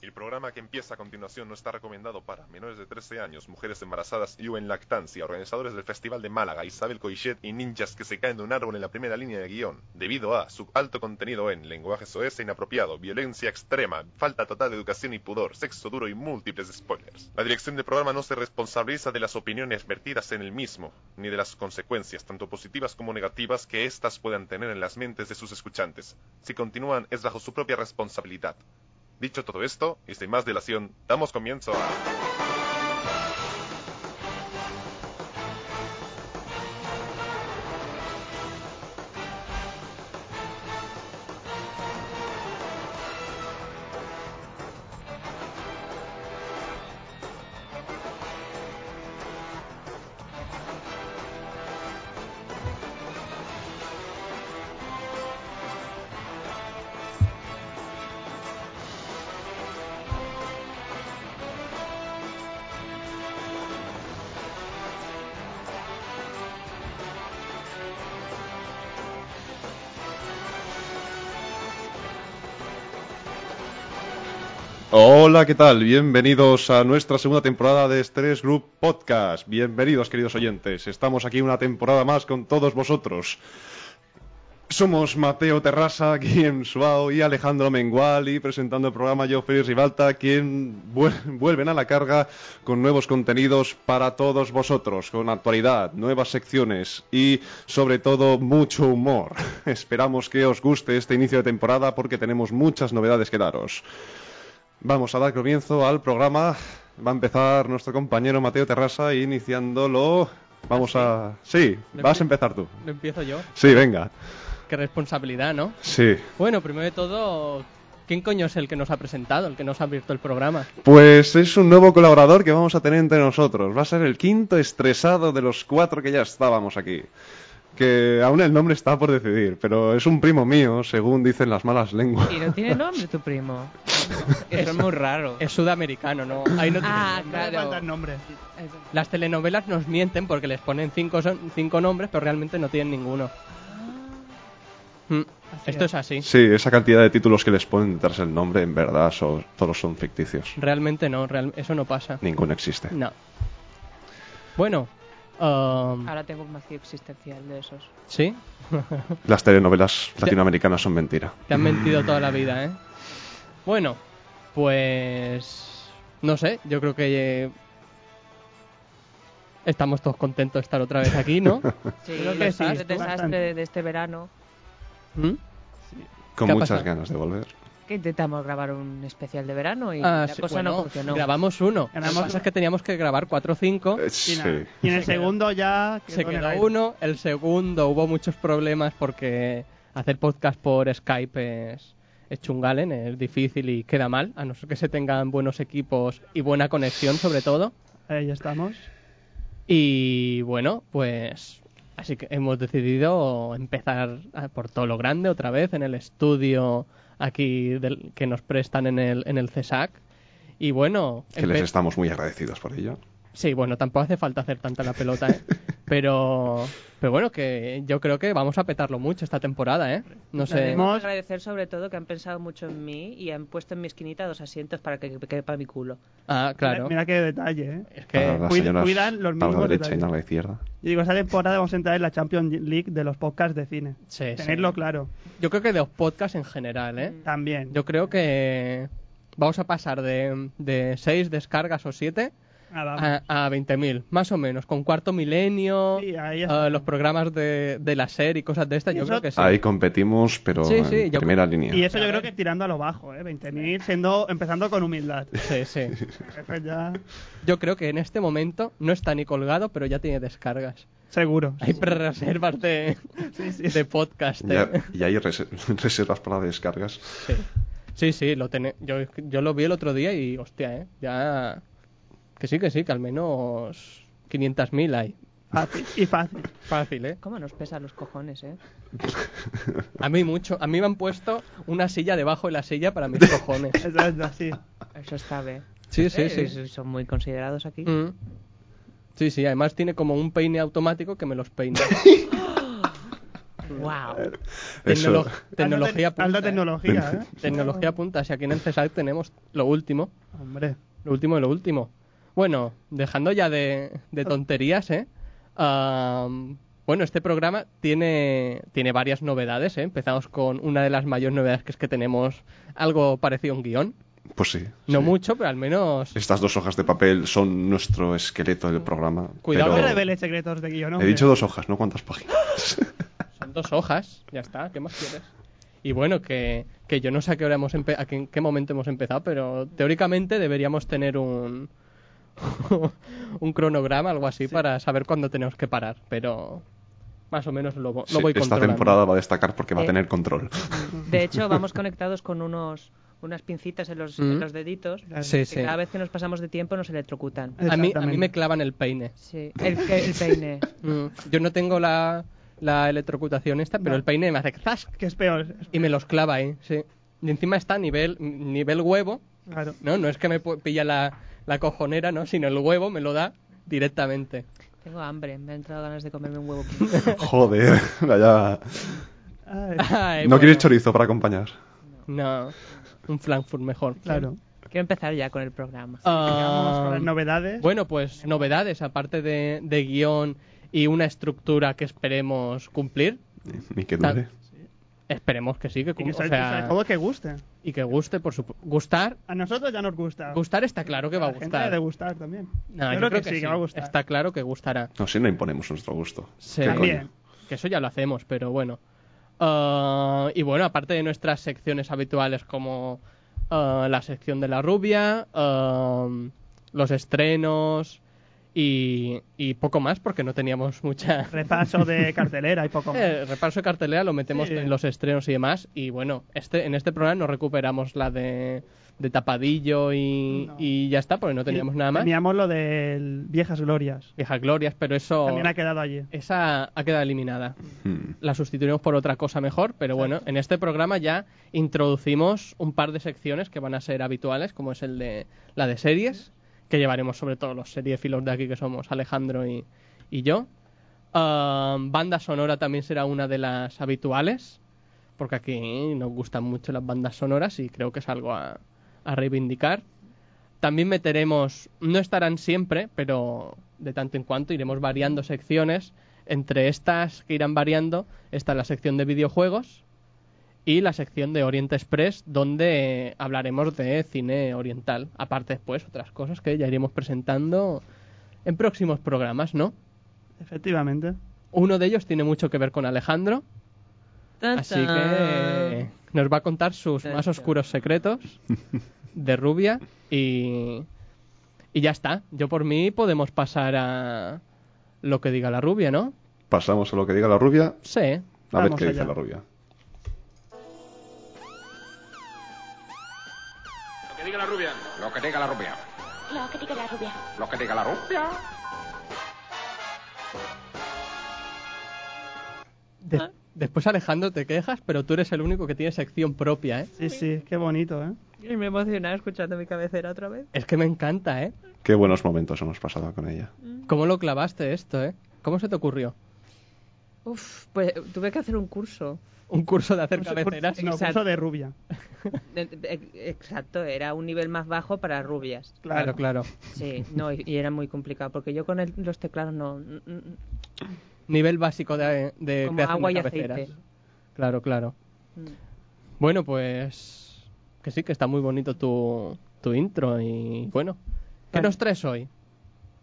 El programa que empieza a continuación no está recomendado para menores de 13 años, mujeres embarazadas y o en lactancia, organizadores del Festival de Málaga, Isabel Coixet y ninjas que se caen de un árbol en la primera línea de guión, debido a su alto contenido en lenguaje soez e inapropiado, violencia extrema, falta total de educación y pudor, sexo duro y múltiples spoilers. La dirección del programa no se responsabiliza de las opiniones vertidas en el mismo, ni de las consecuencias, tanto positivas como negativas, que éstas puedan tener en las mentes de sus escuchantes. Si continúan, es bajo su propia responsabilidad. Dicho todo esto, y sin más dilación, damos comienzo a... Hola, ¿qué tal? Bienvenidos a nuestra segunda temporada de Stress Group Podcast. Bienvenidos, queridos oyentes. Estamos aquí una temporada más con todos vosotros. Somos Mateo Terrasa, quien Suao y Alejandro Mengual y presentando el programa yo, Félix Ribalta, quien vuel- vuelven a la carga con nuevos contenidos para todos vosotros, con actualidad, nuevas secciones y sobre todo mucho humor. Esperamos que os guste este inicio de temporada porque tenemos muchas novedades que daros. Vamos a dar comienzo al programa. Va a empezar nuestro compañero Mateo Terrasa iniciándolo. Vamos a... Sí, vas a empezar tú. Lo empiezo yo. Sí, venga. Qué responsabilidad, ¿no? Sí. Bueno, primero de todo, ¿quién coño es el que nos ha presentado, el que nos ha abierto el programa? Pues es un nuevo colaborador que vamos a tener entre nosotros. Va a ser el quinto estresado de los cuatro que ya estábamos aquí. Que aún el nombre está por decidir, pero es un primo mío, según dicen las malas lenguas. Y no tiene nombre tu primo. Eso es muy raro. Es sudamericano, ¿no? Ahí no tiene Ah, nombre. claro. Las telenovelas nos mienten porque les ponen cinco, son- cinco nombres, pero realmente no tienen ninguno. Mm, Esto es así. Sí, esa cantidad de títulos que les ponen detrás del nombre, en verdad, son- todos son ficticios. Realmente no, real- eso no pasa. Ninguno existe. No. Bueno, um, Ahora tengo un vacío existencial de esos. ¿sí? Las telenovelas latinoamericanas son mentira. Te han mentido toda la vida, ¿eh? Bueno, pues... No sé, yo creo que... eh, estamos todos contentos de estar otra vez aquí, ¿no? Sí, Creo que los sí. desastres desastre de este verano ¿Mm? Con ¿Qué ha muchas pasado? ganas de volver. que intentamos grabar un especial de verano y Ah, la sí, cosa bueno, no funcionó. Grabamos uno. Lo que Ganamos- pasa es que teníamos que grabar cuatro o cinco. Eh, Y, sí. nada. Y en el segundo ya Se en el quedó aire. uno. El segundo hubo muchos problemas porque hacer podcast por Skype es, es chungalen, es difícil y queda mal, a no ser que se tengan buenos equipos y buena conexión sobre todo. Ahí eh, estamos. Y bueno, pues así que hemos decidido empezar a- por todo lo grande otra vez en el estudio aquí del, que nos prestan en el, en el CESAC. Y bueno, Que les empe- estamos muy agradecidos por ello. sí, bueno, tampoco hace falta hacer tanta la pelota, ¿eh? pero, pero bueno, que yo creo que vamos a petarlo mucho esta temporada, ¿eh? No sé. Tengo que agradecer sobre todo que han pensado mucho en mí y han puesto en mi esquinita dos asientos para que quepa mi culo. Ah, claro. Mira, mira qué detalle, ¿eh? Para Es que las cuida- señoras cuidan los para la mismos derecha y detalles. a la izquierda. Yo digo, esta temporada vamos a entrar en la Champions League de los podcasts de cine. Sí, sí. Tenedlo claro. yo creo que de los podcasts en general, ¿eh? También. Yo creo que vamos a pasar de, de seis descargas o siete Nada. a, a 20.000, más o menos, con Cuarto Milenio, Sí, ahí ah, está. los programas de, de la serie y cosas de estas, yo Eso- creo que sí. Ahí competimos, pero Sí, sí, en yo- primera Y línea. eso yo creo que tirando a lo bajo, ¿eh? 20.000, siendo, empezando con humildad. Sí, sí. Eso ya, Yo creo que en este momento no está ni colgado, pero ya tiene descargas. seguro. Hay reservas de, de podcast. ¿eh? Ya- y hay res- reservas para descargas. Sí. Sí, sí, lo tené- yo, yo lo vi el otro día y hostia, ¿eh? Ya... Que sí, que sí, que al menos 500.000 hay. Fácil y fácil. Fácil, ¿eh? ¿Cómo nos pesan los cojones, eh? A mí mucho. A mí me han puesto una silla debajo de la silla para mis cojones. Eso es así. Eso está bien. Sí, sí, Eh, sí. sí. es- Son muy considerados aquí. Mm. Sí, sí, además tiene como un peine automático que me los peina. Mm. Wow. Tecnolo- Eso. tecnología punta. alta, alta ¿eh? tecnología, ¿eh? Tecnología punta. Si aquí en el CESAC tenemos lo último, Hombre. lo último de lo último. Bueno, dejando ya de, de tonterías, ¿eh? Am, bueno, este programa tiene, tiene varias novedades, ¿eh? Empezamos con una de las mayores novedades, que es que tenemos algo parecido a un guión. Pues sí. No sí. mucho, pero al menos... Estas dos hojas de papel son nuestro esqueleto del programa. Cuidado, No Pero- reveles secretos de guion, He hombre. dicho dos hojas, no cuántas páginas. Son dos hojas, ya está, ¿qué más quieres? Y bueno, que, que yo no sé a qué, hora hemos empe- a qué, en qué momento hemos empezado, pero teóricamente deberíamos tener un, un cronograma, algo así, para saber cuándo tenemos que parar, pero más o menos lo, vo- lo Sí, voy esta controlando. temporada va a destacar porque va a Eh. tener control. De hecho, vamos conectados con unos unas pincitas en los, en Mm. los deditos. Sí, que sí. Eh. Cada vez que nos pasamos de tiempo nos electrocutan. A mí, a mí Exactamente. me clavan el peine. Sí. El, que- el peine. Mm, Yo no tengo la, la electrocutación esta, pero el peine me hace ¡zasc! Que es peor. es- y me los clava ahí, sí. Y encima está a nivel, nivel huevo, Claro. No, no es que me pu- pilla la, la cojonera, ¿no? Sino el huevo me lo da directamente. Tengo hambre, me han entrado ganas de comerme un huevo. Joder, vaya. ¿No Ay, Ay, Eh, bueno. quieres chorizo para acompañar? No, un Frankfurt mejor. claro. Quiero empezar ya con el programa. Vamos Ah, con las novedades. bueno, pues novedades, aparte de, de guión y una estructura que esperemos cumplir. Ni que dure. Esperemos que sí, que, y cum- que o sobre, sea, sobre todo que guste. y que guste, por supuesto. Gustar, A nosotros ya nos gusta. gustar está claro que va a la gente le gustar. debe gustar también. No, yo, creo que, sí, que va a gustar. Está claro que gustará. No, si no imponemos nuestro gusto. Sí. ¿Qué También. coño? Que eso ya lo hacemos, pero bueno. Ah, y bueno, aparte de nuestras secciones habituales como ah, la sección de la rubia, ah, los estrenos y, y poco más porque no teníamos mucha... Repaso de cartelera y poco más. Eh, repaso de cartelera lo metemos Sí. en los estrenos y demás. Y bueno, este en este programa no recuperamos la de, de tapadillo y, No. y ya está, porque no teníamos nada más. Teníamos lo de Viejas Glorias. Viejas glorias, pero eso... También ha quedado allí. Eh. Esa ha quedado eliminada Hmm. la sustituiremos por otra cosa mejor, pero bueno, en este programa ya introducimos un par de secciones que van a ser habituales, como es el de la de series, que llevaremos sobre todo los seriefilos de aquí que somos Alejandro y, y yo. Ah, banda sonora también será una de las habituales, porque aquí nos gustan mucho las bandas sonoras y creo que es algo a, a reivindicar. También meteremos, no estarán siempre, pero de tanto en cuanto iremos variando secciones. Entre estas que irán variando está la sección de videojuegos y la sección de Oriente Express, donde hablaremos de cine oriental. Aparte después otras cosas que ya iremos presentando en próximos programas, ¿no? Efectivamente. Uno de ellos tiene mucho que ver con Alejandro, así que nos va a contar sus más oscuros secretos de rubia y, y ya está. Yo por mí podemos pasar a lo que diga la rubia, ¿no? Pasamos a lo que diga la rubia. Sí. A ver Vamos qué dice allá. la rubia. Lo que diga la rubia. Lo que diga la rubia. Lo que diga la rubia. Lo que diga la rubia. Ah. De- después Alejandro te quejas, pero tú eres el único que tiene sección propia, ¿eh? Sí, sí, qué bonito, ¿eh? Y me he emocionado escuchando mi cabecera otra vez. Es que me encanta, ¿eh? Qué buenos momentos hemos pasado con ella. ¿Cómo lo clavaste esto, eh? ¿Cómo se te ocurrió? Uf, pues tuve que hacer un curso. Un curso de hacer Curso- curso- cabeceras. No, Exacto. curso de rubia. Eh, eh, Exacto, era un nivel más bajo para rubias. Claro, claro. Sí, no, y, y era muy complicado porque yo con el- los teclados no. n- n- Nivel básico de, de Como creación agua de y cabeceras. aceite. Mm. Claro, claro. n- Bueno, pues que sí, que está muy bonito tu, tu intro y bueno. ¿Qué Vale. nos traes hoy?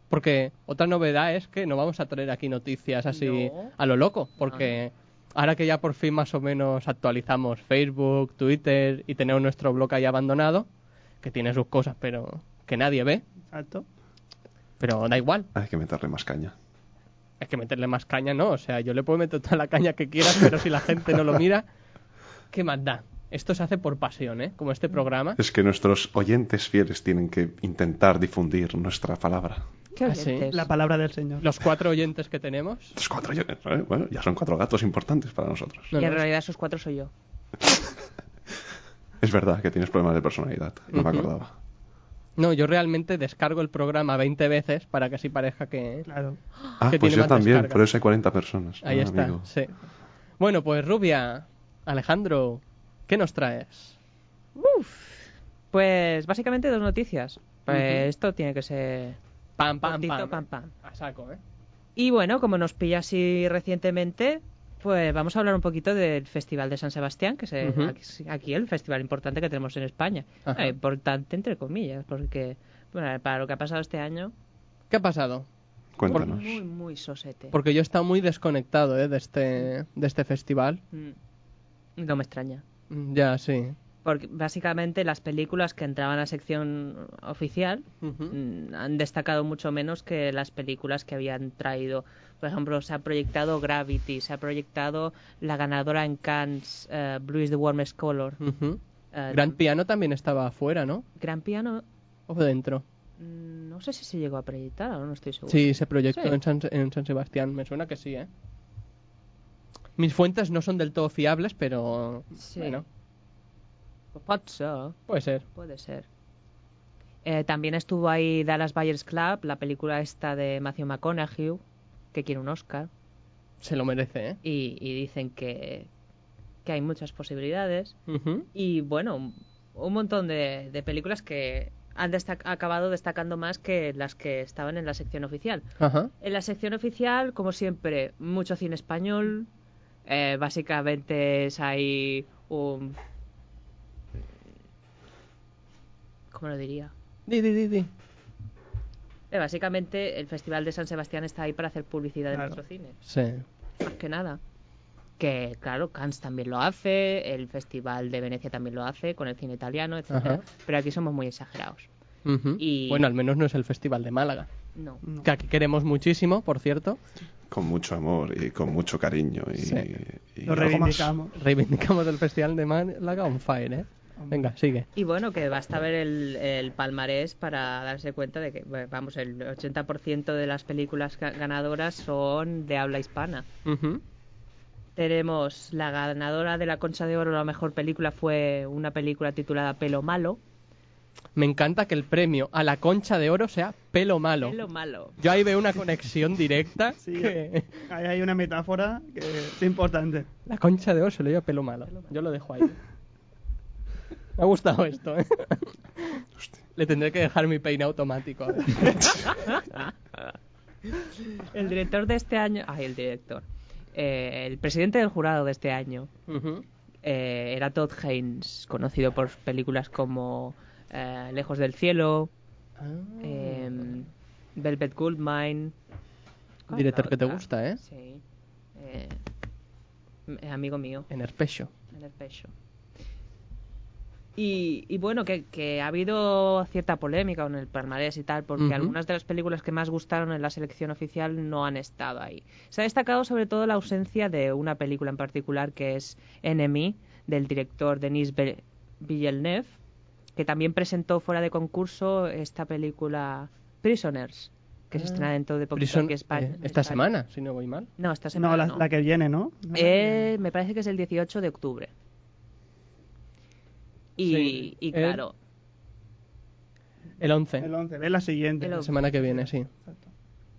Porque otra novedad es que no vamos a traer aquí noticias así No. a lo loco, porque ahora que ya por fin más o menos actualizamos Facebook, Twitter y tenemos nuestro blog ahí abandonado, que tiene sus cosas pero que nadie ve, Exacto. pero da igual, Hay que meterle más caña. es que meterle más caña no, o sea, yo le puedo meter toda la caña que quieras, pero si la gente no lo mira, ¿qué más da? Esto se hace por pasión, ¿eh? Como este programa. Es que nuestros oyentes fieles tienen que intentar difundir nuestra palabra. ¿Qué Ah, sí. oyentes? La palabra del Señor. Los cuatro oyentes que tenemos. Los cuatro oyentes, ¿eh? Bueno, ya son cuatro gatos importantes para nosotros. No, y en no, realidad esos cuatro soy yo. Es verdad que tienes problemas de personalidad, no me acordaba. No, yo realmente descargo el programa 20 veces para que así parezca que... Claro. Ah, Que pues tiene yo más también, descarga. por eso hay 40 personas. Ahí Ah, está, amigo. sí. Bueno, pues Rubia, Alejandro, ¿qué nos traes? Pues básicamente dos noticias. Pues Esto tiene que ser... Pam, pam, Cortito, pam. pam, pam. A saco, ¿eh? Y bueno, como nos pilla así recientemente, pues vamos a hablar un poquito del Festival de San Sebastián, que es el- Ujú. aquí, aquí el festival importante que tenemos en España. Ajá. Ah, importante entre comillas, porque bueno, para lo que ha pasado este año, ¿Qué ha pasado? Cuéntanos. muy, muy sosete. Porque yo he estado muy desconectado ¿eh? de, este, de este festival. Mm. No me extraña. Mm, Ya, sí. Porque básicamente las películas que entraban a la sección oficial Ujú. mm, han destacado mucho menos que las películas que habían traído. Por ejemplo, se ha proyectado Gravity, se ha proyectado la ganadora en Cannes, eh, Blue is the Warmest Color. Ujú. eh, Gran Piano también estaba afuera, ¿no? Gran Piano, ¿O dentro? mm, no sé si se llegó a proyectar, ahora no estoy seguro. Sí, se proyectó Sí. En, San, en San Sebastián. Me suena que sí, ¿eh? Mis fuentes no son del todo fiables, pero... Sí. Bueno, Pues pot ser, puede ser. puede ser. Eh, también estuvo ahí Dallas Buyers Club, la película esta de Matthew McConaughey, que quiere un Oscar. Se lo merece, ¿eh? y, y dicen que, que hay muchas posibilidades. Ujú. Y bueno, un- un montón de, de películas que han destac- acabado destacando más que las que estaban en la sección oficial. Ajá. En la sección oficial, como siempre, mucho cine español. eh, básicamente es ahí un... ¿Cómo lo diría? Di, di, di, di. Eh, básicamente el Festival de San Sebastián está ahí para hacer publicidad de Claro. nuestro cine. Sí. más que nada. Que claro, Cannes también lo hace, el Festival de Venecia también lo hace, con el cine italiano, etcétera. Ajá. Pero aquí somos muy exagerados. Ujú. Y- Bueno, al menos no es el Festival de Málaga. No. No. Que aquí queremos muchísimo, por cierto. Con mucho amor y con mucho cariño. Y, Sí. y algo Lo más. reivindicamos. Reivindicamos el Festival de Málaga on fire, ¿eh? Venga, sigue. Y bueno, que basta ver el, el palmarés para darse cuenta de que, bueno, vamos, el 80% de las películas ga- ganadoras son de habla hispana. Ujú. Tenemos la ganadora de la Concha de Oro, la mejor película fue una película titulada Pelo Malo. Me encanta que el premio a la concha de oro sea pelo malo. Pelo Malo. Yo ahí veo una conexión directa. Sí, que- Ahí hay una metáfora que es importante. La concha de oro se lo lleva pelo malo. Yo lo dejo ahí. Me ha gustado esto, ¿eh? Le tendré que dejar mi peine automático. ahora. El director de este año, ay, el director, Eh, el presidente del jurado de este año, Ujú. eh, era Todd Haynes, conocido por películas como eh, Lejos del Cielo, Ah. eh, Velvet Goldmine. ¿Cuál Director es la que te otra? gusta, ¿eh? Sí. Eh, m- amigo mío, En el pecho. en el pecho. Y, y bueno, que, que ha habido cierta polémica con el palmarés y tal, porque Ujú. algunas de las películas que más gustaron en la selección oficial no han estado ahí. Se ha destacado sobre todo la ausencia de una película en particular que es Enemy, del director Denis Be- Villeneuve, que también presentó fuera de concurso esta película Prisoners, que se estrena dentro de Ah. poquito Prison- aquí en España. eh, en esta España. semana, si no voy mal. No, esta semana. No, la, no. la que viene, ¿no? Eh, me parece que es el 18 de octubre. Y, Sí, y el- claro, El 11. El 11, ve la siguiente. El La semana que viene, sí.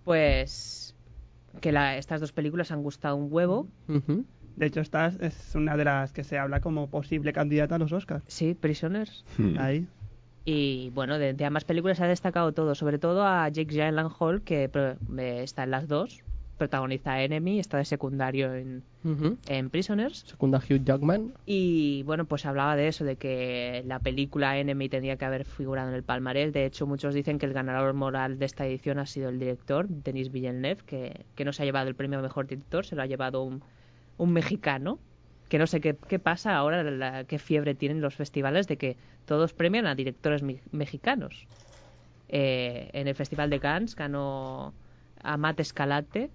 pues que la- estas dos películas han gustado un huevo. Ujú. De hecho, esta es una de las que se habla como posible candidata a los Oscars. Sí, Prisoners. Hmm. Ahí. Y bueno, de, de ambas películas se ha destacado todo, sobre todo a Jake Gyllenhaal Hall, que pro- eh, está en las dos. Protagoniza Enemy, está de secundario en, Ujú. en Prisoners. Secunda Hugh Jackman. Y bueno, pues hablaba de eso, de que la película Enemy tendría que haber figurado en el palmarés. De hecho, muchos dicen que el ganador moral de esta edición ha sido el director, Denis Villeneuve, que, que no se ha llevado el premio a mejor director, se lo ha llevado un, un mexicano. Que no sé qué, qué pasa ahora, la- qué fiebre tienen los festivales de que todos premian a directores mi- mexicanos. Eh, en el Festival de Cannes ganó Amat Escalante.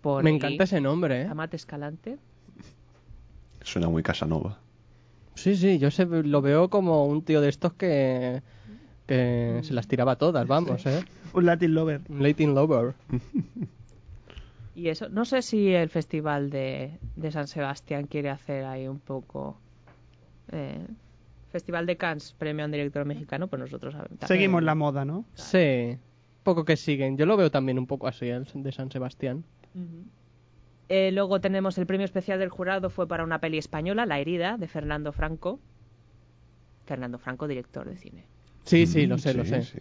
Por Me Eli- encanta ese nombre, ¿eh? Amat Escalante. Suena muy Casanova. Sí, sí, yo se, lo veo como un tío de estos que, que se las tiraba todas, vamos, ¿eh? Un Latin Lover. Un Latin Lover. Y eso, no sé si el festival de, de San Sebastián quiere hacer ahí un poco. eh, festival de Cannes, premio a un director mexicano, pues nosotros sabemos. Seguimos la moda, ¿no? Sí, un poco que siguen. Yo lo veo también un poco así, el de San Sebastián. Eh, luego tenemos el premio especial del jurado, fue para una peli española, La herida, de Fernando Franco. Fernando Franco, director de cine. Sí, sí, lo sé, lo Sí, sé. sí.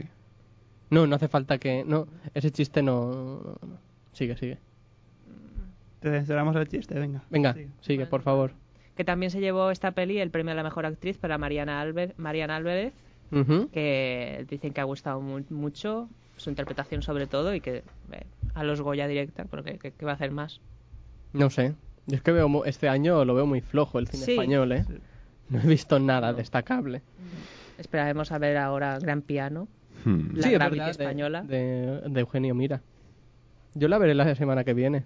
No, no hace falta que... No, ese chiste no... no, no. Sigue, sigue. Te censuramos el chiste, venga. Venga, Sí. sigue, por favor. Que también se llevó esta peli el premio a la mejor actriz para Mariana, Alve- Mariana Álvarez, Ujú. que dicen que ha gustado mu- mucho su interpretación sobre todo y que eh, a los Goya directa, porque ¿qué, qué va a hacer más? No sé. Yo es que veo mu- este año lo veo muy flojo el cine Sí. español, ¿eh? No he visto nada destacable. Esperaremos a ver ahora Gran Piano, Hmm. la es Gravity verdad, de- española. De, de Eugenio Mira. Yo la veré la semana que viene.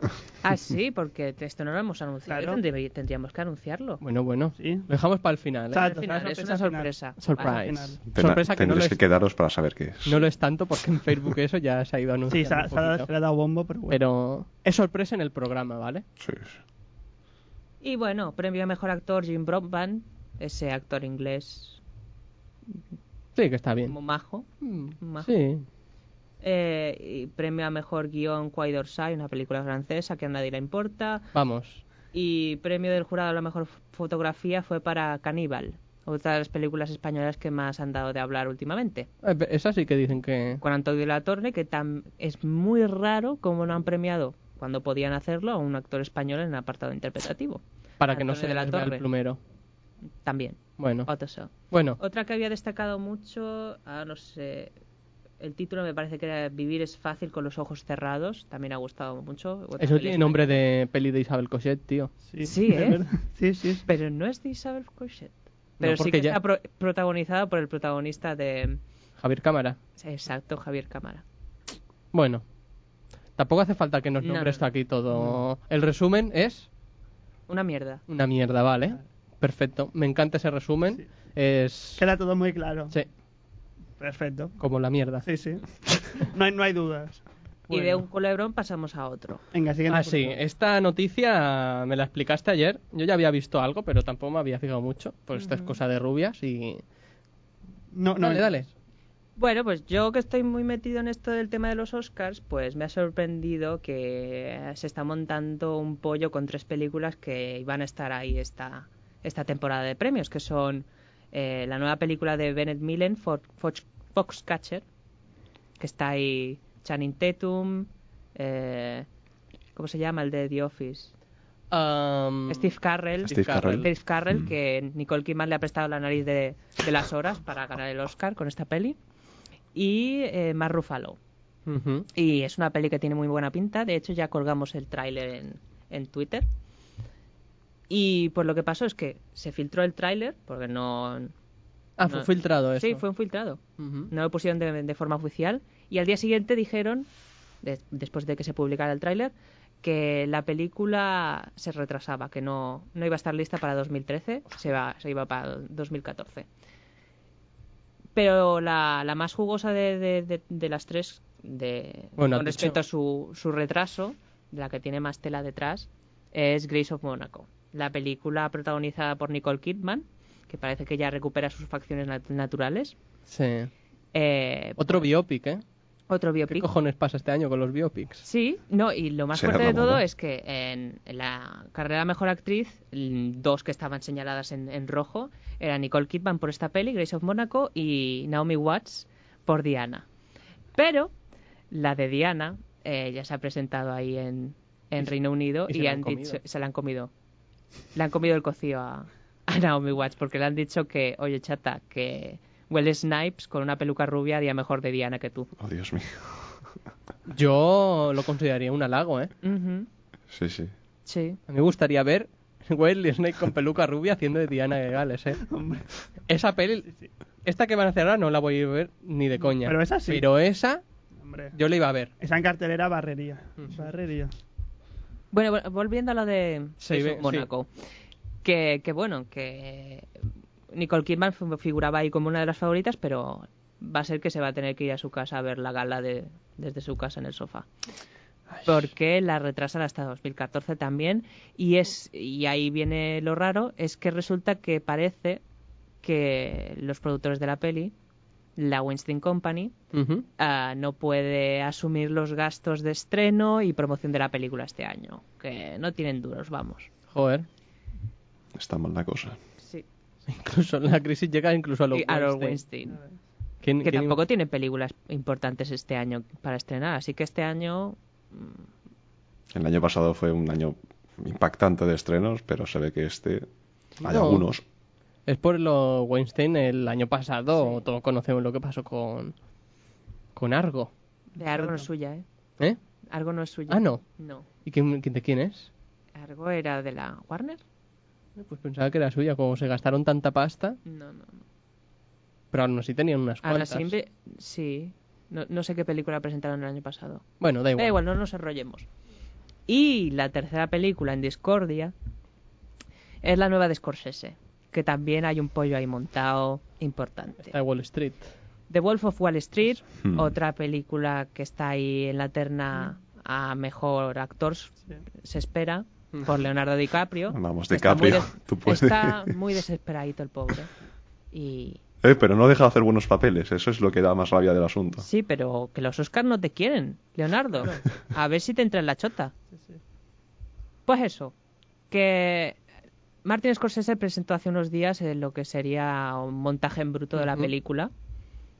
Ah, sí, porque te- esto no lo hemos anunciado. Claro. Tendrí- Tendríamos que al final, Bueno, bueno. Sí. Lo dejamos para el final. ¿eh? Exacto. Es una sorpresa sorpresa. al final. Surprise. Al final. Tendrá- Sorpresa que no, lo tendréis es, que quedaros para saber qué es. no lo es tanto porque en Facebook eso ya se ha ido anunciando. Sí, se ha, un se ha- poquito. se le ha dado bombo, pero bueno. Pero es sorpresa en el programa, ¿vale? Sí, sí. Y bueno, premio a mejor actor Jim Broadbent, ese actor inglés Sí, que está como bien. majo. Mm, majo. Sí. Eh, y premio a mejor guión Quai d'Orsay, una película francesa que a nadie le importa. Vamos. Y premio del jurado a la mejor f- fotografía fue para Caníbal, otra de las películas españolas que más han dado de hablar últimamente. Eh, pe- Esa sí que dicen que... Con Antonio de la Torre, que tam- es muy raro como no han premiado, cuando podían hacerlo, a un actor español en el apartado interpretativo. Para que no Antonio se de le la el Torre. plumero. También, Bueno. otro show. Bueno. Otra que había destacado mucho, ah, no sé, el título me parece que era Vivir es fácil con los ojos cerrados, también ha gustado mucho. Eso Otra peli tiene española. nombre de peli de Isabel Cochet, tío. Sí, Sí, de ¿eh? verdad. Sí, sí. sí. Pero no es de Isabel Cochet. Pero sí porque que ya- está pro- protagonizada por el protagonista de... Javier Cámara. Exacto, Javier Cámara. Bueno, tampoco hace falta que nos No, nombres no, no. aquí todo. El resumen es Una mierda. una mierda, ¿vale? Perfecto, me encanta ese resumen. Es Queda todo muy claro. sí, Perfecto. como la mierda. Sí, sí. No hay, no hay dudas. Y de Bueno. un culebrón pasamos a otro. Venga, siguiente. Ah, por sí, favor. esta noticia me la explicaste ayer. Yo ya había visto algo, pero tampoco me había fijado mucho. Pues esta es cosa de rubias y. No, no, dale, dale. Bueno, pues yo que estoy muy metido en esto del tema de los Oscars, pues me ha sorprendido que se está montando un pollo con tres películas que iban a estar ahí esta, esta temporada de premios, que son eh, la nueva película de Bennett Millen, Fo- Fox- Foxcatcher, que está ahí Channing Tatum, eh, ¿cómo se llama el de The Office? Am, Steve Carrell. Steve Carrell. Steve Carrell, Mm. que Nicole Kidman le ha prestado la nariz de, de las horas para ganar el Oscar con esta peli. Y eh, Mark Ruffalo. Ujú. Y es una peli que tiene muy buena pinta. De hecho, ya colgamos el tráiler en, en Twitter. Y pues lo que pasó es que se filtró el tráiler, porque no... Ah, fue no- filtrado eso. Sí, fue un filtrado. Ujú. No lo pusieron de, de forma oficial. Y al día siguiente dijeron, de- después de que se publicara el tráiler, que la película se retrasaba, que no, no iba a estar lista para 2013, se, va, se iba para 2014. Pero la, la más jugosa de, de- de- de las tres, de, Bueno, con has dicho- respecto a su, su retraso, la que tiene más tela detrás, es Grace of Monaco, la película protagonizada por Nicole Kidman, que parece que ya recupera sus facciones nat- naturales. Sí. Eh, Otro biopic, ¿eh? otro ¿Qué biopic. cojones pasa este año con los biopics? Sí, no, y lo más Será fuerte de la moda. todo es que en la carrera de mejor actriz, l- dos que estaban señaladas en, en rojo eran Nicole Kidman por esta peli, Grace of Monaco, y Naomi Watts por Diana. Pero la de Diana eh, ya se ha presentado ahí en, en Reino Unido y y, se la han han comido. dicho, se la han comido. Le han comido el cocido a, a Naomi Watts porque le han dicho que, oye, chata, que Well Snipes con una peluca rubia haría mejor de Diana que tú. Oh, Dios mío. Yo lo consideraría un halago, ¿eh? Ujú, Sí, sí. Sí. A mí me gustaría ver Wesley Snake con peluca rubia haciendo de Diana de Gales, ¿eh? Esa peli, esta que van a hacer ahora no la voy a ver ni de coña. Pero esa sí. Pero esa Hombre. yo la iba a ver. Esa en cartelera barrería. Barrería. Bueno, vol- volviendo a lo de Sí, eso, ve- sí. Mónaco. que, que, bueno, que Nicole Kidman fu- figuraba ahí como una de las favoritas, pero va a ser que se va a tener que ir a su casa a ver la gala de, desde su casa en el sofá. Porque la retrasan hasta 2014 también. Y, es, y ahí viene lo raro, es que resulta que parece que los productores de la peli, la Weinstein Company, Ujú. ah, no puede asumir los gastos de estreno y promoción de la película este año. Que no tienen duros, vamos. Joder. Está mal la cosa. Sí. Incluso la crisis llega incluso a los Y a los Weinstein. Weinstein. ¿Quién- Que quién- tampoco tiene películas importantes este año para estrenar. Así que este año. El año pasado fue un año impactante de estrenos, pero se ve que este hay No. algunos. Es por lo Weinstein el año pasado. Todos conocemos lo que pasó con con Argo, De Argo no es suya, ¿eh? ¿eh? Argo no es suya. Ah, no. No. ¿Y quién, quién- de quién es? Argo era de la Warner. Pues pensaba que era suya, como se gastaron tanta pasta, No, no. no. pero aún así tenían unas Ahora cuantas. sí. ve- Sí. No, no sé qué película presentaron el año pasado. Bueno, da igual. Da igual, no nos enrollemos. Y la tercera película en Discordia es la nueva de Scorsese, que también hay un pollo ahí montado importante. Está en Wall Street. The Wolf of Wall Street, Hmm. otra película que está ahí en la terna a mejor actor, se espera, Hmm. por Leonardo DiCaprio. Vamos, Está muy DiCaprio, des- tú puedes. Está muy desesperadito el pobre. Y Eh, pero no deja de hacer buenos papeles, eso es lo que da más rabia del asunto. sí, pero que los Oscars no te quieren, Leonardo. A ver si te entra en la chota. Pues eso, que Martin Scorsese presentó hace unos días eh, lo que sería un montaje en bruto de la Ujú. película,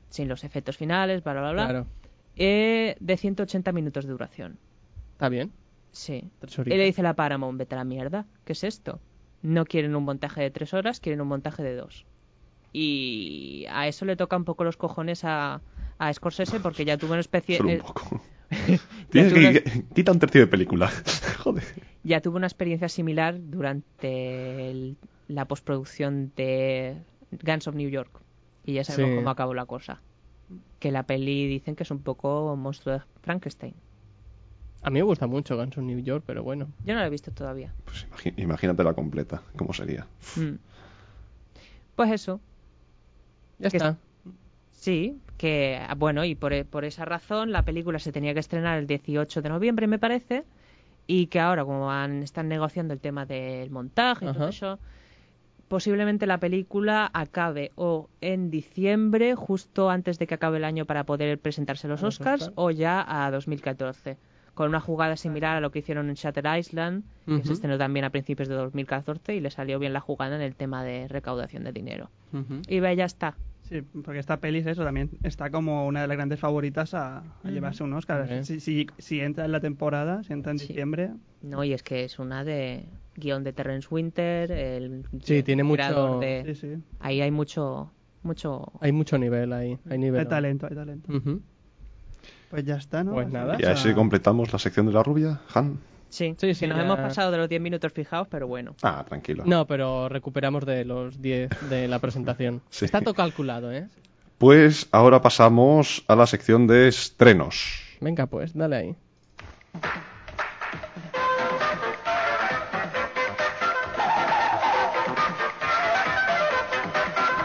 sin los efectos finales, bla, bla, bla, bla, Claro. eh, de 180 minutos de duración. Está bien. Sí. Tres Y horitas. le dice la Paramount, vete a la mierda, ¿qué es esto? No quieren un montaje de tres horas, quieren un montaje de dos. Y a eso le toca un poco los cojones a, a Scorsese porque ya tuvo una especie... Solo eh, un poco. ya Tienes tuvo una- que quita un tercio de película. Joder. ya tuvo una experiencia similar durante el- la postproducción de Guns of New York. Y ya sabemos Sí. cómo acabó la cosa. Que la peli dicen que es un poco monstruo de Frankenstein. A mí me gusta mucho Guns N' New York, pero bueno. Yo no la he visto todavía. Pues imagi- imagínate la completa, cómo sería. Mm. Pues eso, Ya Que- está. sí, que ah, bueno, y por, e- por esa razón la película se tenía que estrenar el 18 de noviembre, me parece, y que ahora, como han, están negociando el tema del montaje y todo Ajá. eso, posiblemente la película acabe o en diciembre, justo antes de que acabe el año para poder presentarse a los A los Oscars, Oscars. o ya a 2014, con una jugada similar a lo que hicieron en Shutter Island, que Ujú. se estrenó también a principios de 2014 y le salió bien la jugada en el tema de recaudación de dinero. Ujú. Y ve, ya está. Sí, porque esta peli es eso también. Está como una de las grandes favoritas a, a llevarse un Oscar. Hombre. Si, si- si entra en la temporada, si entra en Sí. diciembre, No, y es que es una de guión de Terrence Winter, el Sí, el tiene mucho- creador de- sí, sí. Ahí hay mucho, mucho... Hay mucho nivel ahí. Hay nivel. Hay talento, hay talento. Ujú. Pues ya está, ¿no? Pues Así nada. que Y ya- así completamos la sección de la rubia, Han. Sí, Sí, que sí, nos ya- hemos pasado de los 10 minutos fijados, pero bueno. Ah, tranquilo. No, pero recuperamos de los 10 de la presentación. Sí. Está todo calculado, ¿eh? Pues ahora pasamos a la sección de estrenos. Venga, pues, dale ahí.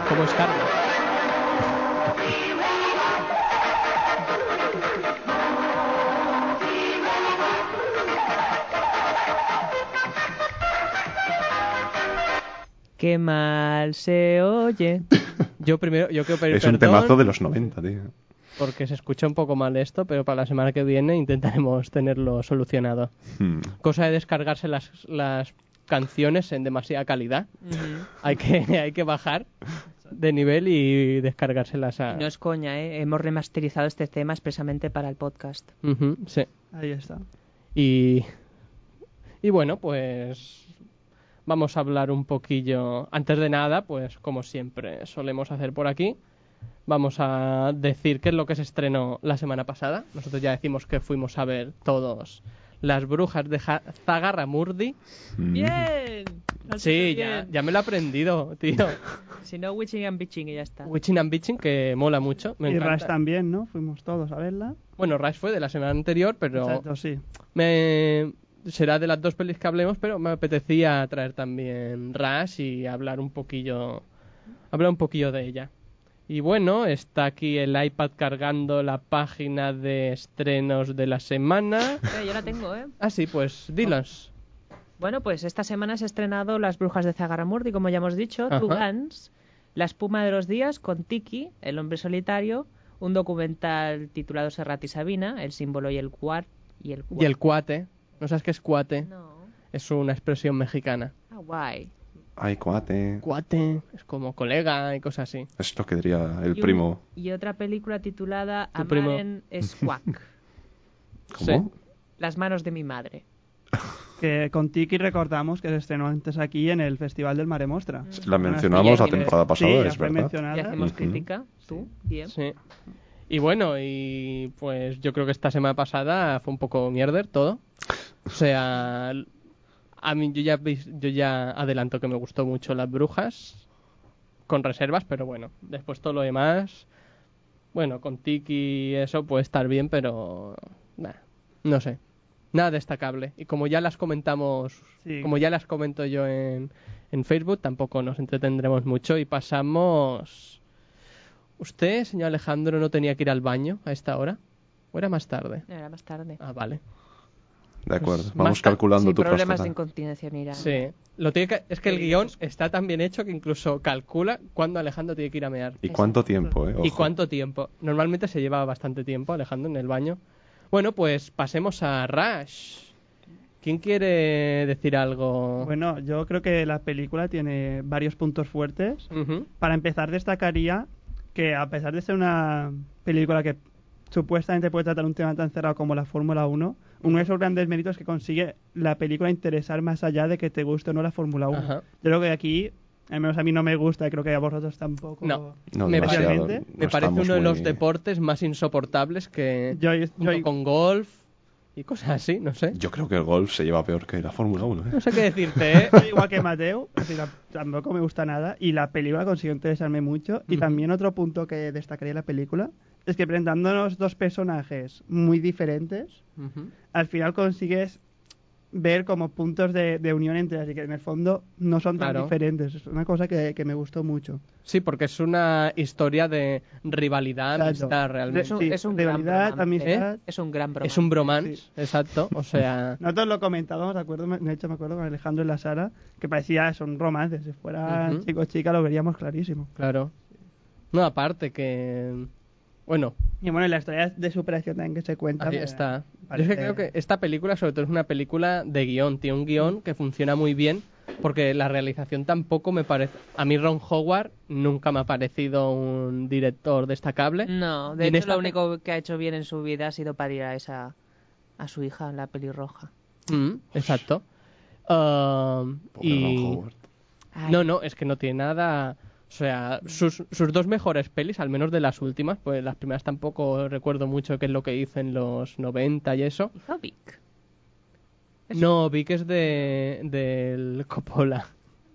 Como Star Wars. Qué mal se oye. Yo primero, yo quiero pedir es un perdón temazo de los 90, tío. porque se escucha un poco mal esto, pero para la semana que viene intentaremos tenerlo solucionado. Hmm. Cosa de descargarse las, las canciones en demasiada calidad. Ujú. Hay que, hay que bajar de nivel y descargárselas a... No es coña, ¿eh? Hemos remasterizado este tema expresamente para el podcast. Ujú, sí. Ahí está. Y, y bueno, pues vamos a hablar un poquillo. Antes de nada, pues como siempre solemos hacer por aquí, vamos a decir qué es lo que se estrenó la semana pasada. Nosotros ya decimos que fuimos a ver todos las brujas de Ja- Zagarramurdi. Hmm. ¡Bien! Lo has Sí, hecho ya, bien. ya me lo he aprendido, tío. Si no, witching and bitching y ya está. Witching and Bitching, que mola mucho. Me y encanta. Rush también, ¿no? Fuimos todos a verla. Bueno, Rush fue de la semana anterior, pero Exacto, sí. me, será de las dos pelis que hablemos, pero me apetecía traer también Rush y hablar un poquillo, hablar un poquillo de ella. Y bueno, está aquí el iPad cargando la página de estrenos de la semana. Eh, yo la tengo, ¿eh? Ah, sí, pues dilos. Bueno, pues esta semana se ha estrenado Las Brujas de Zagarramurdi, como ya hemos dicho, Ajá. Two Guns, La Espuma de los Días, con Tiki, El Hombre Solitario, un documental titulado Serrat y Sabina, El Símbolo y el Cuar... Y el, Y el cuate. ¿No sabes qué es cuate? Oh, No. Es una expresión mexicana. Ah, guay. Ay, cuate. Cuate. Es como colega y cosas así. Es lo que diría el Y un- primo. Y otra película titulada Tu Amar primo. en Squack, ¿Cómo? Las manos de mi madre. Que con Tiki recordamos que se estrenó antes aquí en el Festival del Mare Mm. Mostra. La mencionamos la Sí, temporada pasada, sí, ya es fue verdad. mencionada. Y hacemos Ujú. crítica, tú, bien. Sí. Y bueno, y pues yo creo que esta semana pasada fue un poco mierder todo. O sea, a mí yo ya vi- yo ya adelanto que me gustó mucho Las Brujas con reservas, pero bueno, después todo lo demás bueno, con Tiki y eso puede estar bien, pero nah, no sé. Nada destacable. Y como ya las comentamos, Sí. como ya las comento yo en, en Facebook, tampoco nos entretendremos mucho y pasamos ¿Usted, señor Alejandro, no tenía que ir al baño a esta hora? ¿O era más tarde? Era más tarde. Ah, vale. De acuerdo, Pues, vamos más ta- calculando sí, tu problemas de próstata. incontinencia mira. Sí. Lo tiene que- es que el guión está tan bien hecho que incluso calcula cuándo Alejandro tiene que ir a mear. ¿Y cuánto tiempo, eh? ¿Y Ojo. cuánto tiempo? Normalmente se lleva bastante tiempo Alejandro en el baño. Bueno, pues pasemos a Rush. ¿Quién quiere decir algo? Bueno, yo creo que la película tiene varios puntos fuertes. Ujú. Para empezar, destacaría que a pesar de ser una película que supuestamente puede tratar un tema tan cerrado como la Fórmula 1, uno de esos grandes méritos es que consigue la película interesar más allá de que te guste o no la Fórmula 1. Ajá. Yo creo que aquí, al menos a mí no me gusta, y creo que a vosotros tampoco. No. No, Me demasiado, parece- no Me parece estamos uno de muy- los deportes más insoportables que Yo, yo- junto con golf y cosas así, no sé. Yo creo que el golf se lleva peor que la Fórmula 1, ¿eh? No sé qué decirte, ¿eh? soy igual que Mateo, así que tampoco me gusta nada, y la película consiguió interesarme mucho. Y Ujú. también otro punto que destacaría de la película es que presentándonos dos personajes muy diferentes, Ujú. al final consigues ver como puntos de, de unión entre ellas y que en el fondo no son tan Claro. diferentes. Es una cosa que, que me gustó mucho. Sí, porque es una historia de rivalidad, Exacto. amistad realmente. Es un, Sí, es un gran rivalidad, bromance. amistad. Es un gran bromance. Es un bromance, Sí. exacto. O sea, Nosotros lo comentábamos, de acuerdo, me- de hecho me acuerdo con Alejandro en la sala, que parecía son romances, si fuera Ujú. chico o chica lo veríamos clarísimo. claro. No, aparte que... Bueno, Y bueno, y la historia de superación también que se cuenta. ahí me- está. Yo es parece- que creo que esta película sobre todo es una película de guión. Tiene un guión que funciona muy bien porque la realización tampoco me parece... A mí Ron Howard nunca me ha parecido un director destacable. No, Y de en hecho esta lo único que ha hecho bien en su vida ha sido parir a esa a su hija, la pelirroja. Mm, exacto. Ah, Pobre y... Ron Howard. Ay, No, no, es que no tiene nada. O sea, sus, sus dos mejores pelis, al menos de las últimas, pues las primeras tampoco recuerdo mucho qué es lo que hizo en los 90 y eso. hija Vic. No, vi que es de, del Coppola.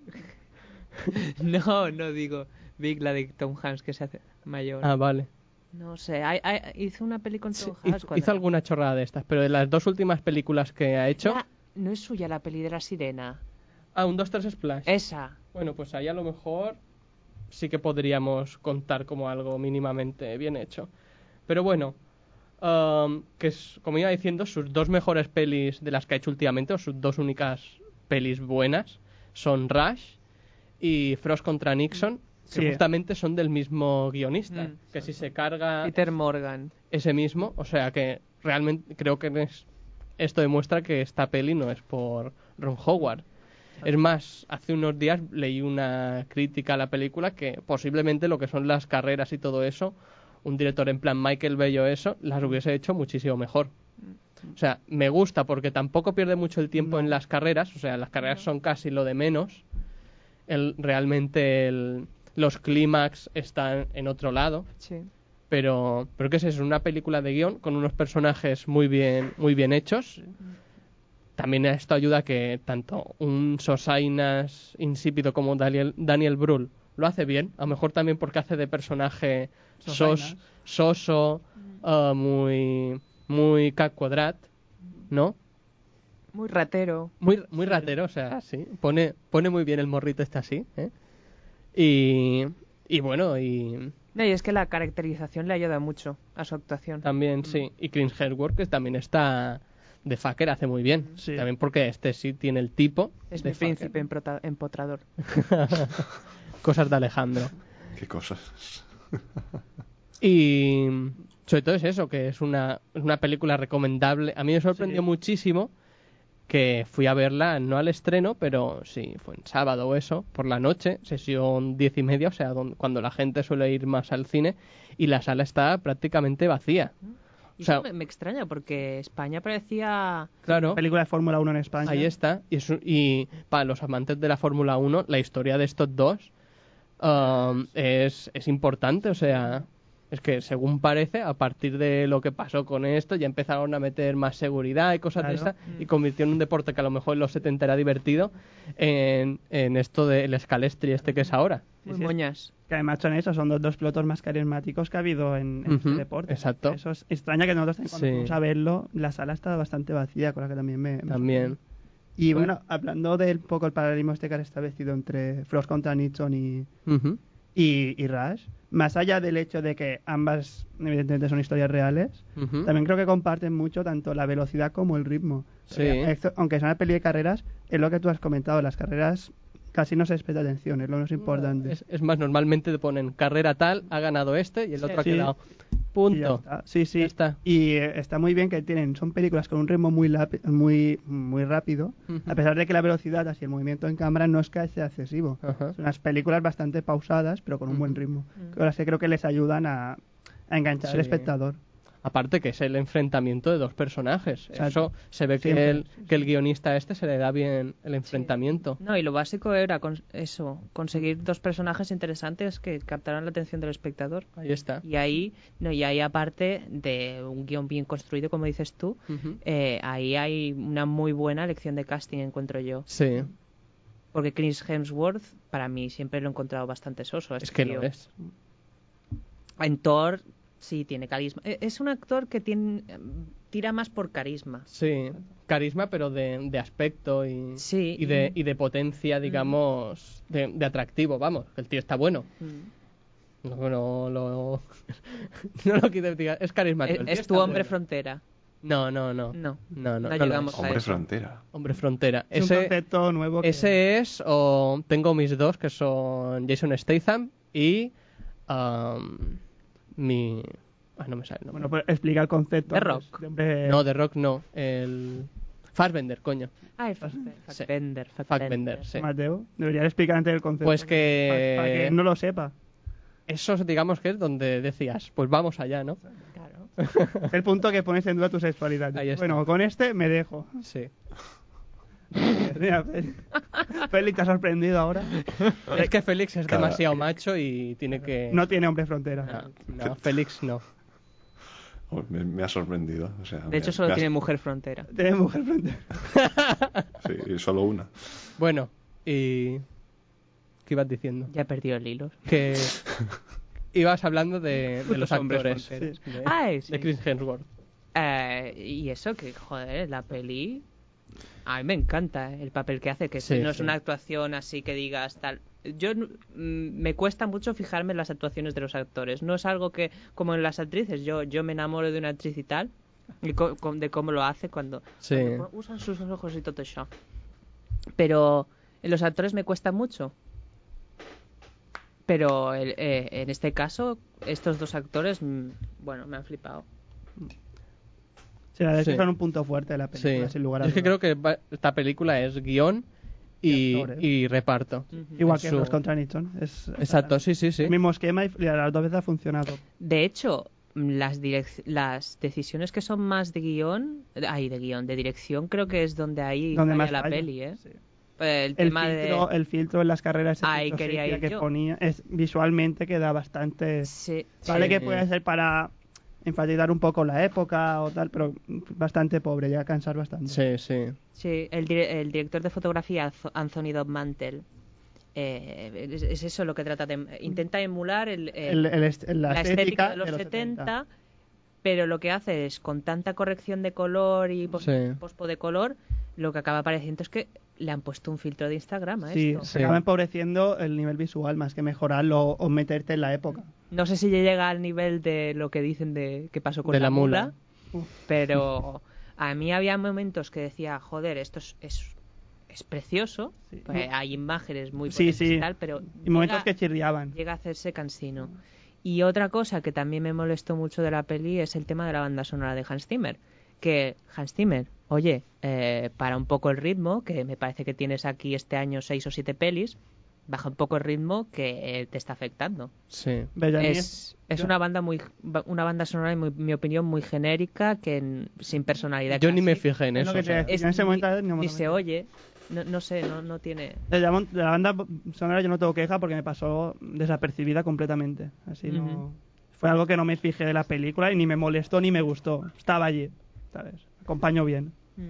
No, no digo Vic, la de Tom Hanks que se hace mayor. Ah, vale. No sé, hay- hay- hizo una peli con Sí, Tom Hanks. hizo, cuando- hizo alguna chorrada de estas, pero de las dos últimas películas que ha hecho. Ah, no es suya la peli de la sirena. Ah, un 2-3 Splash. Esa. Bueno, pues ahí a lo mejor sí que podríamos contar como algo mínimamente bien hecho. Pero bueno, am, que es, como iba diciendo, sus dos mejores pelis de las que ha hecho últimamente, o sus dos únicas pelis buenas, son Rush y Frost contra Nixon, que Sí. justamente son del mismo guionista. Mm. que si se carga Peter Morgan. ese mismo, o sea que realmente creo que es- esto demuestra que esta peli no es por Ron Howard. Es más, hace unos días leí una crítica a la película que posiblemente lo que son las carreras y todo eso, un director en plan Michael Bay o eso, las hubiese hecho muchísimo mejor. O sea, me gusta porque tampoco pierde mucho el tiempo en las carreras, o sea, las carreras son casi lo de menos. El, realmente el- los clímax están en otro lado Sí. pero pero qué es eso, una película de guión con unos personajes muy bien muy bien hechos también esto ayuda a que tanto un Sosainas insípido como Daniel, Daniel Brühl lo hace bien, a lo mejor también porque hace de personaje sos, Sosainas. soso, ah, muy muy Cat Cuadrat, ¿no? Muy ratero. Muy, muy ratero, o sea, sí. Pone, pone muy bien el morrito este así. ¿eh? Y, y bueno, y No, y es que la caracterización le ayuda mucho a su actuación. también, sí. Y Chris Hemsworth que también está de fucker, hace muy bien. Sí. También porque este sí tiene el tipo Es de mi fucker. príncipe emprota- empotrador. Cosas de Alejandro. Qué cosas. Y sobre todo es eso, que es una, es una película recomendable. A mí me sorprendió Sí. muchísimo que fui a verla, no al estreno, pero sí, fue en sábado o eso, por la noche, sesión diez y media, o sea, don- cuando la gente suele ir más al cine, y la sala está prácticamente vacía. Y O sea- eso me, me extraña porque España parecía... Claro. Película de Fórmula 1 en España. Ahí está. Y, es un- y para los amantes de la Fórmula 1, la historia de estos dos um, es, es importante. O sea, es que según parece, a partir de lo que pasó con esto, ya empezaron a meter más seguridad y cosas de Claro. Mm. esta, y convirtió en un deporte que a lo mejor en los 70 era divertido en, en esto del escalestri este que es ahora. Sí, muy sí, es- moñas. Que además son esos, son los dos pilotos más carismáticos que ha habido en, en este Ujú, deporte. exacto. Eso es extraña que nosotros ten- cuando Sí. fuimos a verlo, la sala estaba bastante vacía, con la que también me... me- También. Y bueno, hablando del poco el paralelismo este que han establecido entre Frost contra Nixon y, Ujú. y, y Rush, más allá del hecho de que ambas evidentemente son historias reales, Ujú. también creo que comparten mucho tanto la velocidad como el ritmo. Sí. Eh, esto- Aunque sea una peli de carreras, es lo que tú has comentado, las carreras casi no se les presta atención, es lo más importante. Es, es más, normalmente te ponen carrera tal, ha ganado este y el otro ha Sí. quedado. Y ya Punto. está. Sí, sí. Ya está. Y eh, está muy bien que tienen, son películas con un ritmo muy lapi- muy muy rápido, Ujú. a pesar de que la velocidad así el movimiento en cámara no es que sea excesivo. Ajá. Son unas películas bastante pausadas, pero con un buen ritmo. Ahora sí creo que les ayudan a, a enganchar al Sí. espectador. Aparte que es el enfrentamiento de dos personajes. Eso Exacto. se ve que Siempre, el, que el guionista este se le da bien el enfrentamiento. No, y lo básico era con- eso, conseguir dos personajes interesantes que captaran la atención del espectador. Ahí está. Y ahí, no, y ahí aparte de un guión bien construido, como dices tú, Ujú. eh, ahí hay una muy buena elección de casting, encuentro yo. Sí, Porque Chris Hemsworth, para mí, siempre lo he encontrado bastante soso. a es este que tío. lo es. En Thor, sí, tiene carisma. E- Es un actor que tiene, tira más por carisma. Sí, carisma pero de, de aspecto y, Sí. Mm. y, de, y de potencia, digamos, de, de atractivo, vamos. El tío está bueno. Mm. No, no lo, no lo quise decir, es carismático. Es, el tío E-, es está tu hombre bueno. frontera. No, no, no. No. no, no, No no lo llegamos es. a Hombre eso. frontera. Hombre frontera. Es un Ese- concepto nuevo. que- Ese es, o tengo mis dos, que son Jason Statham y um, mi... Ah, no me sale el nombre. Bueno, pues explica el concepto. The pues, Rock. de hombre- no, The Rock no, el... Fassbender, coño. Ah, el Fassbender. Fassbender, Fassbender. Fassbender, sí. Mateo, debería explicar antes el concepto. Pues que- Para, para que no lo sepa. Eso es, digamos que es donde decías, pues vamos allá, ¿no? Claro. El punto que pones en duda tu sexualidad. Ahí está. Bueno, con este me dejo. Sí. Mira, Feli- Feli, te ha sorprendido ahora. Es que Félix es Cada- demasiado macho y tiene que... Ah. No tiene hombre frontera. no, no, Félix no. Oh, me, me ha sorprendido. o sea, De me- hecho, me solo ha- tiene mujer frontera. Tiene mujer frontera. Sí, solo una. Bueno, y... ¿Qué ibas diciendo? Ya perdió el hilo. Que... Ibas hablando de, de los hombres actores. fronteras. De, Ay, sí. de Chris Hemsworth. Eh, y eso, que joder, la peli. A mí me encanta eh, el papel que hace, que Sí, no es sí. una actuación así que digas tal. Yo mm, me cuesta mucho fijarme en las actuaciones de los actores. No es algo que, como en las actrices, yo, yo me enamoro de una actriz y tal, y co- co- de cómo lo hace cuando, Sí. cuando Pues usan sus ojos y todo eso. Pero en los actores me cuesta mucho. Pero el- eh, en este caso, estos dos actores, mm, bueno, me han flipado. Sí, la verdad es que Sí. son un punto fuerte de la película, Sí. sin lugar a Yo es que creo dudas. que va- esta película es guión y, Y actores. y reparto. Igual es que su- los contra Nixon. Es Exacto, sí, sí, sí. el mismo esquema y y a las dos veces ha funcionado. De hecho, mm, las, direc- las decisiones que son más de guión, ay, de guión, de dirección, creo que es donde ahí Donde falla más la falla. peli, ¿eh? Sí. El, El, tema filtro, eh, de... el filtro en las carreras ese Ahí filtro quería sepia ir que yo. ponía es, visualmente queda bastante Sí, vale Sí. que puede ser para enfatizar un poco la época o tal pero bastante pobre ya cansar bastante Sí, sí. sí. El, dire- el director de fotografía, Anzo- Anthony Dobmantel, eh, es, es eso lo que trata de... Intenta emular el, eh, El- el est- el- la, la, estética, de los 70, 70. pero lo que hace es, con tanta corrección de color y pos- Sí. pospo de color, lo que acaba apareciendo es que le han puesto un filtro de Instagram a Sí, esto. Sí. se acaba empobreciendo el nivel visual más que mejorarlo o meterte en la época. No sé si llega al nivel de lo que dicen de qué pasó con De la, la mula. mula, pero a mí había momentos que decía, joder, esto es, es, es precioso, Sí. pues hay imágenes muy Sí, potentes sí. y tal, pero Y momentos que llega- chirriaban. llega a hacerse cansino. Y otra cosa que también me molestó mucho de la peli es el tema de la banda sonora de Hans Zimmer. Que Hans Zimmer, oye, eh, para un poco el ritmo, que me parece que tienes aquí este año seis o siete pelis, baja un poco el ritmo que eh, te está afectando. Sí. Pero a mí Es, es yo- una banda muy ba- una banda sonora, en mi, mi opinión, muy genérica, que en- sin personalidad. Yo ni me casi. fijé en Es lo eso. que o sea, te- En ese momento, ni- en el ni se momento. oye, no, no sé, no, no tiene. De la, de la banda sonora yo no tengo queja porque me pasó desapercibida completamente. Así no... Ujú. Fue algo que no me fijé de la película y ni me molestó ni me gustó. Estaba allí, ¿sabes? Acompaño bien. Mm.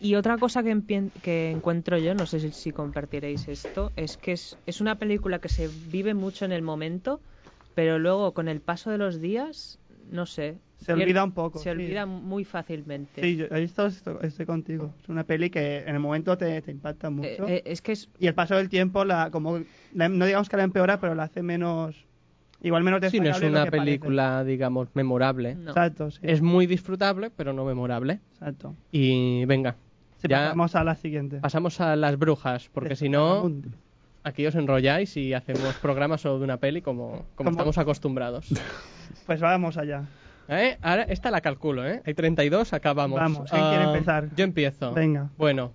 Y otra cosa que, empien- que encuentro yo, no sé si, si compartiréis esto, es que es, es una película que se vive mucho en el momento, pero luego con el paso de los días, no sé. Se pier- olvida un poco, Se sí. olvida muy fácilmente. Sí, yo he visto esto, estoy contigo. Es una peli que en el momento te, te impacta Eh, mucho. eh, es que es. Y el paso del tiempo, la, como la- no digamos que la empeora, pero la hace menos. Igual menos sí, no es destacable de lo una que parece. película, digamos, memorable. no. Exacto, sí. Es muy disfrutable, pero no memorable. Exacto. Y venga, Sí, ya Pasamos a la siguiente. pasamos a las brujas, porque si no, aquí os enrolláis y hacemos programas solo de una peli como, como Como- estamos acostumbrados. Pues vamos allá. ¿Eh? Ahora, esta la calculo, ¿eh? Hay 32, acabamos. Ah, Vamos, ¿quién quiere empezar? Yo empiezo. Venga. Bueno,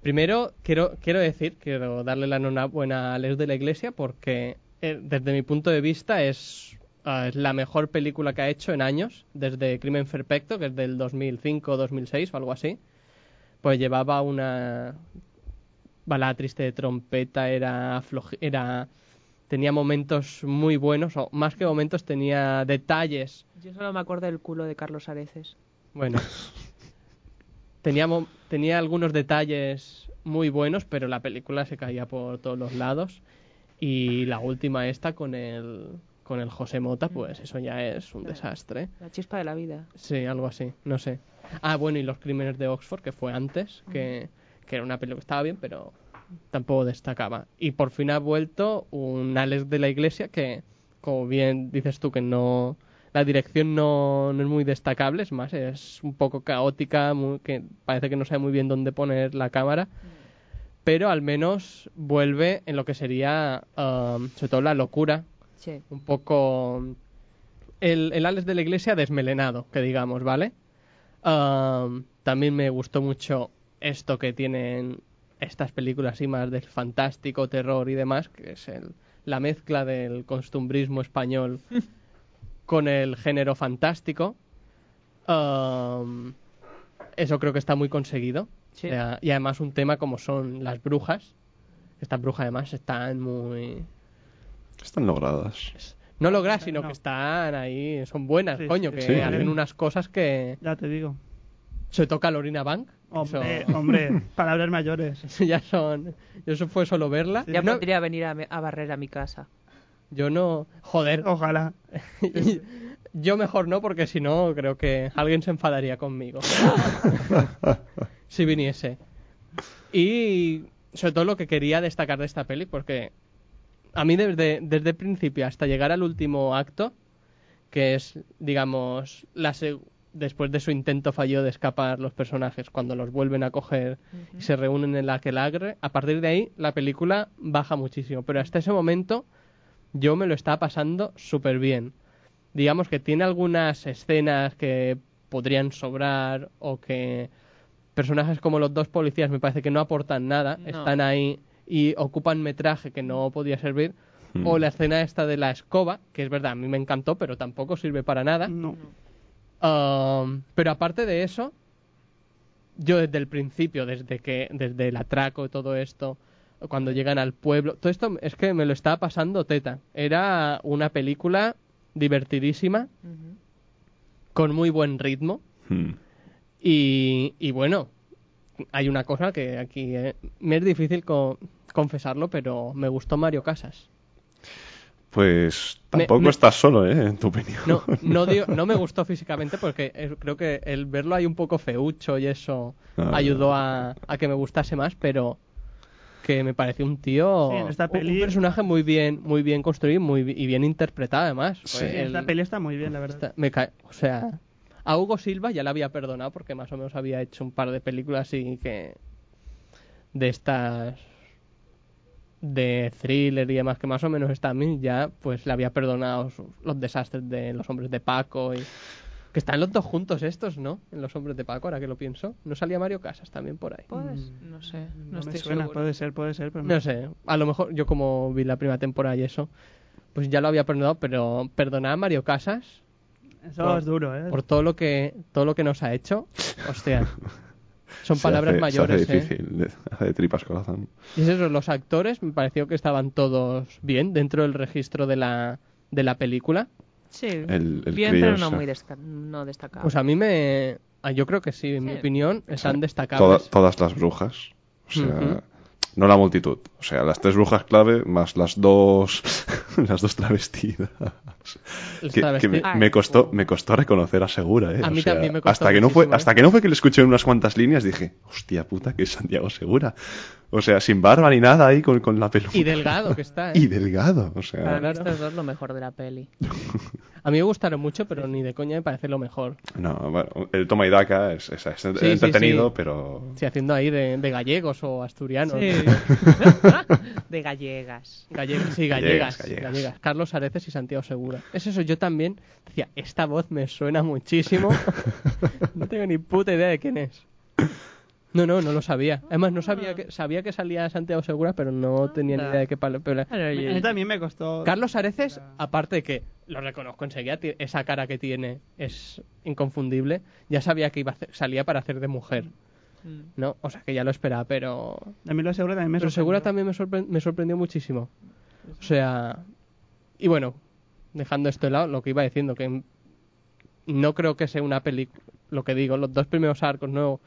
primero quiero, quiero decir, quiero darle la enhorabuena a Les de la Iglesia porque eh, desde mi punto de vista es, ah, es la mejor película que ha hecho en años, desde Crimen Perfecto, que es del 2005 2006 o algo así. Pues llevaba una balada triste de trompeta, era, floji- era tenía momentos muy buenos, o más que momentos tenía detalles Yo solo me acuerdo del culo de Carlos Areces. bueno, tenía, mo- tenía algunos detalles muy buenos, pero la película se caía por todos los lados. Y la última esta con el, con el José Mota, pues eso ya es un Claro. desastre. La chispa de la vida. Sí, algo así, no sé. Ah, bueno, y Los Crímenes de Oxford, que fue antes, que, que era una película que estaba bien, pero tampoco destacaba. Y por fin ha vuelto un Alex de la Iglesia que, como bien dices tú, que no. La dirección no, no es muy destacable, es más, es un poco caótica, muy- que parece que no sabe muy bien dónde poner la cámara. Pero al menos vuelve en lo que sería, um, sobre todo, la locura Sí. un poco el, el Alex de la Iglesia desmelenado, que digamos, ¿vale? Am, también me gustó mucho esto que tienen estas películas y más del fantástico, terror y demás, que es el- la mezcla del costumbrismo español con el género fantástico. Am, eso creo que está muy conseguido. Sí. O sea, y además un tema como son las brujas. Estas brujas además están muy Están logradas. no lograr, sino No. que están ahí, son buenas, Sí, coño, sí, que sí. hacen Sí. unas cosas que Ya te digo. se toca Lorina Bank. Hombre, Eso- hombre, palabras mayores. eso ya son. Eso fue solo verla. Ya No, podría venir a, me- a barrer a mi casa. yo no. Joder. Ojalá. ¿Eh? yo mejor no, porque si no, creo que alguien se enfadaría conmigo. si viniese. Y sobre todo lo que quería destacar de esta peli, porque a mí desde, desde el principio hasta llegar al último acto, que es, digamos, la seg- después de su intento fallido de escapar los personajes, cuando los vuelven a coger y se reúnen en la aquelarre, a partir de ahí la película baja muchísimo. Pero hasta ese momento yo me lo estaba pasando súper bien. Digamos que tiene algunas escenas que podrían sobrar o que personajes como los dos policías me parece que no aportan nada, No. están ahí y ocupan metraje que no podía servir. Mm. O la escena esta de la escoba, que es verdad, a mí me encantó, pero tampoco sirve para nada. No. Um, pero aparte de eso, yo desde el principio, desde que desde el atraco y todo esto, cuando llegan al pueblo, todo esto es que me lo estaba pasando teta. Era una película divertidísima, con muy buen ritmo Hmm. y, y bueno, hay una cosa que aquí eh, me es difícil co- confesarlo, pero me gustó Mario Casas. Pues Me- tampoco me- estás solo, ¿eh? En tu opinión. No, no, digo- no me gustó físicamente porque es- creo que el verlo ahí un poco feucho y eso Ah. ayudó a, a que me gustase más, pero que me pareció un tío Sí, en esta un- peli- un personaje muy bien muy bien construido y muy bi- y bien interpretado además Fue Sí. el- Esta peli está muy bien, la verdad. esta- me cae- o sea a Hugo Silva ya la había perdonado porque más o menos había hecho un par de películas y que de estas de thriller y demás que más o menos está a mí ya pues le había perdonado sus- los desastres de los hombres de Paco y que están los dos juntos estos no en los hombres de Paco ahora que lo pienso no salía Mario Casas también por ahí ¿Puedes? Pues, No sé, no, No me estoy suena, segura. puede ser, puede ser, pero no sé a lo mejor yo como vi la primera temporada y eso pues ya lo había perdonado pero perdonar a Mario Casas eso Por- es duro, ¿eh? por todo lo que todo lo que nos ha hecho. Hostia. Son Se palabras hace- Se mayores, hace ¿eh? difícil, de- hace de tripas corazón. Y es eso, los actores me pareció que estaban todos bien dentro del registro de la, de la película. Sí, El- el bien, crío, pero o no sea. muy desca- no destacado. Pues a mí me... ah, Yo creo que sí, en mi Ah. Sí. opinión, están Toda- destacables. todas las brujas. O sea, Ujú. no la multitud. O sea, las tres brujas clave más las dos. las dos travestidas. Las Pues Que- que me, travestis. Ah, me costó, me costó reconocer a Segura, ¿eh? A O mí sea, también me costó Hasta que, no fue, muchísimo, ¿eh? hasta que no fue que le escuché unas cuantas líneas, dije, hostia puta, que es Santiago Segura. O sea, sin barba ni nada ahí con, con la peluca. Y delgado que está, ¿eh? Y delgado, o sea. Para mí Claro. esto es dos lo mejor de la peli. A mí me gustaron mucho, pero ni de coña me parece lo mejor. No, bueno, el toma y daca es, es- es sí, entretenido, sí. pero. Sí, haciendo ahí de, de gallegos o asturianos. de gallegas. Gallegas, sí, Gallegas, gallegas, gallegas. gallegas. Carlos Areces y Santiago Segura. Es eso, yo también decía, esta voz me suena muchísimo. no tengo ni puta idea de quién es. No, no, no lo sabía. Además, no sabía que, sabía que salía Santiago Segura, pero no tenía ni Anda. idea de qué pal- pero- Claro, Me- yo- A mí también me costó. Carlos Areces, aparte de que lo reconozco enseguida, ti- esa cara que tiene es inconfundible. Ya sabía que iba a hacer- salía para hacer de mujer. No, o sea que ya lo esperaba, pero A mí lo aseguro también me pero sorprendió. Segura también me, sorpre- me sorprendió muchísimo. O sea, y bueno, dejando esto de lado, lo que iba diciendo, que m- no creo que sea una película, lo que digo, los dos primeros arcos no,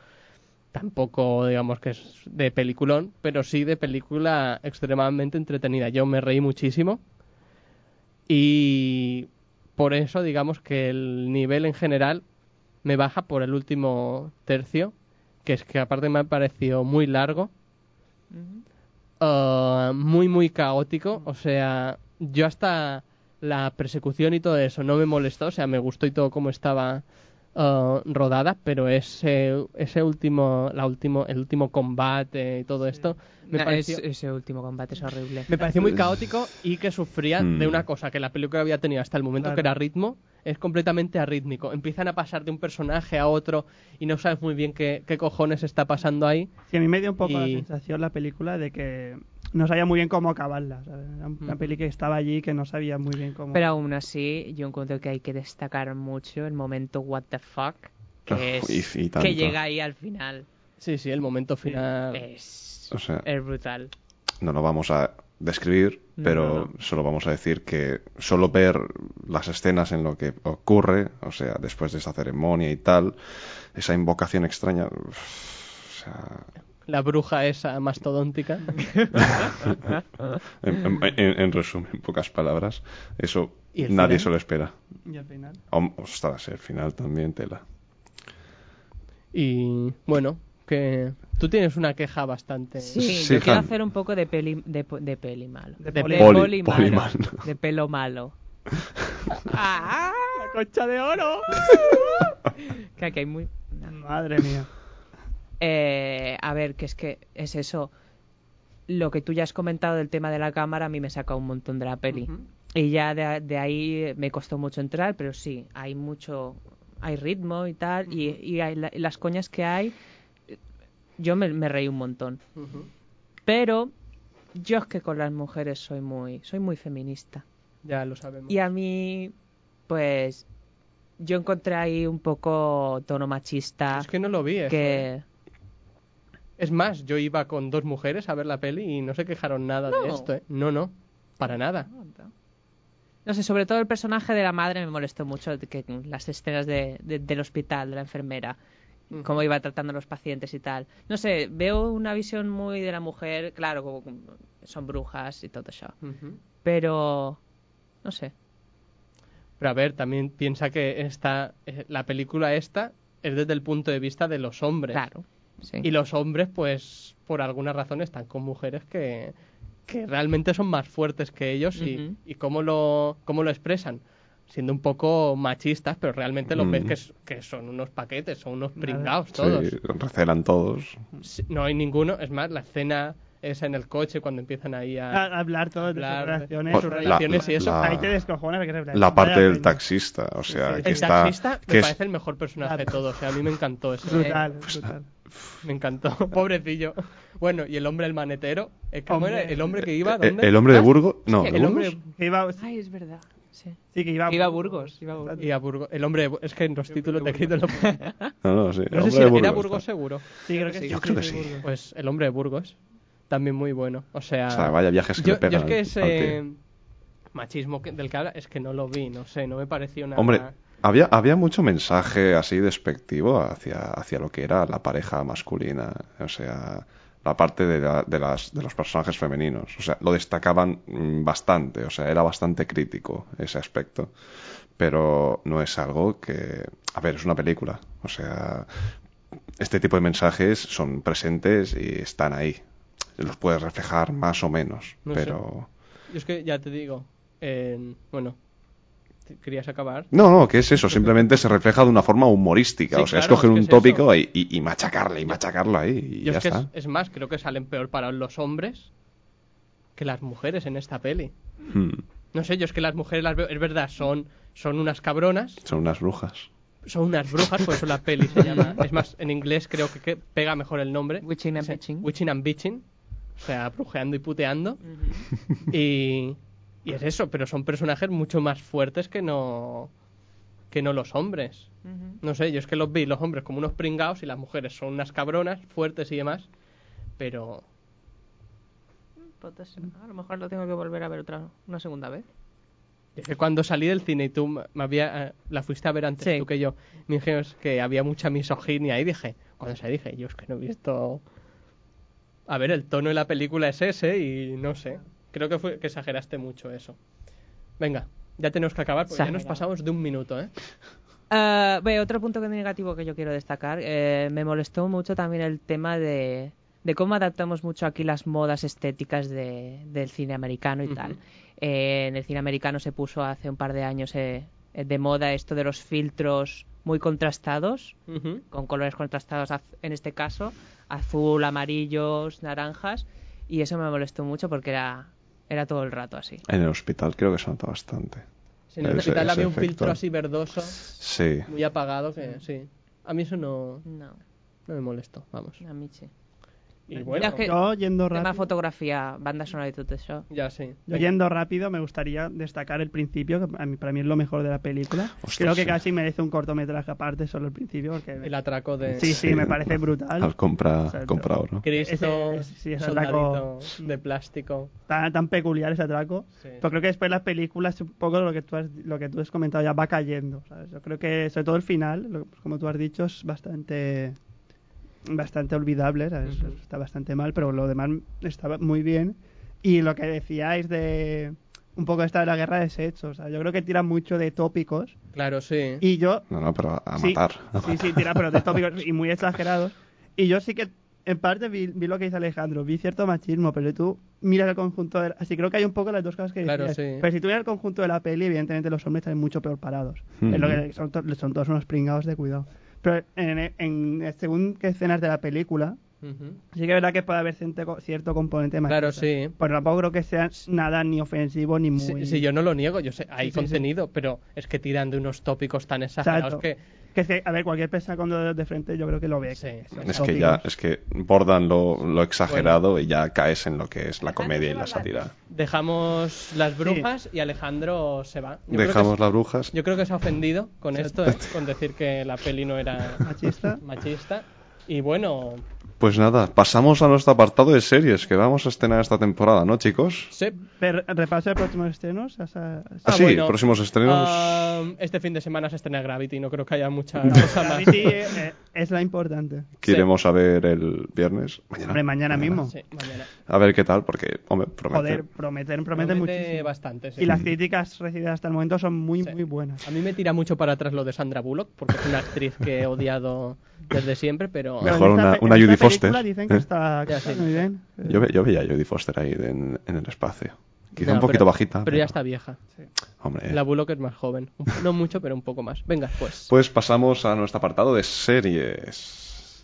tampoco digamos que es de peliculón, pero sí de película extremadamente entretenida. Yo me reí muchísimo y por eso digamos que el nivel en general me baja por el último tercio, que es que aparte me ha parecido muy largo. Ah, muy, muy caótico. O sea, yo hasta la persecución y todo eso no me molestó. O sea, me gustó y todo como estaba ah, rodada, pero ese, ese último, la último, el último combate y todo esto me Nah, pareció... es- ese último combate es horrible. Me pareció muy caótico y que sufría Mm. de una cosa que la película había tenido hasta el momento, Claro. que era ritmo, es completamente arrítmico. Empiezan a pasar de un personaje a otro y no sabes muy bien qué, qué cojones está pasando ahí. Sí, a mí me dio un poco la Y- sensación la película de que no sabía muy bien cómo acabarla. ¿sabes? Era una Mm. peli que estaba allí que no sabía muy bien cómo. Pero aún así, yo encuentro que hay que destacar mucho el momento what the fuck que, Uf, es- Ah, y- y tanto. que llega ahí al final. Sí, sí, el momento final. Es, O sea, es brutal. no lo vamos a describir, pero No, no. solo vamos a decir que solo ver las escenas en lo que ocurre, o sea, después de esa ceremonia y tal, esa invocación extraña, uf, o sea, la bruja esa mastodóntica. en, en- en- en resumen, en pocas palabras, eso Mm. ¿Y nadie el final? se lo espera. Y al final. Hom- Ostras, el final también tela. Y bueno, que tú tienes una queja bastante. Sí, Sí, yo quiero Han. hacer un poco de peli, de, po- de peli malo. De De poli- poli poli- malo. poli malo. De pelo malo. ¡Ah! ¡La concha de oro! Que aquí hay muy... Madre mía. Eh, a ver, que es que es eso. Lo que tú ya has comentado del tema de la cámara a mí me saca un montón de la peli. Y ya de, de ahí me costó mucho entrar, pero sí, hay mucho, hay ritmo y tal, y, y hay la- las coñas que hay, yo me, me reí un montón. Pero yo es que con las mujeres soy muy, soy muy feminista. Ya lo sabemos. Y a mí, pues, yo encontré ahí un poco tono machista Es que no lo vi. eso, ¿eh? que... Es más, yo iba con dos mujeres a ver la peli y no se quejaron nada de No. esto. ¿eh? No, no, para nada. No sé, sobre todo el personaje de la madre me molestó mucho, de que las escenas de- de- del hospital, de la enfermera, cómo iba tratando a los pacientes y tal. No sé, veo una visión muy de la mujer, claro, como son brujas y todo eso. Ujú. Pero No sé. Pero a ver, también piensa que esta, eh, la película esta es desde el punto de vista de los hombres. Claro. Sí. Y los hombres, pues, por alguna razón están con mujeres que, que realmente son más fuertes que ellos y, Ujú. y cómo, lo, cómo lo expresan. Siendo un poco machistas, pero realmente los Mm. ves que, s- que son unos paquetes, son unos Nada. pringados todos. Sí, recelan todos. Sí, No hay ninguno, es más, la escena esa en el coche cuando empiezan ahí a... A- hablar todo de sus Hablar de- relaciones. Pues, sus la- relaciones. relaciones y eso, la- Ahí te descojonas. porque es verdad, la parte vaya del peña. taxista, o sea, sí. que el está... taxista que me es- parece el mejor personaje de Claro. todos, o sea, a mí me encantó ese. Brutal, Eh, pues, brutal. Me encantó, pobrecillo. Bueno, y el hombre el manetero, eh, ¿cómo era? Hombre. el hombre que iba eh, ¿dónde? el hombre de Ah, Burgos, no, sí, ¿de el Burgos? hombre Que iba, Ay, es verdad. Sí. sí, que Ah, iba, Iba a pues, Burgos, iba a Burgos. y a Burgos, el hombre de Bu- es que en los títulos de escrito no, No, no, sí, el no sé hombre si de era Burgos, Burgos, está. seguro. Sí, creo que sí. Yo creo que sí. Burgos. Pues el hombre de Burgos, también muy bueno, o sea, O sea, vaya viajes que yo, le pegan yo es eh, que al- ese al tío. machismo que- del que habla es que no lo vi, no sé, no me pareció nada. Hombre, había, había mucho mensaje así despectivo hacia, hacia lo que era la pareja masculina, o sea, la parte de, la- de las, de los personajes femeninos, o sea, lo destacaban mm, bastante, o sea, era bastante crítico ese aspecto, pero no es algo que, a ver, es una película, o sea, este tipo de mensajes son presentes y están ahí, los puedes reflejar más o menos, No sé. pero... Yo es que ya te digo, en- bueno, ¿te- querías acabar. No, no, que es eso, simplemente se refleja de una forma humorística, Sí, o sea, claro, es coger es que un es tópico y, y- y machacarla y machacarla ahí y Yo ya es que es, está. es más, creo que salen peor para los hombres que las mujeres en esta peli. Hmm, No sé, yo es que las mujeres las veo, es verdad, son, son unas cabronas, Son unas brujas. son unas brujas, por eso la peli se llama. Es más, en inglés creo que, que pega mejor el nombre. Witching and Sí, bitching. Witching and bitching. O sea, brujeando y puteando. y, y es eso, pero son personajes mucho más fuertes que no, que no los hombres. No sé, yo es que los vi, los hombres como unos pringados y las mujeres son unas cabronas, fuertes y demás. Pero Entonces, a lo mejor lo tengo que volver a ver otra, una segunda vez. Es que Eh, cuando salí del cine y tú me me había, eh, la fuiste a ver antes Sí. tú que yo, me dijeron que había mucha misoginia y dije, cuando se dije, yo es que no he visto... A ver, el tono de la película es ese y no sé, creo que, fue, que exageraste mucho eso. Venga, ya tenemos que acabar porque ya nos Exagerado. pasamos de un minuto, ¿eh? Ah, ve, otro punto que- negativo que yo quiero destacar. eh, me molestó mucho también el tema de, de cómo adaptamos mucho aquí las modas estéticas de- del cine americano y Ujú. tal. Eh, en el cine americano se puso hace un par de años eh, eh, de moda esto de los filtros muy contrastados, Ujú. con colores contrastados az- en este caso, azul, amarillos, naranjas, y eso me molestó mucho porque era, era todo el rato así. En el hospital creo que se nota bastante. Sí, en el Ese- hospital ese había un efecto. filtro así verdoso, Sí. muy apagado, que sí. A mí eso no, No, no me molestó, vamos. a mí sí. Y bueno, es que- Yo, yendo Tema rápido, fotografía, banda sonora y todo eso. ya sí. yo Venga. yendo rápido, me gustaría destacar el principio, que a mí- para mí es lo mejor de la película. Ostras, Creo que sí. casi merece un cortometraje aparte solo el principio. Porque... El atraco de... Sí, sí, me parece Al brutal. compra, O sea, compra oro. Cristo, Ese- ese- sí, ese soldadito ataco. de plástico. Tan, tan peculiar ese atraco. Sí. Pero Pues creo que después las películas, un poco lo que tú has, lo que tú has comentado ya va cayendo. ¿sabes? Yo creo que, sobre todo el final, lo- pues como tú has dicho, es bastante bastante olvidable, ¿sabes? Ujú. está bastante mal, pero lo demás estaba muy bien. Y lo que decíais de un poco esta de la guerra de sexos, ¿sabes? yo creo que tira mucho de tópicos. Claro, sí. Y yo No, no, pero a Sí, matar. a Sí, sí, matar. tira, pero de tópicos y muy exagerados. Y yo sí que, en parte, vi, vi lo que dice Alejandro, vi cierto machismo, pero tú miras el conjunto. de la- así creo que hay un poco las dos cosas que Claro, decías. sí. Pero si tú miras el conjunto de la peli, evidentemente los hombres están mucho peor parados. Ujú. Es lo que son, to- son todos unos pringados de cuidado. Pero en, en- según qué escenas de la película, Ujú. sí que es verdad que puede haber cierto, cierto componente machista. Claro, sí. Pero tampoco creo que sea nada ni ofensivo ni muy. Sí, sí, yo no lo niego, yo sé, hay Sí, sí, sí. contenido, pero es que tiran de unos tópicos tan exagerados Exacto. que... Que es que, a ver, cualquier persona con dos dedos de frente yo creo que lo ve. Sí. que son Es que ya, tópicos. es que bordan lo, lo exagerado y ya caes en lo que es la comedia y la sátira. Dejamos las brujas y Alejandro se va. Yo creo Dejamos que, las brujas. Yo creo que se ha ofendido con esto, ¿eh? con decir que la peli no era Machista. machista. Y bueno, Pues nada, pasamos a nuestro apartado de series que vamos a estrenar esta temporada, ¿no, chicos? sí. Pero, repaso de próximos estrenos. o sea, Ah, sí, próximos estrenos. ah, este fin de semana se estrena Gravity, no creo que haya mucha cosa más. Gravity, eh, eh, es la importante. que Sí. iremos a ver el viernes. Mañana. Hombre, mañana mismo. Sí, mañana. A ver qué tal, porque, hombre, promete. Joder, prometen, prometen Promete muchísimo. bastante, sí. Y las críticas recibidas hasta el momento son muy, Sí. muy buenas. A mí me tira mucho para atrás lo de Sandra Bullock, porque es una actriz que he odiado desde siempre, pero... Mejor Pero en una- esta pe- una en Judy esta película Foster, Dicen que ¿eh? está, que Ya, está sí. muy bien. Yo, ve- yo veía a Jodie Foster ahí en, en el espacio. Quizá No, un poquito pero- bajita. Pero, ya está vieja. Hombre, La Bullock es más joven. Un po- No mucho, pero un poco más. Venga, pues. Pues pasamos a nuestro apartado de series.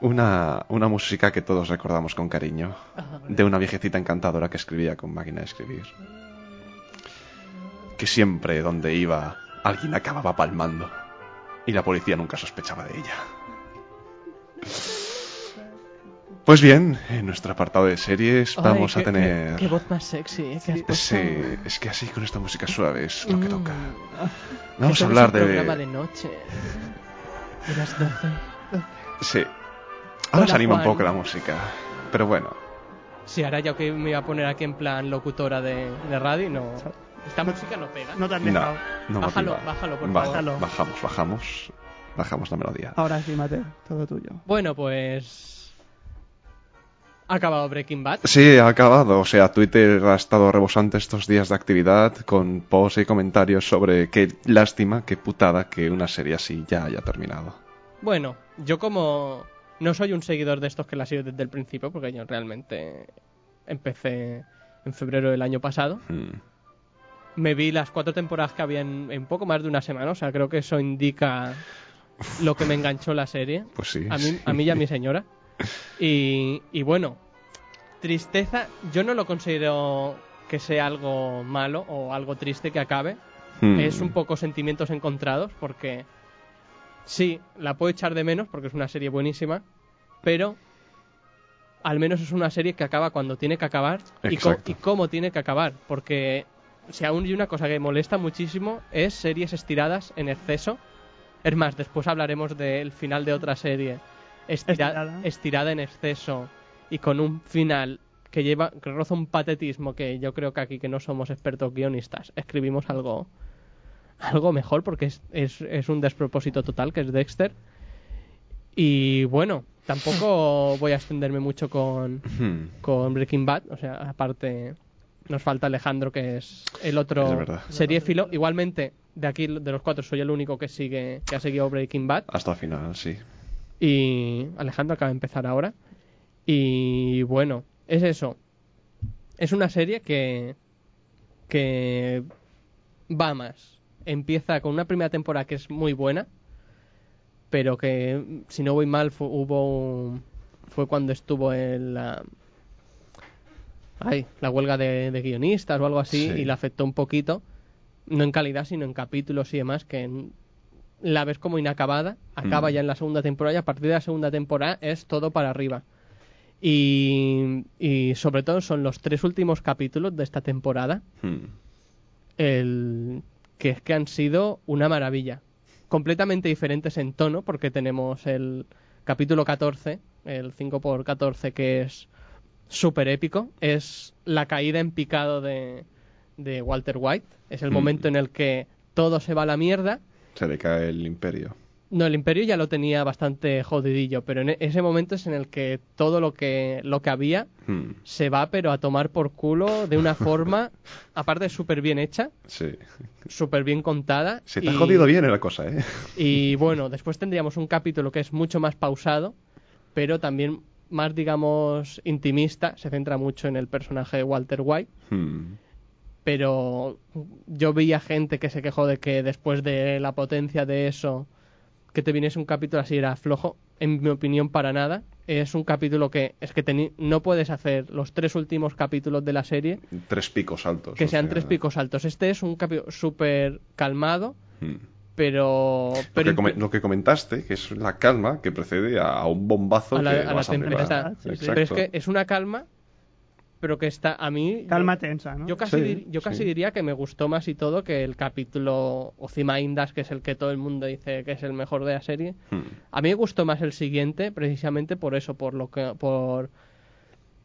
Una, una música que todos recordamos con cariño, Ah, de una viejecita encantadora que escribía con máquina de escribir. Que siempre donde iba alguien acababa palmando y la policía nunca sospechaba de ella. Pues bien, en nuestro apartado de series Ay, vamos a qué- tener... Qué, qué voz más sexy, eh, que has puesto. Sí, es que así con esta música suave es lo que toca. Mm, Vamos esto a no hablar es un programa de de. noche. De las 12. Sí. Ahora Hola, se anima un Juan. poco la música. Pero bueno, Sí, ahora ya que me iba a poner aquí en plan locutora de, de radio, y no. Esta música no pega. No te han no. dejado. no Bájalo, motiva. bájalo, por Baja- favor. Bajamos, bajamos. Bajamos la melodía. Ahora sí, Mateo, todo tuyo. Bueno, pues. Ha acabado Breaking Bad. Sí, ha acabado. O sea, Twitter ha estado rebosante estos días de actividad con posts y comentarios sobre qué lástima, qué putada que una serie así ya haya terminado. Bueno, yo como no soy un seguidor de estos que la sigo desde el principio, porque yo realmente empecé en febrero del año pasado, Mm. me vi las cuatro temporadas que había en, en poco más de una semana, o sea, creo que eso indica lo que me enganchó la serie. Pues sí. A mí, sí. a mí y a mi señora. Y, y bueno, tristeza, yo no lo considero que sea algo malo o algo triste que acabe. Mm. Es un poco sentimientos encontrados porque sí, la puedo echar de menos porque es una serie buenísima, pero al menos es una serie que acaba cuando tiene que acabar y, co- Exacto. y cómo tiene que acabar. Porque si aún hay una cosa que molesta muchísimo es series estiradas en exceso. Es más, después hablaremos del final de otra serie estira- Estirada. estirada en exceso y con un final que lleva que roza un patetismo que yo creo que aquí que no somos expertos guionistas escribimos algo algo mejor porque es, es, es un despropósito total que es Dexter y bueno tampoco voy a extenderme mucho con, Mm. con Breaking Bad o sea aparte nos falta Alejandro que es el Es otro verdad. seriéfilo igualmente de aquí de los cuatro soy el único que sigue que ha seguido Breaking Bad Hasta el final, sí. y Alejandro acaba de empezar ahora. Y bueno, es eso. Es una serie que. que. va más. Empieza con una primera temporada que es muy buena. Pero que, si no voy mal, fu- hubo. un- fue cuando estuvo en la. ay, la huelga de, de guionistas o algo así. Sí. Y la afectó un poquito. No en calidad, sino en capítulos y demás. Que en- la ves como inacabada, acaba Mm. ya en la segunda temporada y a partir de la segunda temporada es todo para arriba. Y, y sobre todo son los tres últimos capítulos de esta temporada Mm. el que es que han sido una maravilla. Completamente diferentes en tono, porque tenemos el capítulo 14, el 5x14, que es súper épico. Es la caída en picado de, de Walter White. Es el Mm. momento en el que todo se va a la mierda. Se le cae el imperio. No, el Imperio ya lo tenía bastante jodidillo, pero en e- ese momento es en el que todo lo que, lo que había Mm. se va, pero a tomar por culo de una forma, aparte, súper bien hecha, Sí. súper bien contada. Se te ha y- jodido bien la cosa, ¿eh? Y bueno, después tendríamos un capítulo que es mucho más pausado, pero también más, digamos, intimista. Se centra mucho en el personaje de Walter White. Hmm. pero yo veía gente que se quejó de que después de la potencia de eso, que te viniese un capítulo así era flojo, en mi opinión para nada. Es un capítulo que es que teni- no puedes hacer los tres últimos capítulos de la serie Tres picos altos. que o sean sea. tres picos altos. Este es un capítulo súper calmado, Hmm. pero... Lo, pero que come- lo que comentaste, que es la calma que precede a un bombazo a la, que a la vas a pegar. tempestad. sí, sí. Exacto. Pero es que es una calma, pero que está a mí... yo- Calma tensa, ¿no? Yo casi, Sí, dir- yo casi sí. diría que me gustó más y todo que el capítulo Ozima Indas, que es el que todo el mundo dice que es el mejor de la serie. Hmm. A mí me gustó más el siguiente, precisamente por eso, por lo que, por,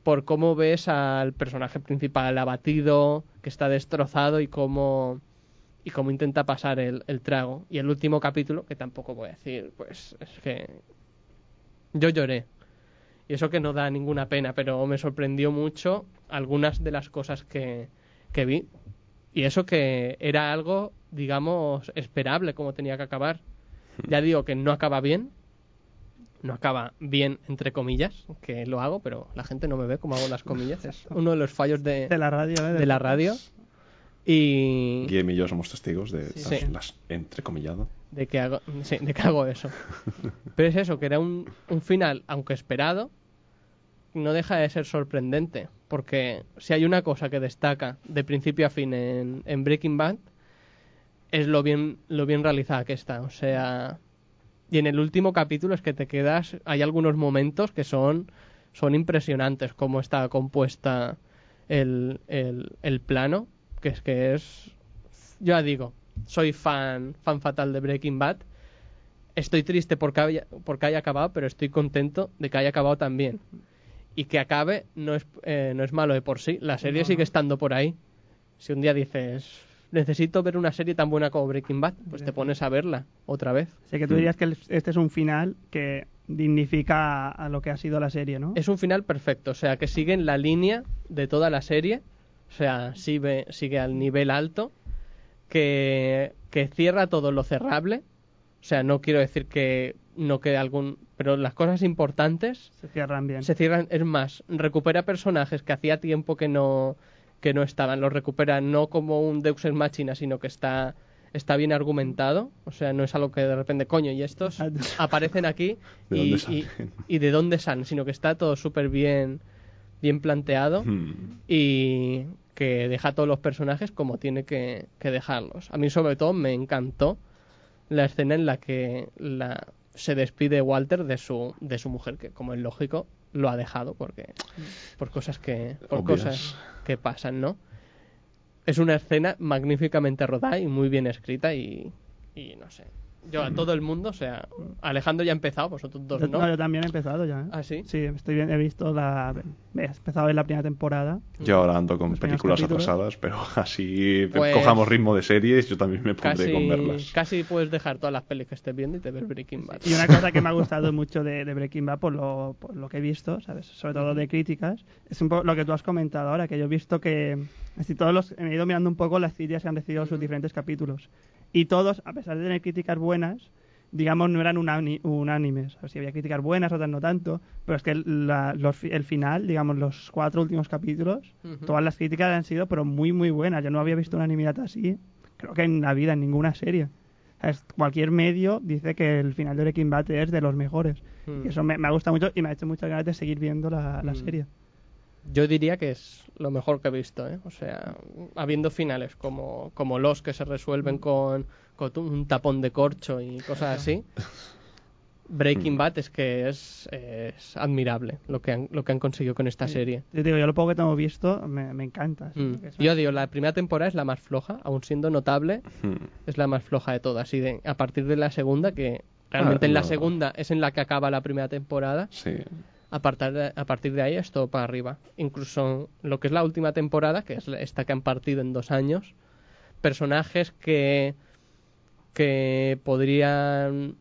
por cómo ves al personaje principal abatido, que está destrozado y cómo y cómo intenta pasar el, el trago. Y el último capítulo, que tampoco voy a decir, pues es que yo lloré. Y eso que no da ninguna pena, pero me sorprendió mucho algunas de las cosas que, que vi. Y eso que era algo, digamos, esperable como tenía que acabar. Ya digo que no acaba bien. No acaba bien, entre comillas, que lo hago, pero la gente no me ve cómo hago las comillas. Es uno de los fallos de, De la radio, ¿eh? de la radio. Y Guillem y yo somos testigos de Sí. las, Sí. las entrecomillado. de que hago, sí, de que hago eso. Pero es eso, que era un, un final, aunque esperado, no deja de ser sorprendente. Porque si hay una cosa que destaca de principio a fin en, en Breaking Bad, es lo bien, lo bien realizada que está. O sea, y en el último capítulo es que te quedas, hay algunos momentos que son, son impresionantes, cómo está compuesta el, el, el plano, que es que es, yo ya digo, soy fan, fan fatal de Breaking Bad. Estoy triste porque haya, porque haya acabado, pero estoy contento de que haya acabado también. Y que acabe no es, eh, no es malo de por sí. La serie sigue estando por ahí. Si un día dices, necesito ver una serie tan buena como Breaking Bad, pues te pones a verla otra vez. Así que tú Mm. dirías que el- este es un final que dignifica a, a lo que ha sido la serie, ¿no? Es un final perfecto, o sea, que sigue en la línea de toda la serie, o sea, sigue, sigue al nivel alto, que, que cierra todo lo cerrable, o sea, no quiero decir que no quede algún... Pero las cosas importantes Se cierran bien. se cierran, es más, recupera personajes que hacía tiempo que no, que no estaban, los recupera no como un Deus Ex Machina, sino que está, está bien argumentado, o sea, no es algo que de repente, coño, y estos aparecen aquí ¿De y, dónde y- salen? y de dónde salen, sino que está todo súper bien, bien planteado Hmm. y que deja a todos los personajes como tiene que, que dejarlos. A mí sobre todo me encantó la escena en la que la, se despide Walter de su, de su mujer, que como es lógico lo ha dejado porque por cosas que por Obvias. cosas que pasan, ¿no? Es una escena magníficamente rodada y muy bien escrita y, y no sé. Yo a todo el mundo, o sea, Alejandro ya ha empezado, vosotros dos Yo- no. no, yo también he empezado ya. ¿eh? ¿Ah, sí? Sí, estoy bien, he visto la. He empezado a ver la primera temporada. Yo ahora ando con Los primeros películas capítulos. atrasadas, pero así Pues- cojamos ritmo de series, yo también me pondré con Casi, verlas. casi puedes dejar todas las pelis que estés viendo y te ves Breaking Bad. Y una cosa que me ha gustado mucho de, de Breaking Bad, por lo, por lo que he visto, ¿sabes? Sobre todo de críticas, es un poco lo que tú has comentado ahora, que yo he visto que. Así todos los, he ido mirando un poco las críticas que han recibido sus diferentes capítulos. Y todos, a pesar de tener críticas buenas, digamos, no eran unani- unánimes. O sea, había críticas buenas, otras no tanto. Pero es que la- los fi- el final, digamos, los cuatro últimos capítulos, Ujú. todas las críticas han sido, pero muy, muy buenas. Yo no había visto unanimidad así, creo que en la vida, en ninguna serie. ¿Sabes? Cualquier medio dice que el final de Breaking Bad es de los mejores. Mm. Y eso me, me ha gustado mucho y me ha hecho muchas ganas de seguir viendo la, la Mm. serie. Yo diría que es lo mejor que he visto, ¿eh? O sea, habiendo finales como, como los que se Hmm. resuelven con, con un tapón de corcho y cosas así, Hmm. Breaking Bad es que es, es admirable lo que, han, lo que han conseguido con Hmm. esta serie. Yo digo, yo lo poco que tengo visto me, me encanta. Mm. Es Yo digo, la primera temporada es la más floja, aun siendo notable, Hmm. es la más floja de todas. Y de- a partir de la segunda, que realmente Ah, en la no. segunda es en la que acaba la primera temporada, Sí. a partir, de, a partir de ahí es todo para arriba. Incluso lo que es la última temporada, que es la- esta que han partido en dos años, personajes que, que podrían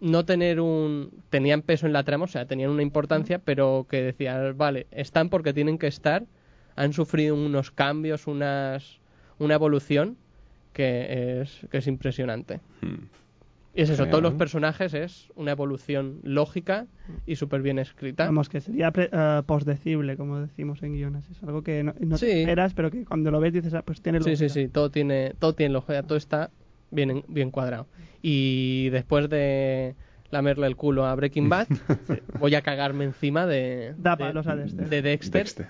no tener un... tenían peso en la trama, o sea, tenían una importancia, pero que decían, vale, están porque tienen que estar, han sufrido unos cambios, unas, una evolución que es, que es impresionante. Hmm. Y es eso, Genial. todos los personajes es una evolución lógica y súper bien escrita. Vamos, que sería pre- eh, posdecible, como decimos en guiones. Es algo que no, no Sí. te esperas, pero que cuando lo ves dices, ah, pues tiene Sí, sí, lógica. sí, todo tiene, todo tiene lógica, todo está bien, en- bien cuadrado. Y después de lamerle el culo a Breaking Bad, voy a cagarme encima de, Da de, palos a Dexter. de Dexter. Dexter.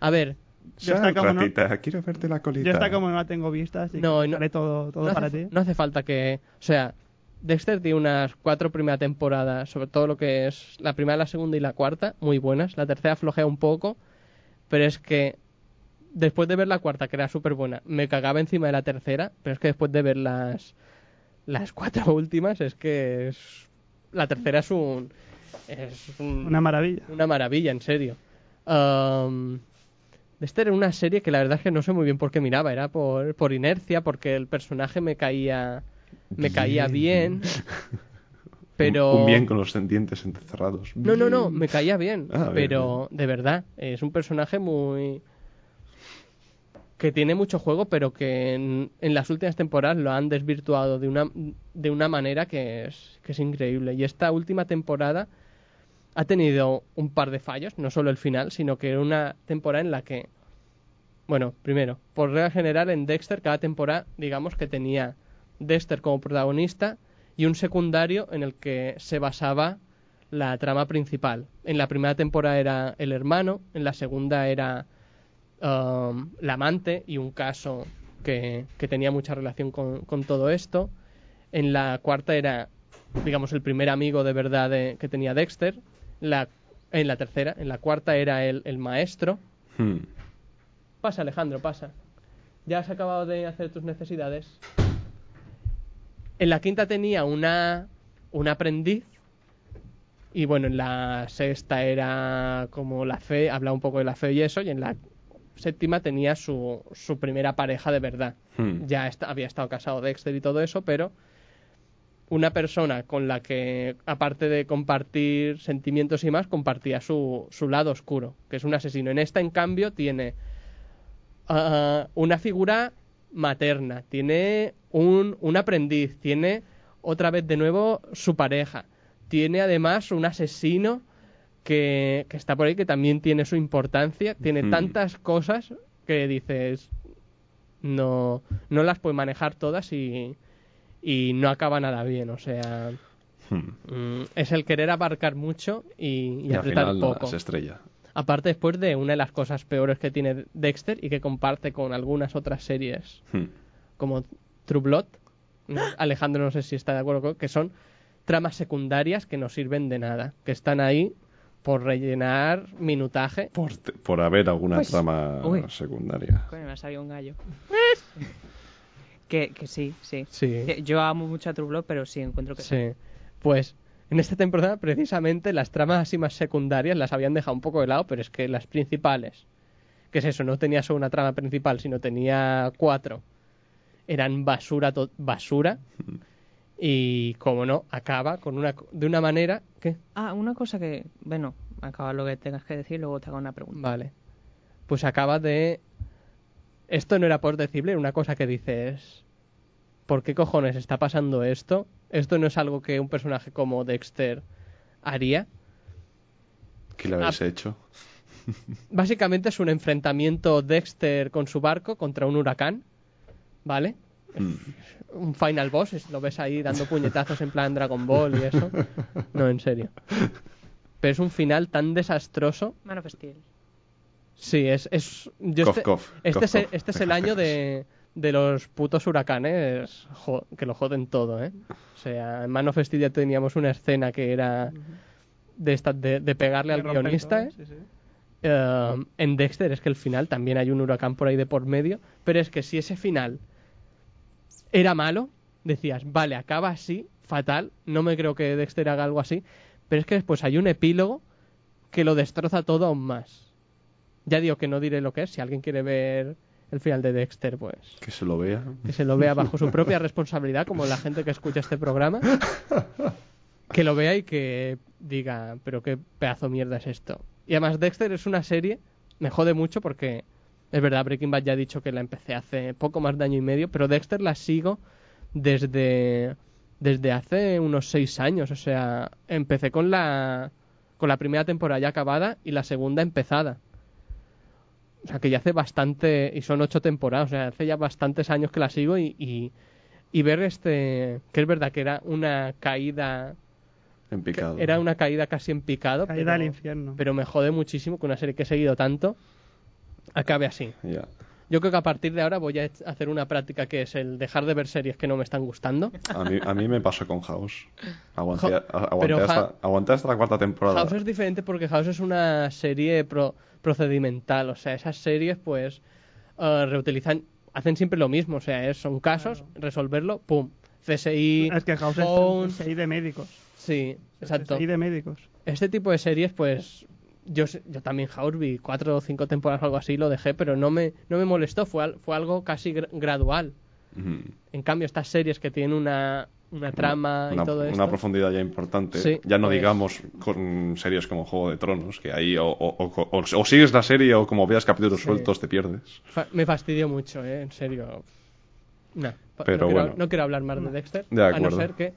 A ver, Yo está como no- ratita, quiero verte la colita. Yo está como no la tengo vista, así No, que y no- haré todo, todo no, para hace, ti. no hace falta que... O sea, Dexter tiene unas cuatro primeras temporadas, sobre todo lo que es la primera, la segunda y la cuarta, muy buenas. La tercera flojea un poco, pero es que después de ver la cuarta, que era súper buena, me cagaba encima de la tercera, pero es que después de ver las, las cuatro últimas, es que es, la tercera es un... Es un- Una maravilla. una maravilla, en serio. Am, Dexter era una serie que la verdad es que no sé muy bien por qué miraba, era por, por inercia, porque el personaje me caía, me caía bien, pero... Un, un bien con los dientes entrecerrados. No, no, no, me caía bien, Mm. Ah, bien, pero de verdad, es un personaje muy... que tiene mucho juego, pero que en, en las últimas temporadas lo han desvirtuado de una, de una manera que es, que es increíble. Y esta última temporada ha tenido un par de fallos, no solo el final, sino que una temporada en la que... Bueno, primero, por regla general en Dexter cada temporada digamos que tenía Dexter como protagonista y un secundario en el que se basaba la trama principal. En la primera temporada era el hermano, en la segunda era um, la amante y un caso que, que tenía mucha relación con, con todo esto. En la cuarta era, digamos, el primer amigo de verdad de- que tenía Dexter. La, en la tercera, en la cuarta era el, el maestro. Hmm. Pasa, Alejandro, pasa. Ya has acabado de hacer tus necesidades. En la quinta tenía una, un aprendiz. Y bueno, en la sexta era como la fe, hablaba un poco de la fe y eso. Y en la séptima tenía su, su primera pareja de verdad. Hmm. Ya esta- había estado casado Dexter y todo eso, pero una persona con la que, aparte de compartir sentimientos y más, compartía su, su lado oscuro, que es un asesino. En esta, en cambio, tiene ah, una figura materna, tiene un, un aprendiz, tiene otra vez de nuevo su pareja, tiene además un asesino que, que está por ahí, que también tiene su importancia, tiene Ujú. tantas cosas que dices, no, no las puede manejar todas y, y no acaba nada bien, o sea... Hmm. mm, es el querer abarcar mucho y, y Y al apretar final poco. se estrella. Aparte después de una de las cosas peores que tiene Dexter y que comparte con algunas otras series Hmm. como True Blood, no- Alejandro no sé si está de acuerdo, con- que son tramas secundarias que no sirven de nada, que están ahí por rellenar minutaje. Por, te- por haber alguna Pues, trama uy. secundaria. Coño, me ha salido un gallo. que, que sí, sí. Sí. Que Yo amo mucho a True Blood, pero sí encuentro que Sí. Pues en esta temporada precisamente las tramas así más secundarias las habían dejado un poco de lado, pero es que las principales, que es eso, no tenía solo una trama principal, sino tenía cuatro, eran basura, to- basura. Y como no, acaba con una, co- de una manera que... Ah, una cosa que, bueno, acaba lo que tengas que decir, luego te hago una pregunta. Vale. Pues acaba de... Esto no era por decirle, era una cosa que dices... ¿Por qué cojones está pasando esto? Esto no es algo que un personaje como Dexter haría. ¿Qué le Ah. habéis hecho? Básicamente es un enfrentamiento Dexter con su barco contra un huracán, ¿vale? Mm. Un final boss, es- lo ves ahí dando puñetazos en plan Dragon Ball y eso. No, en serio. Pero es un final tan desastroso. Man of Steel. Sí, es... es yo Cof, este, cof, este cof, es, el- cof. este es el año de, de los putos huracanes jo- que lo joden todo, ¿eh? O sea, en Man of Steel ya teníamos una escena que era de, esta, de, de pegarle al Me rompen guionista, todo, ¿eh? sí, sí. Eh, en Dexter es que el final también hay un huracán por ahí de por medio, pero es que si ese final era malo, decías, vale, acaba así, fatal, no me creo que Dexter haga algo así, pero es que después hay un epílogo que lo destroza todo aún más. Ya digo que no diré lo que es, si alguien quiere ver el final de Dexter, pues Que se lo vea. que se lo vea bajo su propia responsabilidad, como la gente que escucha este programa, que lo vea y que diga, pero qué pedazo de mierda es esto. Y además Dexter es una serie, me jode mucho porque es verdad, Breaking Bad ya he dicho que la empecé hace poco más de año y medio, pero Dexter la sigo desde, desde hace unos seis años, o sea, empecé con la, con la primera temporada ya acabada y la segunda empezada. O sea, que ya hace bastante, y son ocho temporadas, o sea, hace ya bastantes años que la sigo y, y, y ver este, que es verdad que era una caída, En que picado. era una caída casi en picado, Caída pero, al infierno. pero me jode muchísimo que una serie que he seguido tanto acabe así. Ya. Yo creo que a partir de ahora voy a hech- hacer una práctica que es el dejar de ver series que no me están gustando. A mí, a mí me pasó con House. Aguanté, Jo- a- aguanté pero hasta, Ja- aguanté hasta la cuarta temporada. House es diferente porque House es una serie pro- procedimental, o sea, esas series pues eh, reutilizan, hacen siempre lo mismo, o sea, es- son casos, resolverlo, pum, CSI, Es que House Bones, es CSI de médicos. sí, exacto. CSI de médicos. Este tipo de series pues yo, sé- yo también House vi cuatro o cinco temporadas o algo así, lo dejé, pero no me, no me molestó, fue, al- fue algo casi gra- gradual. Ujú. En cambio, estas series que tienen una, una trama una, y todo una esto... profundidad ya importante. Sí, ya no pues- digamos con series como Juego de Tronos, que ahí o, o- o- o- o sigues la serie o como veas capítulos Sí. sueltos te pierdes. Fa- Me fastidió mucho, ¿eh? en serio. Nah, pa- Pero no, quiero, bueno. no quiero hablar más de Dexter, De a no acuerdo. ser que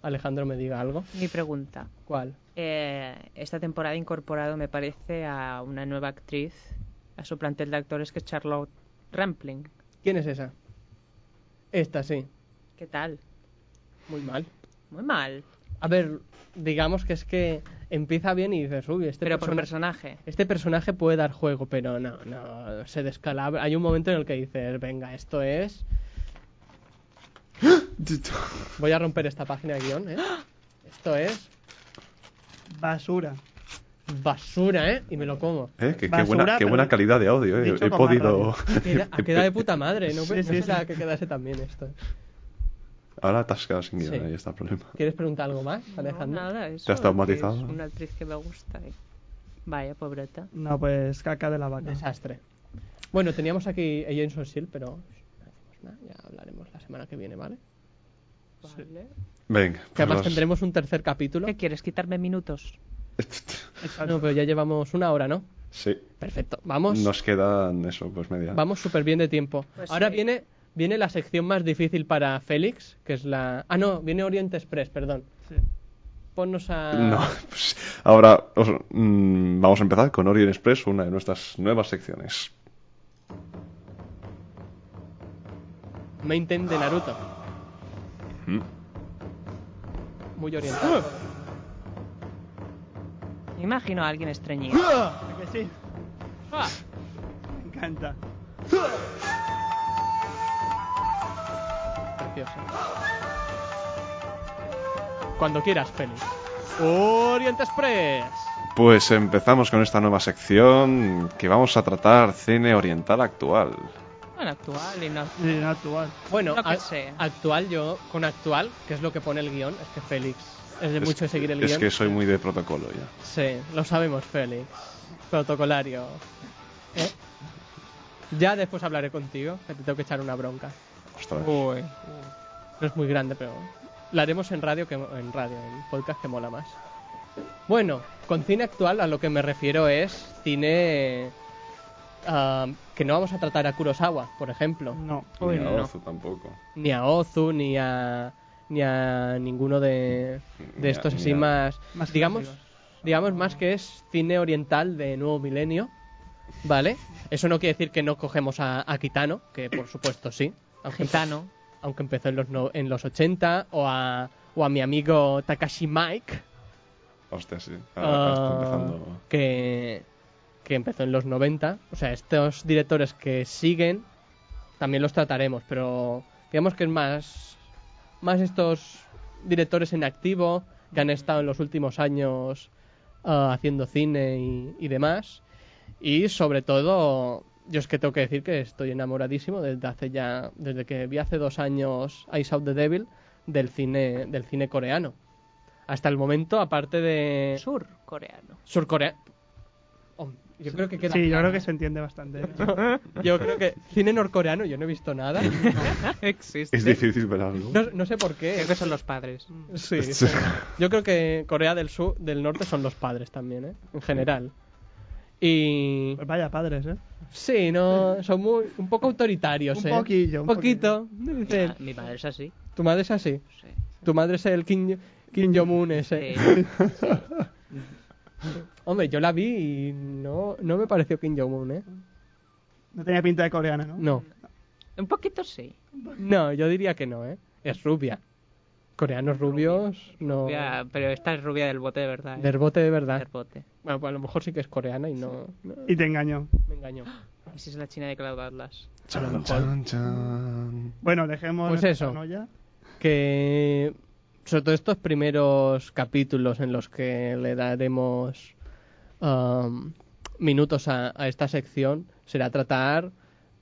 Alejandro me diga algo. Mi pregunta. ¿Cuál? Eh, esta temporada ha incorporado, me parece, a una nueva actriz a su plantel de actores que es Charlotte Rampling. ¿Quién es esa? Esta, sí. ¿Qué tal? Muy mal. Muy mal, A ver, digamos que es que empieza bien y dices, uy, este, pero por persona- personaje. este personaje puede dar juego, pero no, no, se descalabra. Hay un momento en el que dices, venga, esto es... Voy a romper esta página de guión, ¿eh? Esto es Basura. basura, ¿eh? Y me lo como. Eh, que- Qué Basura, buena, qué pero buena calidad de audio. eh. dicho He con podido. más Queda, he- queda de puta madre, no, Sí, No sí, sé sí. la que quedase también esto. Ahora te has quedado sin guión, Sí. ahí está el problema. ¿Quieres preguntar algo más, Alejandro? No, nada, eso, Te has traumatizado. que Es una actriz que me gusta. eh. Vaya, pobreta. No, pues caca de la vaca. Desastre. Bueno, teníamos aquí a Jameson Shield, pero no hacemos nada, ya hablaremos la semana que viene, ¿vale? Vale. Venga, pues Que además los- tendremos un tercer capítulo. ¿Qué quieres? ¿Quitarme minutos? Exacto. No, pero ya llevamos una hora, ¿no? Sí, Perfecto. Vamos, nos quedan eso, pues media. vamos súper bien de tiempo. Pues Ahora sí. viene, viene la sección más difícil para Félix, que es la... Ah, no, viene Oriente Express, perdón. Sí. Ponnos a... No, pues, ahora os- mm, vamos a empezar con Orient Express, una de nuestras nuevas secciones. Maintain de Naruto. Mm. Muy orientado. Me imagino a alguien estreñido. ¿A que sí? Ah. Me encanta. Precioso. Cuando quieras, Félix. Oriente Express. Pues empezamos con esta nueva sección que vamos a tratar cine oriental actual. Bueno, actual y no. Sí, no actual. Bueno, Lo que a- sea. actual yo, con actual, que es lo que pone el guión, es que Félix es de Es mucho que- seguir el Es guión. que soy muy de protocolo ya. Sí, lo sabemos, Félix. Protocolario. ¿Eh? Ya después hablaré contigo, que te tengo que echar una bronca. Ostras. Uy. No es muy grande, pero la haremos en radio, que, en radio, en podcast que mola más. Bueno, con cine actual a lo que me refiero es cine ah, que no vamos a tratar a Kurosawa, por ejemplo, No. Oh, Ni a Uy, no. Ozu tampoco. ni a Ozu, ni a ni a ninguno de, de Ni a- estos ni así a- más, Más digamos clásicos. digamos más que es cine oriental de nuevo milenio, ¿vale? Eso no quiere decir que no cogemos a, a Kitano, que por supuesto sí, aunque Gitano. aunque empezó en los, no- en los 80, o a, o a mi amigo Takashi Mike, Hostia, sí. ah, Ahora está empezando. que, que empezó en los 90. O sea, estos directores que siguen también los trataremos, pero digamos que es más, más estos directores en activo que han estado en los últimos años ah, haciendo cine y, y demás. Y sobre todo, yo es que tengo que decir que estoy enamoradísimo desde hace ya, desde que vi hace dos años Eyes Out the Devil del cine, del cine coreano. Hasta el momento, aparte de Sur coreano. Surcorea. Hom- Oh, yo creo que queda. Sí, yo claro. creo que se entiende bastante. ¿eh? Yo creo que cine norcoreano yo no he visto nada. Existe. Es difícil verlo. No, no sé por qué. Creo que son los padres. Sí, sí. Yo creo que Corea del Sur, del Norte son los padres también, ¿eh? En general. Y Pues vaya padres, ¿eh? sí, no, son muy un poco autoritarios, Un ¿eh? poquillo, un poquito. Dicen, Mi padre es así. tu madre es así. Sí. Tu madre es el Kim, Kim Jong-un ese. Sí. Hombre, yo la vi y no, no me pareció Kim Jong-un, ¿eh? No tenía pinta de coreana, ¿no? No. Un poquito sí. No, yo diría que no, ¿eh? Es rubia. Coreanos rubios, no. Ya, pero esta es rubia del bote de verdad. ¿eh? Del bote de verdad. Del bote. Bueno, pues a lo mejor sí que es coreana y no, no- Y te engañó. me engañó. Y si es la china de Cloud Atlas. Chan, chan, chan. Bueno, dejemos. Pues nuestra eso. paranoia. Que. Sobre todo estos primeros capítulos en los que le daremos um, minutos a, a esta sección será tratar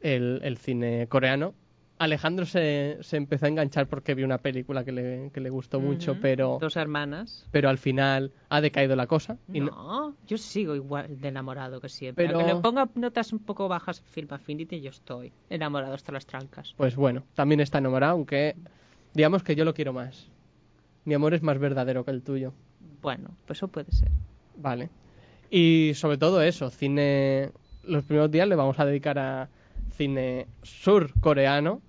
el, el cine coreano Alejandro se, se empezó a enganchar porque vio una película que le, que le gustó mucho, Ujú. pero, Dos hermanas. pero al final ha decaído la cosa. Y no- No, yo sigo igual de enamorado que siempre. Pero- Pero... Aunque le ponga notas un poco bajas en Film Affinity, yo estoy enamorado hasta las trancas. Pues bueno, también está enamorado, aunque digamos que yo lo quiero más. Mi amor es más verdadero que el tuyo. Bueno, pues eso puede ser. Vale. Y sobre todo eso, cine. Los primeros días le vamos a dedicar a cine surcoreano,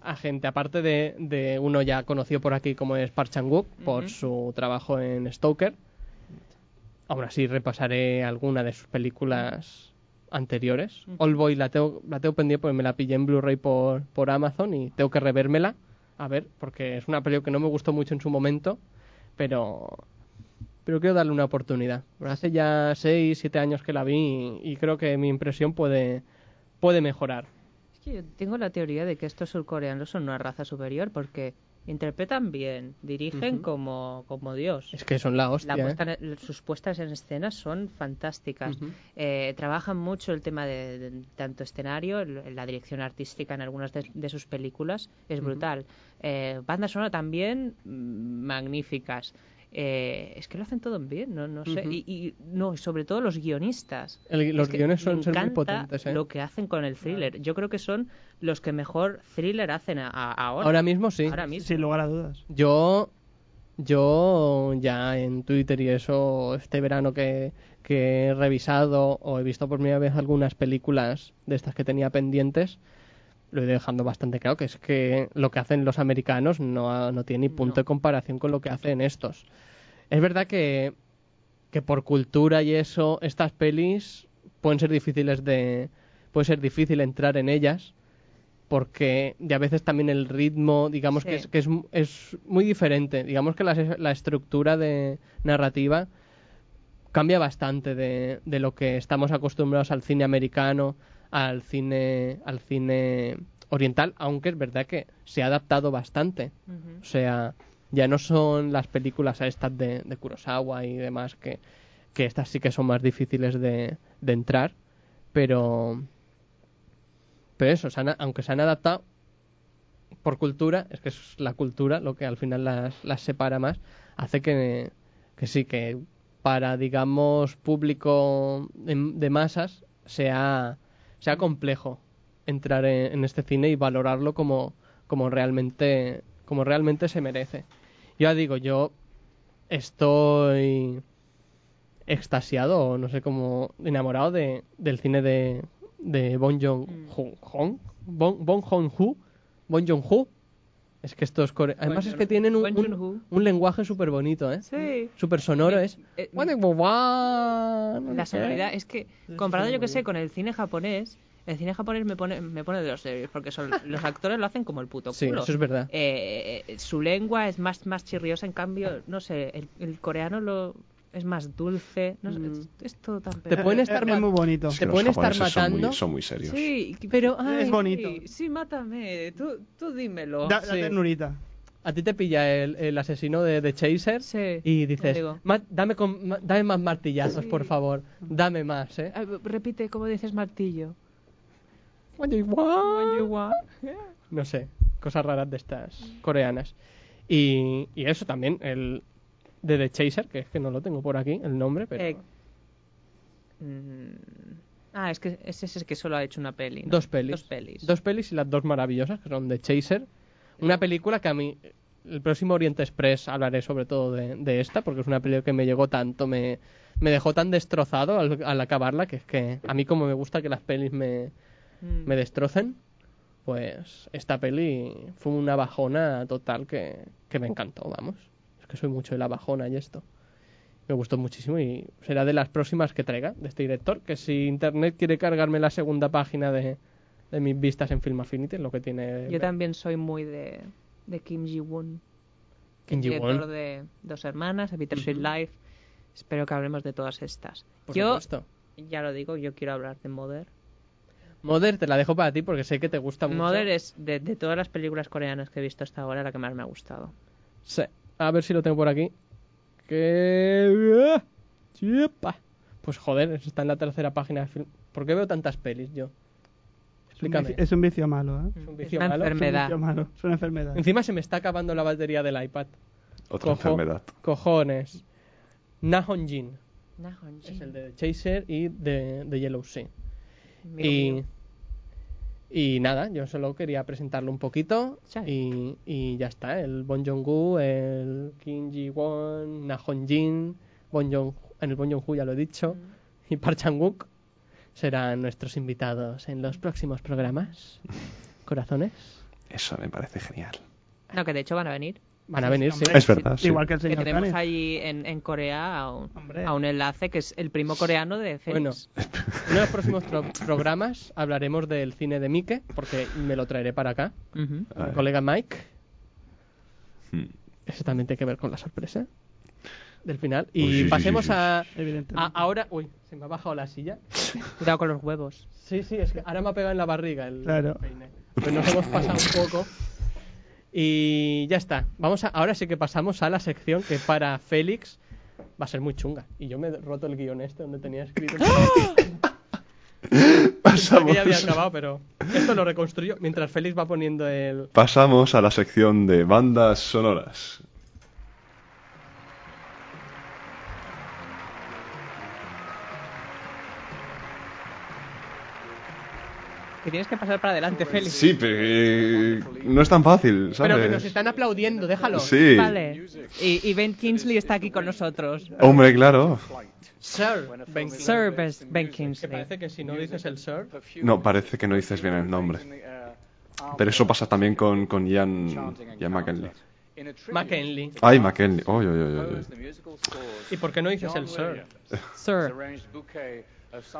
a gente aparte de, de uno ya conocido por aquí como es Park Chan-wook por su trabajo en Stoker. Aún así repasaré alguna de sus películas anteriores. All Boy la tengo, la tengo pendiente porque me la pillé en Blu-ray por, por Amazon y tengo que revérmela. A ver, porque es una película que no me gustó mucho en su momento, pero pero quiero darle una oportunidad. Hace ya 6, 7 años que la vi y, y creo que mi impresión puede, puede mejorar. Es que yo tengo la teoría de que estos surcoreanos son una raza superior porque interpretan bien, dirigen como, como Dios. Es que son la hostia. La ¿eh? puesta en- sus puestas en escena son fantásticas. Ujú. Eh, trabajan mucho el tema de, de tanto escenario, el- la dirección artística en algunas de, de sus películas es brutal. Eh, banda sonora también mm, magníficas. Eh, es que lo hacen todo bien, no, no sé. Ujú. y, y- no, y sobre todo los guionistas. El- Es los que guiones me son- son muy encanta potentes, ¿eh? Lo que hacen con el thriller. Yo creo que son los que mejor thriller hacen a- a- ahora. Ahora mismo sí. Ahora mismo. Sin lugar a dudas. Yo, yo ya en Twitter y eso, este verano que, que he revisado o he visto por primera vez algunas películas de estas que tenía pendientes, lo he ido dejando bastante claro, que es que lo que hacen los americanos no, no tiene ni punto de comparación con lo que hacen estos. Es verdad que, que por cultura y eso, estas pelis pueden ser difíciles de... puede ser difícil entrar en ellas porque y a veces también el ritmo digamos Sí. que, es, que es, es muy diferente digamos que la, la estructura de narrativa cambia bastante de, de lo que estamos acostumbrados al cine americano, al cine, al cine oriental, aunque es verdad que se ha adaptado bastante. Ujú. O sea, ya no son las películas estas de, de Kurosawa y demás, que, que estas sí que son más difíciles de, de entrar, pero... Pero eso, se han- aunque se han adaptado por cultura, es que es la cultura lo que al final las, las separa más, hace que, que sí, que para, digamos, público de, de masas sea, sea complejo entrar en, en este cine y valorarlo como, como, realmente, como realmente se merece. Yo ya digo, yo estoy extasiado o no sé cómo enamorado de, del cine de, de Bon Jong Mm. Hong Bon, bon Jong Hu Bon Jong Hu es que estos core- además es Jong- que tienen un, Bon un- Jong-ho. un lenguaje súper bonito eh Sí. súper sonoro Eh, es eh, Guau, guau, guau, no La sé qué. sonoridad es que, comparado muy yo que sé bien. con el cine japonés, el cine japonés me pone, me pone de los nervios, porque son, los actores lo hacen como el puto Sí, culo. eso es verdad. Eh, eh, su lengua es más, más chirriosa, en cambio, no sé, el, el coreano lo es más dulce. No sé, es, es todo tan Te pegado. pueden Eh, estar eh, es muy matando. bonito. Te que los pueden estar japoneses son muy- matando. Son muy, serios. Sí, pero ay, Es bonito. Sí, sí, mátame, tú, tú dímelo. Da, da Sí. ternurita. A ti te pilla el, el asesino de, de Chaser Sí, y te dices, digo. "Ma- dame, con- ma- dame más martillazos, por favor. Dame más, ¿eh? Ah, Repite como dices martillo. Guau, guau, guau. No sé, cosas raras de estas coreanas. Y, y eso también, el de The Chaser, que es que no lo tengo por aquí el nombre, pero... Eh, mm, ah, es que ese es el que solo ha hecho una peli. ¿no? Dos pelis. Dos pelis. Dos pelis y las dos maravillosas, que son The Chaser. Una película que a mí, el próximo Oriente Express hablaré sobre todo de, de esta, porque es una película que me llegó tanto, me, me dejó tan destrozado al, al acabarla, que es que a mí como me gusta que las pelis me, Mm. me destrocen, pues esta peli fue una bajona total que, que me encantó, vamos. Es que soy mucho de la bajona y esto. Me gustó muchísimo y será de las próximas que traiga de este director, que si internet quiere cargarme la segunda página de, de mis vistas en Film Affinity, lo que tiene Yo también soy muy de, de Kim Ji-woon, Kim el Ji-won. director de Dos Hermanas, A Bittersweet Life. Espero que hablemos de todas estas. Por yo, supuesto. ya lo digo, yo quiero hablar de Mother. Mother te la dejo para ti porque sé que te gusta mucho. Mother es, de, de todas las películas coreanas que he visto hasta ahora, la que más me ha gustado. Sí. A ver si lo tengo por aquí. Que... ¡Ah! ¡Yepa! Pues joder, está en la tercera página de film. ¿Por qué veo tantas pelis yo? Explícame. Es un vicio malo, ¿eh? Es un Es vicio una malo. enfermedad. Es un vicio malo, es una enfermedad. Encima se me está acabando la batería del iPad. Otra Cojo- enfermedad. Cojones. Nahonjin Nahon Jin. es el de Chaser y de, de Yellow Sea. Amigo Y, mío. y nada, yo solo quería presentarlo un poquito Sí. y, y ya está. El Bon Jong-gu, el Kim Ji-won, Na Hong-jin, bon Jong- el Bon Jong-hu ya lo he dicho, y Park Chan-wook serán nuestros invitados en los próximos programas. Corazones, Eso me parece genial. No, que de hecho van a venir. van a venir, sí. Hombre, Es verdad, sí. Igual que el Que señor tenemos Canes. ahí en, en Corea a un, Hombre. a un enlace que es el primo coreano de Bueno, Félix. en los próximos tro- programas hablaremos del cine de Mike, porque me lo traeré para acá. Ujú. A Mi ver. colega Mike. Hmm. Eso también tiene que ver con la sorpresa del final. Y Uy, sí, sí, pasemos sí, sí. A, a- Evidentemente. Ahora. Uy, se me ha bajado la silla. Cuidado con los huevos. Sí, sí, es que ahora me ha pegado en la barriga el Claro. peine. Pues nos hemos pasado un poco. Y ya está. Vamos a, ahora sí que pasamos a la sección que para Félix va a ser muy chunga. Y yo me he roto el guión este donde tenía escrito. ¡Ah! Pensaba que Pasamos, ya había acabado, pero esto lo reconstruyo mientras Félix va poniendo el. pasamos a la sección de bandas sonoras. Que tienes que pasar para adelante, Félix. Sí, pero eh, no es tan fácil, ¿sabes? Pero que nos están aplaudiendo, déjalo. Sí. Vale. Y, y Ben Kingsley está aquí con nosotros. Hombre, claro. Sir, Ben Kingsley. Sir Bes- Ben Que Kingsley. parece que si no dices el Sir, No, parece que no dices bien el nombre. Pero eso pasa también con, con Ian, Ian McKinley. McKinley. Ay, McKinley. Oy, oy, oy, oy, oy. ¿Y por qué no dices el Sir? Sir.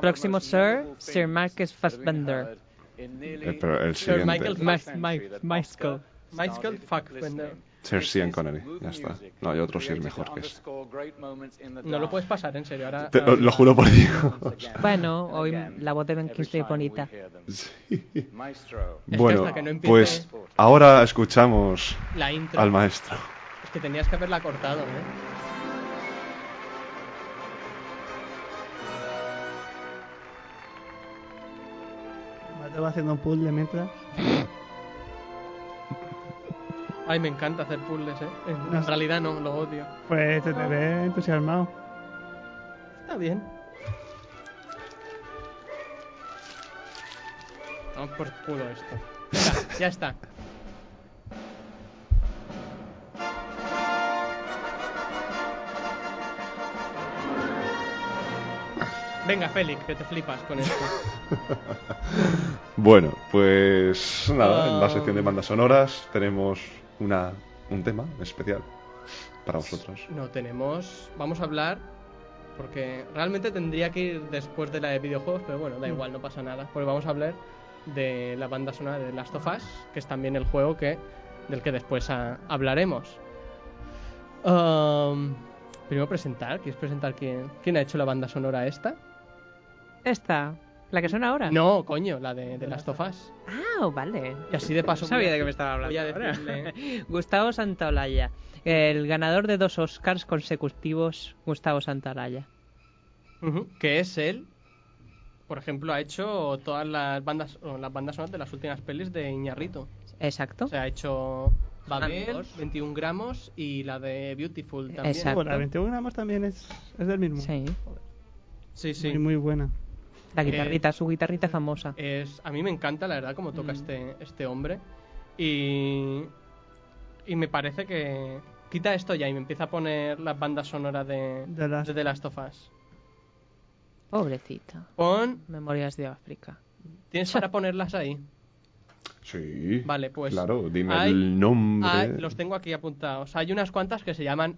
Próximo Sir, Sir Marcus Fassbender. Eh, pero el Sir siguiente. Michael Mike, Mike, Michael. Michael Fassbender. Sir Sean Connery. Ya está. No, hay otro Sir mejor que ese. No lo puedes pasar, en serio. Ahora, Te lo, lo juro por Dios. Bueno, hoy la voz de Ben Kingsley es bonita. Sí. Maestro. Bueno, hasta que no empiece- pues ahora escuchamos La intro. al maestro. Es que tenías que haberla cortado, ¿eh? Me estaba haciendo un puzzle mientras. Ay, me encanta hacer puzzles, ¿eh? En, No en sé. realidad no, lo odio. Pues se te ve entusiasmado. Está bien. No, por culo esto. Venga, ya está. Venga, Félix, que te flipas con esto. Bueno, pues nada, en la Ah. sección de bandas sonoras tenemos una, un tema especial para vosotros. No tenemos. Vamos a hablar. Porque realmente tendría que ir después de la de videojuegos, pero bueno, da Mm. igual, no pasa nada. Porque vamos a hablar de la banda sonora de Last of Us, que es también el juego que del que después ah, hablaremos. Am, primero presentar, ¿quieres presentar quién, quién ha hecho la banda sonora esta? Esta, la que suena ahora. No, coño, la de, de Last of Us. Ah, vale. Y así de paso. No sabía voy a- de qué me estaba hablando voy a ahora. decirle- Gustavo Santaolalla. El ganador de dos Oscars consecutivos, Gustavo Santaolalla. Ujú, que es él. Por ejemplo, ha hecho todas las bandas, o las bandas sonoras de las últimas pelis de Iñarrito. Exacto. O sea, ha hecho Son Babel, dos. 21 gramos y la de Beautiful también. Exacto. Bueno, la 21 gramos también es, es del mismo. Sí. Sí, sí. Muy, muy buena. La Eh, guitarrita, su guitarrita famosa. Es, a mí me encanta, la verdad, cómo toca Mm. este, este hombre. Y, y me parece que quita esto ya y me empieza a poner las bandas sonoras de, De las- de The Last of Us. Pobrecita. Pon, Memorias de África. ¿Tienes para ponerlas ahí? Sí. Vale, pues. Claro, dime hay- el nombre. hay- Ah, los tengo aquí apuntados. Hay unas cuantas que se llaman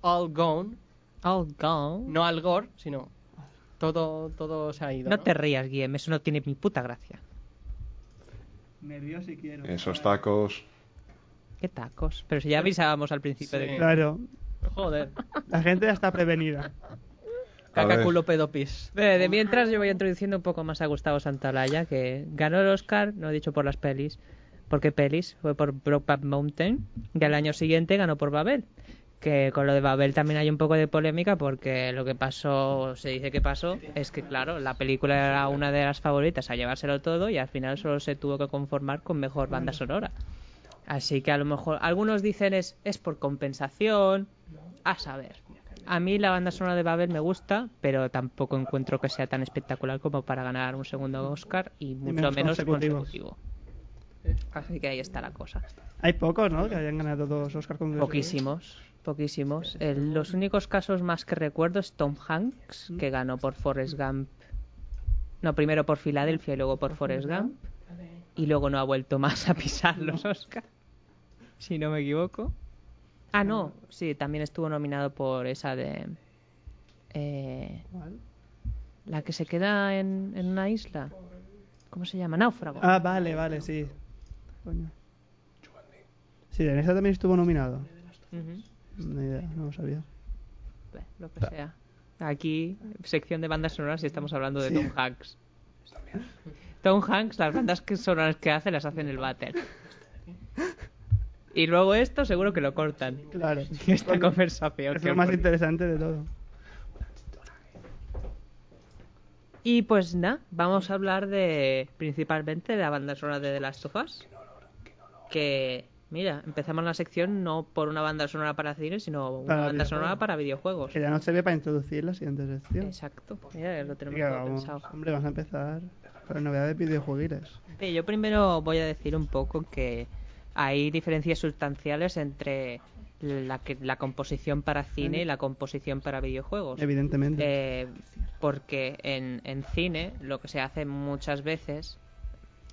All Gone, All gone. no Al Gore, sino todo, todo se ha ido. No te rías, Guillem, eso no tiene ni puta gracia. Me río si quiero. Esos tacos. Qué tacos. Pero si ya avisábamos al principio Sí. de que... Claro, Joder. la gente ya está prevenida. A ver. Cacaculo pedopis. De, de mientras yo voy introduciendo un poco más a Gustavo Santaolalla, que ganó el Oscar, no he dicho por las pelis, porque pelis, fue por Brokeback Mountain, y al año siguiente ganó por Babel, que con lo de Babel también hay un poco de polémica porque lo que pasó, se dice que pasó, es que claro, la película era una de las favoritas a llevárselo todo y al final solo se tuvo que conformar con mejor banda sonora. Así que a lo mejor algunos dicen es, es por compensación, a saber. A mí la banda sonora de Babel me gusta, pero tampoco encuentro que sea tan espectacular como para ganar un segundo Oscar y mucho menos menos, consecutivos. consecutivo. Así que ahí está la cosa. Hay pocos, ¿no? Que hayan ganado dos Oscar consecutivos. Poquísimos, poquísimos. El- los únicos casos más que recuerdo es Tom Hanks, que ganó por Forrest Gump. No, primero por Filadelfia y luego por Forrest Gump. Y luego no ha vuelto más a pisar los Oscar, si no me equivoco. Ah, no, sí, también estuvo nominado por esa de... eh, ¿Cuál? la que se queda en, en una isla. ¿Cómo se llama? Náufrago. Ah, vale, vale, sí. Coño. Sí, en esa también estuvo nominado. Ujú. Ni idea, no lo sabía. Bueno, Lo que sea. Aquí, sección de bandas sonoras y estamos hablando de Sí. Tom Hanks. Tom Hanks, las bandas que- sonoras que hace las hace en el váter. Y luego esto seguro que lo cortan. Claro. Esta conversación. Es que lo más hemos- interesante de todo. Y pues nada, vamos a hablar de principalmente de la banda sonora de The Last of Us. Que, mira, empezamos la sección no por una banda sonora para cine, sino una Para banda videojuegos. sonora para videojuegos. Que ya no sirve para introducir la siguiente sección. Exacto, mira, lo tenemos Así que todo vamos, pensado. hombre, vamos a empezar con las novedades videojueguiles. Sí, yo primero voy a decir un poco que hay diferencias sustanciales entre la, que- la composición para cine y la composición para videojuegos. Evidentemente. Pues, Eh, porque en, en cine lo que se hace muchas veces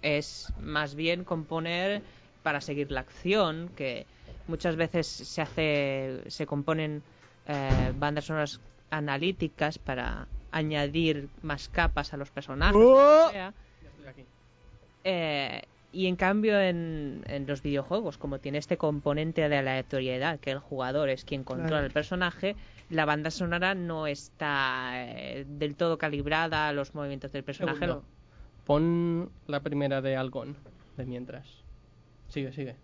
es más bien componer para seguir la acción, que muchas veces se hace, se componen eh, bandas sonoras analíticas para añadir más capas a los personajes. lo que sea. Eh, y en cambio en, en los videojuegos, como tiene este componente de aleatoriedad, que el jugador es quien controla Claro. el personaje, la banda sonora no está eh, del todo calibrada a los movimientos del personaje. Segundo. Pon la primera de Algon, de mientras. Sigue, sigue.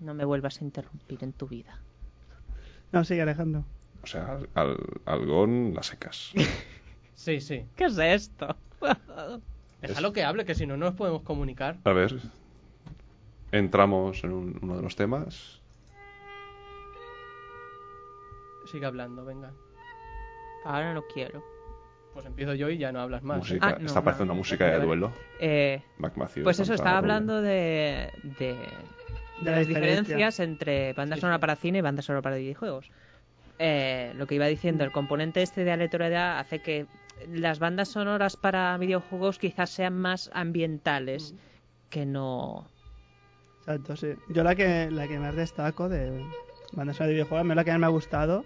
No, no me vuelvas a interrumpir en tu vida. No, sigue Alejandro. O sea, al, al- algón las secas. Sí, sí. ¿Qué es esto? Déjalo que hable, que si no, no nos podemos comunicar. A ver, entramos en un- uno de los temas. Sigue hablando, venga. Ahora no quiero. Pues empiezo yo y ya no hablas más. música. Ah, no, Está apareciendo no. una música de Vale. duelo. Eh, Mac Matthews pues eso, contra estaba Rubio. hablando de, de, de la las diferencia. diferencias entre banda Sí, sonora sí. para cine y banda sonora para videojuegos. Eh, lo que iba diciendo, el componente este de aleatoriedad hace que las bandas sonoras para videojuegos quizás sean más ambientales Mm. que no... Exacto, sí. Yo la que, la que más destaco de bandas sonoras de videojuegos, a mí la que más me ha gustado,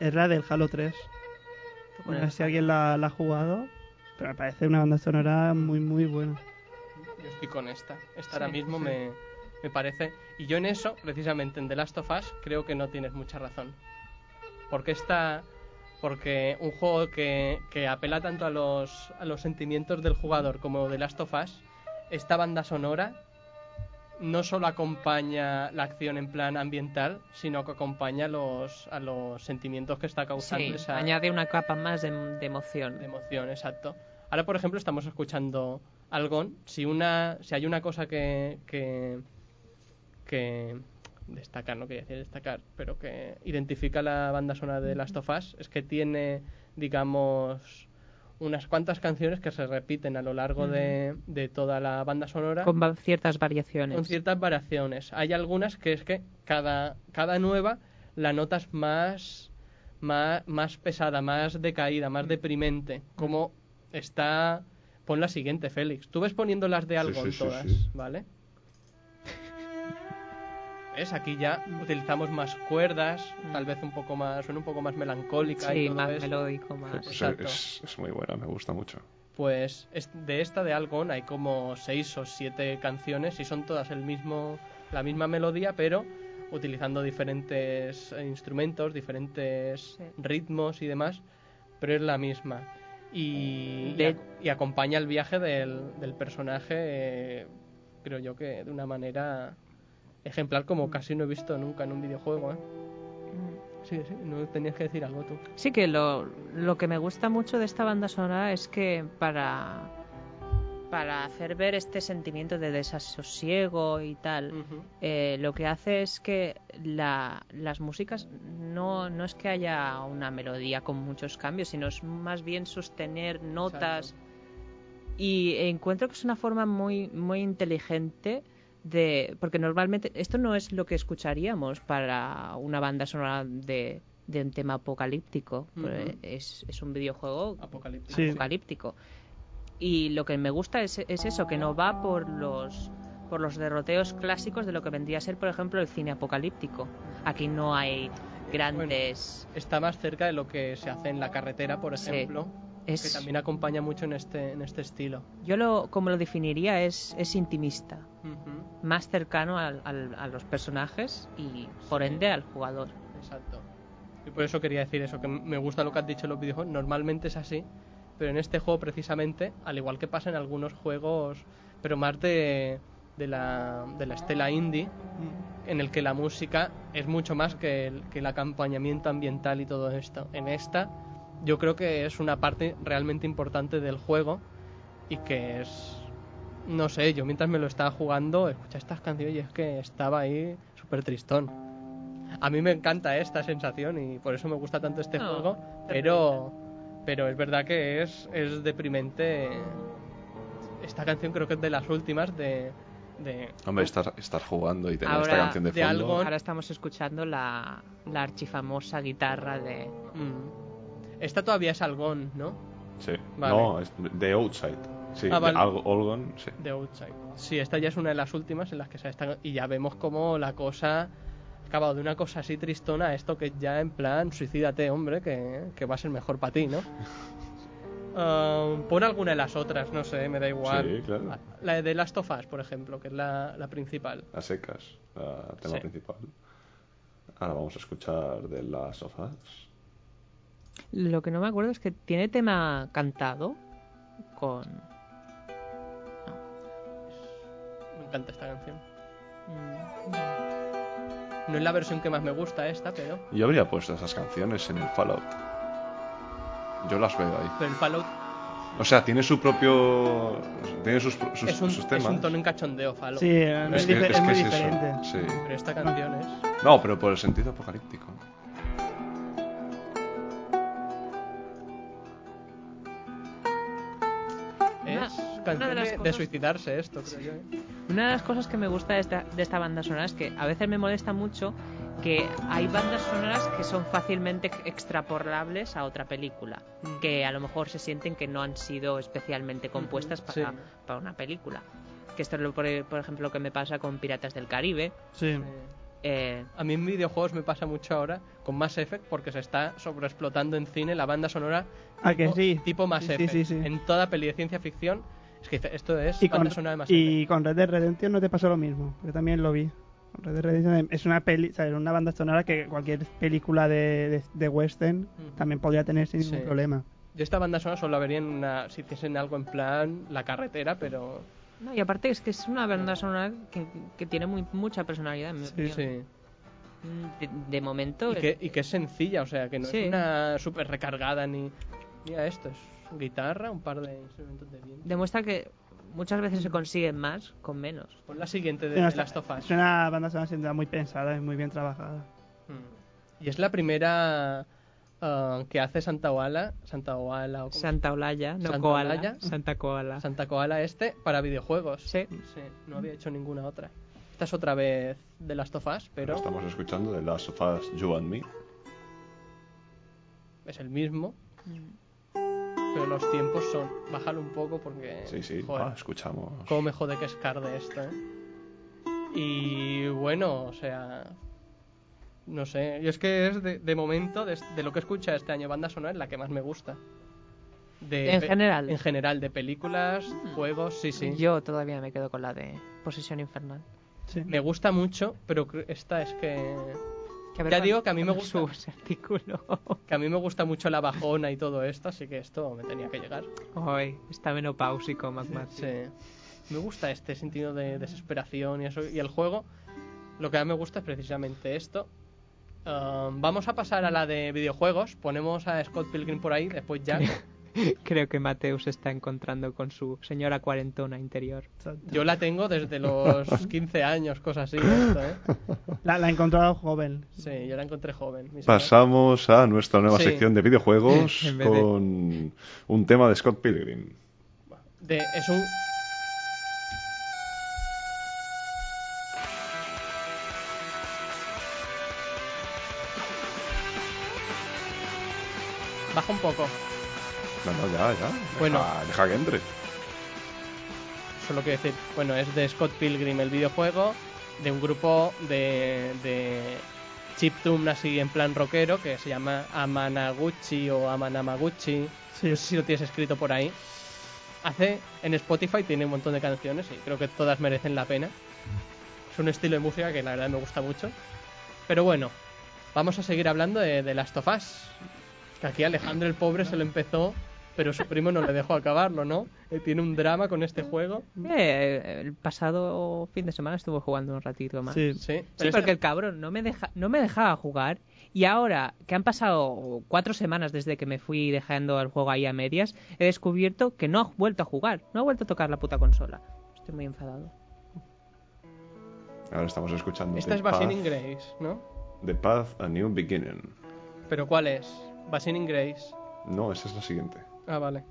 es la del Halo 3. No sé si alguien la, la ha jugado, pero me parece una banda sonora muy, muy buena. Yo estoy con esta. Esta ahora mismo me, me parece. Y yo en eso, precisamente en The Last of Us, creo que no tienes mucha razón. Porque esta. Porque un juego que, que apela tanto a los, a los sentimientos del jugador como The Last of Us, esta banda sonora no solo acompaña la acción en plan ambiental, sino que acompaña los, a los sentimientos que está causando Sí, esa, añade una capa más de, de emoción. de emoción, exacto. Ahora, por ejemplo, estamos escuchando Algón. Si una, si hay una cosa que que, que destacar, no quería decir destacar, pero que identifica la banda sonora de Last of Us es que tiene, digamos, unas cuantas canciones que se repiten a lo largo de, de toda la banda sonora con va- ciertas variaciones. con ciertas variaciones. Hay algunas que es que cada, cada nueva la notas más, más, más pesada, más decaída, Mm. más deprimente. Como está. Pon la siguiente, Félix. Tú ves poniendo las de algo sí, sí, todas, sí. ¿vale? ¿Ves? Aquí ya utilizamos más cuerdas, Mm. tal vez un poco más, suena un poco más melancólica y Sí, todo más esto. melódico, más... O sea, Exacto. Pues es, es muy buena, me gusta mucho. Pues es- de esta de Algon hay como seis o siete canciones y son todas el mismo, la misma melodía, pero utilizando diferentes eh, instrumentos, diferentes Sí. ritmos y demás, pero es la misma. Y, y, De- ac- y acompaña el viaje del, del personaje, eh, creo yo que Mm. de una manera ejemplar como casi no he visto nunca en un videojuego. ¿eh? Sí, sí, no tenías que decir algo tú. Sí que lo, lo que me gusta mucho de esta banda sonora es que para, para hacer ver este sentimiento de desasosiego y tal, Ujú. eh, lo que hace es que la- las músicas no, no es que haya una melodía con muchos cambios, sino es más bien sostener notas. Y encuentro que es una forma muy, muy inteligente de. Porque normalmente esto no es lo que escucharíamos para una banda sonora de, de un tema apocalíptico. Ujú. Eh, es, es un videojuego Apocalipsis. Sí. apocalíptico. Y lo que me gusta es, es eso, que no va por los por los derroteos clásicos de lo que vendría a ser, por ejemplo, el cine apocalíptico. Aquí no hay grandes. Está más cerca de lo que se hace en la carretera, por Sí. ejemplo. Es- Que también acompaña mucho en este, en este estilo. Yo lo, como lo definiría es, es intimista, Ujú. más cercano al- al- a los personajes y por ende al jugador. Exacto. Y por eso quería decir eso, que m- me gusta lo que has dicho en los videojuegos. Normalmente es así, pero en este juego precisamente, al igual que pasa en algunos juegos, pero más de, de la, de la estela indie, en el que la música es mucho más que el, que el acompañamiento ambiental y todo esto. En esta, yo creo que es una parte realmente importante del juego y que es. No sé, yo mientras me lo estaba jugando, escuché estas canciones y es que estaba ahí súper tristón. A mí me encanta esta sensación y por eso me gusta tanto este Oh, juego, te pero, pero es verdad que es, es deprimente. Esta canción creo que es de las últimas de. de Hombre, estar, estar jugando y tener Ahora, esta canción de de fondo. algo- Ahora estamos escuchando la, la archifamosa guitarra de... Mm. Esta todavía es Algón, ¿no? Sí. Vale. No, es de Outside. Sí, Ah, vale. de Al- Olgon, sí. De Outside. Sí, esta ya es una de las últimas en las que se está... Y ya vemos como la cosa... ha Acabado de una cosa así tristona a esto que es ya en plan, suicídate, hombre, que, que va a ser mejor para ti, ¿no? Ah, pon alguna de las otras, no sé, me da igual. Sí, claro. La de Last of Us, por ejemplo, que es la, la principal. A secas, la tema Sí. principal. Ahora vamos a escuchar de las sofás. Lo que no me acuerdo es que tiene tema cantado con... Me encanta esta canción. Mm. No es la versión que más me gusta esta, pero... Yo habría puesto esas canciones en el Fallout. Yo las veo ahí. Pero el Fallout O sea, tiene su propio. Tiene sus, sus, es, un, sus es temas. un tono en cachondeo, Fallout. Sí, eh, es, Es que- dife- es es que muy es eso, diferente. sí. Pero esta canción es... No, pero por el sentido apocalíptico. Una- Es una de canción de, las de cosas- suicidarse esto, creo yo. ¿eh? Una de las cosas que me gusta de esta, de esta banda sonora es que a veces me molesta mucho que hay bandas sonoras que son fácilmente ex- extrapolables a otra película, Mm. que a lo mejor se sienten que no han sido especialmente compuestas Ujú, para, sí. para una película. Que esto es, lo, por, por ejemplo, lo que me pasa con Piratas del Caribe. Sí. Eh, A mí en videojuegos me pasa mucho ahora con Mass Effect porque se está sobreexplotando en cine la banda sonora ¿A que tipo, sí? Oh, tipo Mass Sí, sí, Effect. sí, sí. En toda peli de ciencia ficción es que dice, esto es Y banda con, sonora de Mass y Effect. con Red Dead Redemption no te pasó lo mismo. Yo también lo vi. Red Dead Redemption es una peli, ¿sabes? una banda sonora que cualquier película de, de, de western Ujú. también podría tener sin ningún Sí. problema. Yo esta banda sonora solo la vería en una, si hiciesen algo en plan la carretera, pero no, y aparte es que es una banda sonora que, que tiene muy, mucha personalidad. en mi sí. opinión. Mm, De, de momento... Y, que, y que es sencilla, o sea, que no Sí. es una súper recargada ni... Mira esto, es guitarra, un par de instrumentos de viento. demuestra que muchas veces se consiguen más con menos. Pon la siguiente de, Sí, no, de está- Last of Us. Es una banda sonora sin duda muy pensada y muy bien trabajada. Hmm. Y es la primera ah, que hace Santa Oala, Santa Oala o como- Santa Olaya, no Santa Koala. Olaya. Santa Koala. Santa Koala este para videojuegos. Sí. no había hecho ninguna otra. Esta es otra vez de Last of Us, pero Estamos escuchando de las sofás You and Me. es el mismo. Mm. Pero los tiempos son. Bájalo un poco porque. Sí, sí. joder, Ah, escuchamos. cómo me jode que escarde esto, ¿eh? Y bueno, o sea. No sé. Yo es que es de, de momento, de, de lo que escucha este año banda sonora, es la que más me gusta. De En pe- general. Mm. En general, de películas, juegos, sí, sí. Yo todavía me quedo con la de Posesión Infernal. Sí. Me gusta mucho, pero cre- esta es que. Que Ya cuan- digo que a mí me cuando gusta. subo ese artículo. Que a mí me gusta mucho la bajona y todo esto, así que esto me tenía que llegar. Ay, está menopáusico, Mac Matthew. Sí. Me gusta este sentido de desesperación y eso. Y el juego, lo que más me gusta es precisamente esto. Um, vamos a pasar a la de videojuegos. Ponemos a Scott Pilgrim por ahí, después ya. Creo que Mateu se está encontrando con su señora cuarentona interior. Yo la tengo desde los 15 años, cosas así. esto, ¿eh? La, la he encontrado joven. Sí, yo la encontré joven. mis Pasamos a nuestra nueva Sí. sección de videojuegos En vez de- con un tema de Scott Pilgrim. padres. De, es un. Baja un poco. No, no, ya, ya. Deja- Bueno. deja que entre. solo quiero decir, bueno, es de Scott Pilgrim el videojuego, de un grupo de, de chiptune así en plan rockero que se llama Amanaguchi o Amanamaguchi, Sí, no sé si lo tienes escrito por ahí. Hace en Spotify tiene un montón de canciones y creo que todas merecen la pena. Es un estilo de música que la verdad me gusta mucho. Pero bueno, vamos a seguir hablando de, de Last of Us. Que aquí Alejandro el pobre se lo empezó, pero su primo no le dejó acabarlo, ¿no? Eh, Tiene un drama con este juego. Eh, el pasado fin de semana estuvo jugando un ratito más. sí. Sí, Sí, pero porque este- el cabrón no me, deja, no me dejaba jugar y ahora que han pasado cuatro semanas desde que me fui dejando el juego ahí a medias, he descubierto que no ha vuelto a jugar, no ha vuelto a tocar la puta consola. Estoy muy enfadado. Ahora estamos escuchando esta The este es Basining Path- Grace, ¿no? The Path, A New Beginning. ¿Pero cuál es? Basining Grace. No, esa es la siguiente. Ah, vale.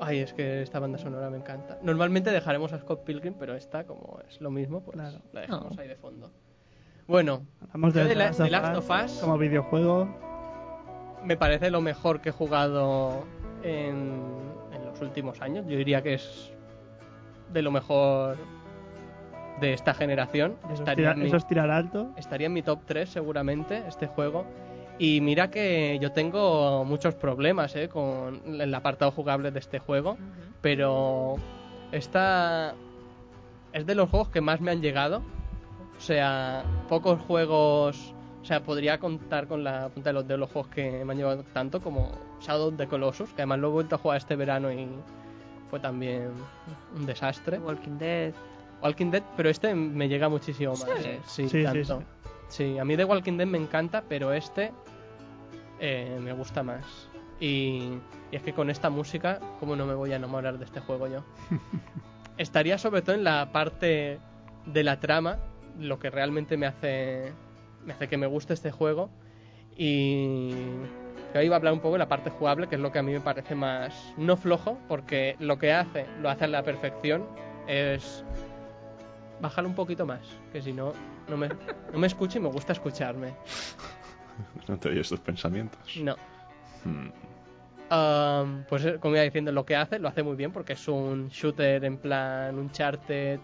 Ay, es que esta banda sonora me encanta. Normalmente dejaremos a Scott Pilgrim, pero esta, como es lo mismo, pues Claro. la dejamos ahí de fondo. Bueno, Hablamos Yo de, de la- de Last of Us como videojuego. me parece lo mejor que he jugado en, en los últimos años. Yo diría que es de lo mejor de esta generación. Eso es, Estaría tirar, en mi- eso es tirar alto. estaría en mi top 3 seguramente este juego. Y mira que yo tengo muchos problemas ¿eh? con el apartado jugable de este juego, pero esta es de los juegos que más me han llegado. O sea, pocos juegos, o sea, podría contar con la punta de los dedos los juegos que me han llevado tanto como Shadow of the Colossus, que además lo he vuelto a jugar este verano y fue también un desastre. Walking Dead. Walking Dead, pero este me llega muchísimo más. ¿eh? Sí, Sí, sí, tanto. sí. Sí, a mí de Walking Dead me encanta, pero este eh, me gusta más. Y, y es que con esta música, ¿cómo no me voy a enamorar de este juego yo? Estaría sobre todo en la parte de la trama, lo que realmente me hace, me hace que me guste este juego. Y yo iba a hablar un poco de la parte jugable, que es lo que a mí me parece más no flojo, porque lo que hace, lo hace a la perfección, es bajar un poquito más, que si no, no me, no me escucho y me gusta escucharme. No te oyes tus pensamientos. No. Hmm. Am, pues eh, como iba diciendo, lo que hace, lo hace muy bien porque es un shooter en plan Uncharted,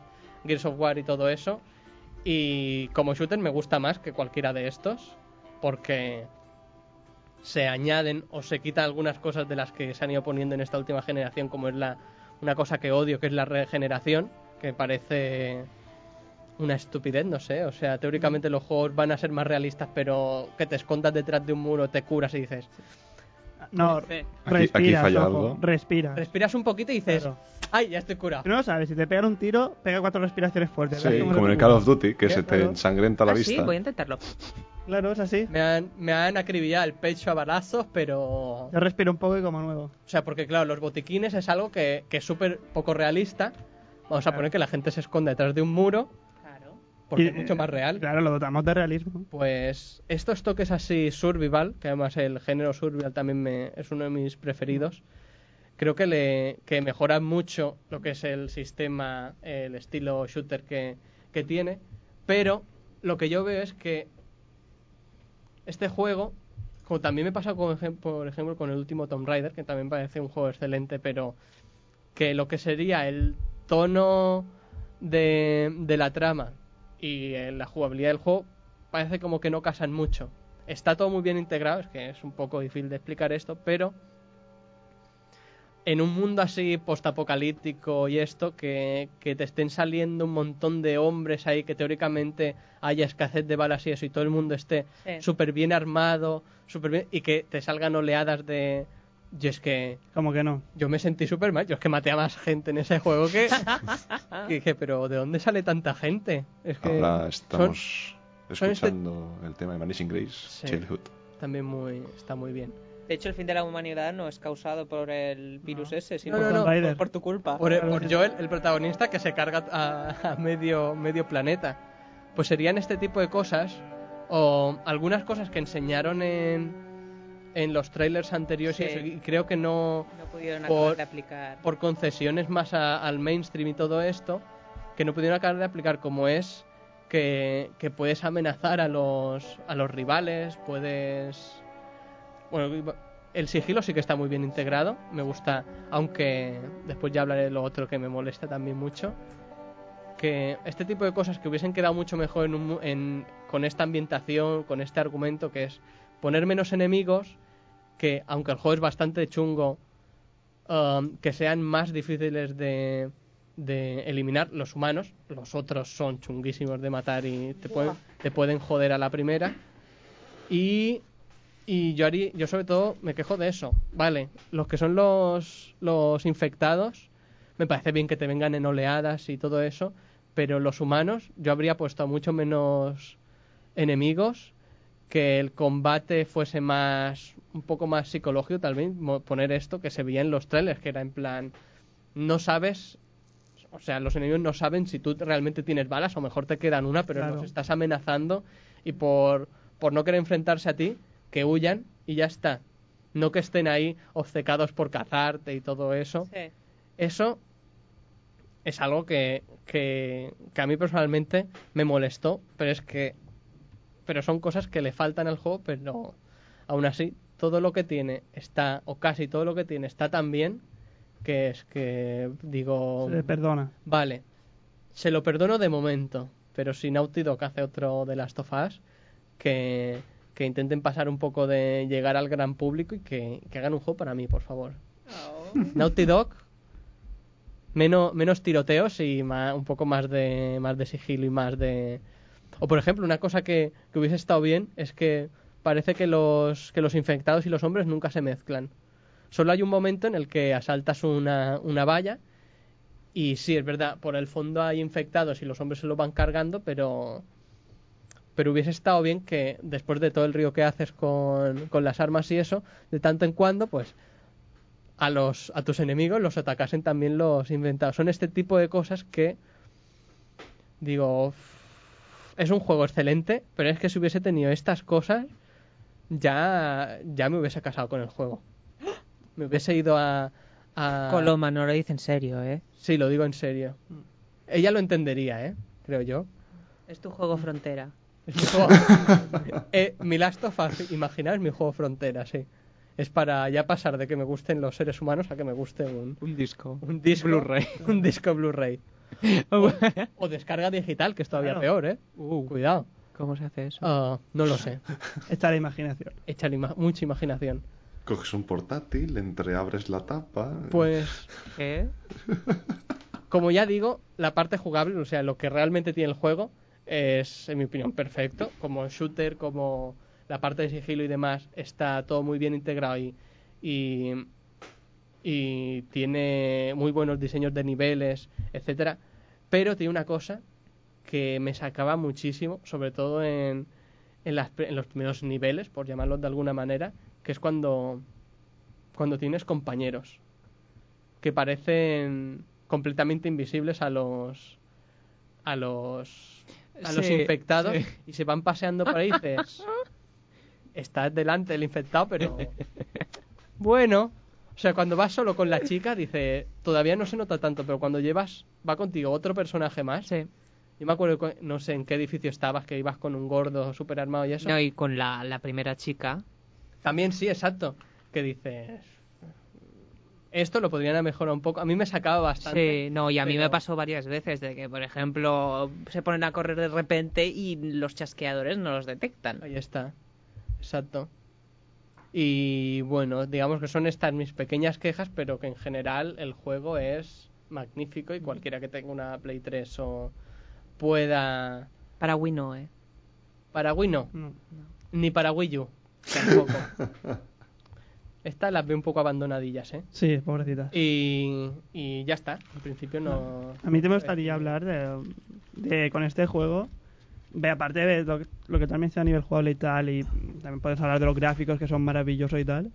Gears of War y todo eso. Y como shooter me gusta más que cualquiera de estos porque se añaden o se quitan algunas cosas de las que se han ido poniendo en esta última generación, como es la una cosa que odio, que es la regeneración, que me parece una estupidez, no sé. O sea, teóricamente los juegos van a ser más realistas, pero que te escondas detrás de un muro, te curas y dices, No, Aquí- aquí respira. falla algo. Respira. respiras un poquito y dices, ay, ya estoy curado. No lo sabes, si te pegan un tiro, pega cuatro respiraciones fuertes. Sí, ¿verdad? como en el lo- Call of Duty, que se te Claro. ensangrenta la Ah, sí, vista. voy a intentarlo. Claro, es así. Me han, me han acribillado el pecho a balazos, pero... Yo respiro un poco y como nuevo. O sea, porque claro, los botiquines es algo que, que es súper poco realista. Vamos a poner que la gente se esconde detrás de un muro, Claro. porque Y- eh, es mucho más real. Claro, lo dotamos de realismo. Pues estos toques así survival, que además el género survival también me, es uno de mis preferidos, creo que le que mejora mucho lo que es el sistema, el estilo shooter que, que tiene, pero lo que yo veo es que este juego, como también me pasa con ejem- por ejemplo con el último Tomb Raider, que también parece un juego excelente, pero que lo que sería el tono de, de la trama y eh, la jugabilidad del juego parece como que no casan mucho. Está todo muy bien integrado, es que es un poco difícil de explicar esto, pero en un mundo así postapocalíptico y esto, que, que te estén saliendo un montón de hombres ahí, que teóricamente haya escasez de balas y eso, y todo el mundo esté Sí. súper bien armado, súper bien, y que te salgan oleadas de... Yo es que Como que no. yo me sentí súper mal. Yo es que maté a más gente en ese juego que. que dije, pero ¿de dónde sale tanta gente? Es que. Ahora son- estamos Con este- escuchando el tema de Vanishing Grace, Sí. Childhood. También muy, está muy bien. De hecho, el fin de la humanidad no es causado por el virus No. ese, sino No, no, por- no. por, Rider. por tu culpa. Por, por Joel, el protagonista que se carga a, a medio, medio planeta. Pues serían este tipo de cosas, o algunas cosas que enseñaron en, en los trailers anteriores y Sí. eso, y creo que no, No pudieron Por- acabar de aplicar. por concesiones más a- al mainstream y todo esto, que no pudieron acabar de aplicar como es que, que puedes amenazar a los, a los rivales, puedes... Bueno, el sigilo sí que está muy bien integrado, me gusta, aunque después ya hablaré de lo otro que me molesta también mucho, que este tipo de cosas que hubiesen quedado mucho mejor en un mu- en- con esta ambientación, con este argumento que es poner menos enemigos, que aunque el juego es bastante chungo, um, que sean más difíciles de, de eliminar los humanos. Los otros son chunguísimos de matar y te pueden, te pueden joder a la primera. Y, y yo, harí- yo sobre todo me quejo de eso. Vale, los que son los, los infectados, me parece bien que te vengan en oleadas y todo eso, pero los humanos yo habría puesto mucho menos enemigos que el combate fuese más un poco más psicológico tal vez mo- poner esto que se veía en los trailers que era en plan no sabes o sea los enemigos no saben si tú realmente tienes balas o mejor te quedan una pero Claro. los estás amenazando y por por no querer enfrentarse a ti que huyan y ya está no que estén ahí obcecados por cazarte y todo eso Sí. eso es algo que, que, que a mí personalmente me molestó, pero es que pero son cosas que le faltan al juego, pero aún así todo lo que tiene está o casi todo lo que tiene está tan bien que es que digo, Se le perdona. vale, se lo perdono de momento, pero si Naughty Dog hace otro de Last of Us que, que intenten pasar un poco de llegar al gran público y que, que hagan un juego para mí, por favor. Oh. Naughty Dog, menos, menos tiroteos y ma- un poco más de, más de sigilo y más de... O por ejemplo, una cosa que, que hubiese estado bien es que parece que los, que los infectados y los hombres nunca se mezclan. Solo hay un momento en el que asaltas una, una valla y sí, es verdad, por el fondo hay infectados y los hombres se lo van cargando, pero... Pero hubiese estado bien que después de todo el río que haces con, con las armas y eso, de tanto en cuando, pues a los a tus enemigos los atacasen también los inventados. Son este tipo de cosas que digo "Uf, es un juego excelente, pero es que si hubiese tenido estas cosas ya ya me hubiese casado con el juego. Me hubiese ido a, a Coloma, no lo dice en serio, ¿eh? Sí, lo digo en serio. Ella lo entendería, ¿eh? Creo yo. Es tu juego frontera. Es mi juego- Eh, mi Last of Us, imaginaos mi juego frontera, sí. Es para ya pasar de que me gusten los seres humanos a que me guste un, Un disco. un disco Blu-ray. Un disco Blu-ray. O descarga digital, que es todavía Claro. peor, ¿eh? Uh, Cuidado. ¿Cómo se hace eso? Ah, no lo sé. Está la imaginación. Échale ima- mucha imaginación. Coges un portátil, entreabres la tapa. Pues, ¿Qué? como ya digo, la parte jugable, o sea, lo que realmente tiene el juego, es, en mi opinión, perfecto. Como shooter, como la parte de sigilo y demás, está todo muy bien integrado y, y, y tiene muy buenos diseños de niveles, etcétera. Pero tiene una cosa que me sacaba muchísimo, sobre todo en, en, las, pri- en los primeros niveles, por llamarlo de alguna manera, que es cuando, cuando tienes compañeros que parecen completamente invisibles a los a los a los Sí, infectados sí. y se van paseando por ahí y dices estás delante del infectado pero bueno o sea cuando vas solo con la chica dice todavía no se nota tanto pero cuando llevas va contigo otro personaje más Sí. yo me acuerdo, cu- no sé en qué edificio estabas, que ibas con un gordo super armado y eso. No, y con la, la primera chica. También sí, exacto. Que dices. Esto lo podrían haber mejorado un poco. A mí me sacaba bastante. Sí, no, y a mí pero- me pasó varias veces de que, por ejemplo, se ponen a correr de repente y los chasqueadores no los detectan. Ahí está. Exacto. Y bueno, digamos que son estas mis pequeñas quejas, pero que en general el juego es magnífico y cualquiera que tenga una Play 3 o pueda. Para Wii no, ¿eh? Para Wii no, No. ni para Wii U tampoco. Estas las veo un poco abandonadillas, ¿eh? Sí, pobrecita. Y, y ya está. En principio no. A mí te me gustaría hablar de, de- con este juego Ve, aparte de lo, que- lo que tú has mencionado a nivel jugable y tal, y también puedes hablar de los gráficos que son maravillosos y tal,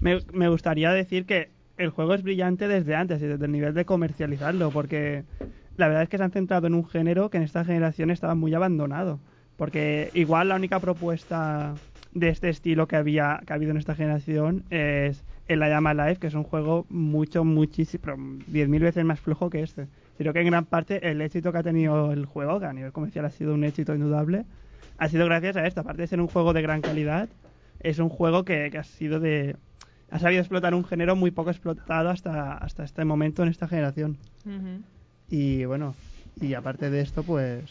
me, me gustaría decir que el juego es brillante desde antes y desde el nivel de comercializarlo, porque la verdad es que se han centrado en un género que en esta generación estaba muy abandonado. Porque igual la única propuesta de este estilo que había que ha habido en esta generación es el La Llama Live, que es un juego mucho, muchísimo, pero 10.000 veces más flojo que este. Creo que en gran parte el éxito que ha tenido el juego, que a nivel comercial ha sido un éxito indudable, ha sido gracias a esto. Aparte de ser un juego de gran calidad, es un juego que, que ha sido de. Ha sabido explotar un género muy poco explotado hasta, hasta este momento en esta generación. Y bueno, y aparte de esto, pues.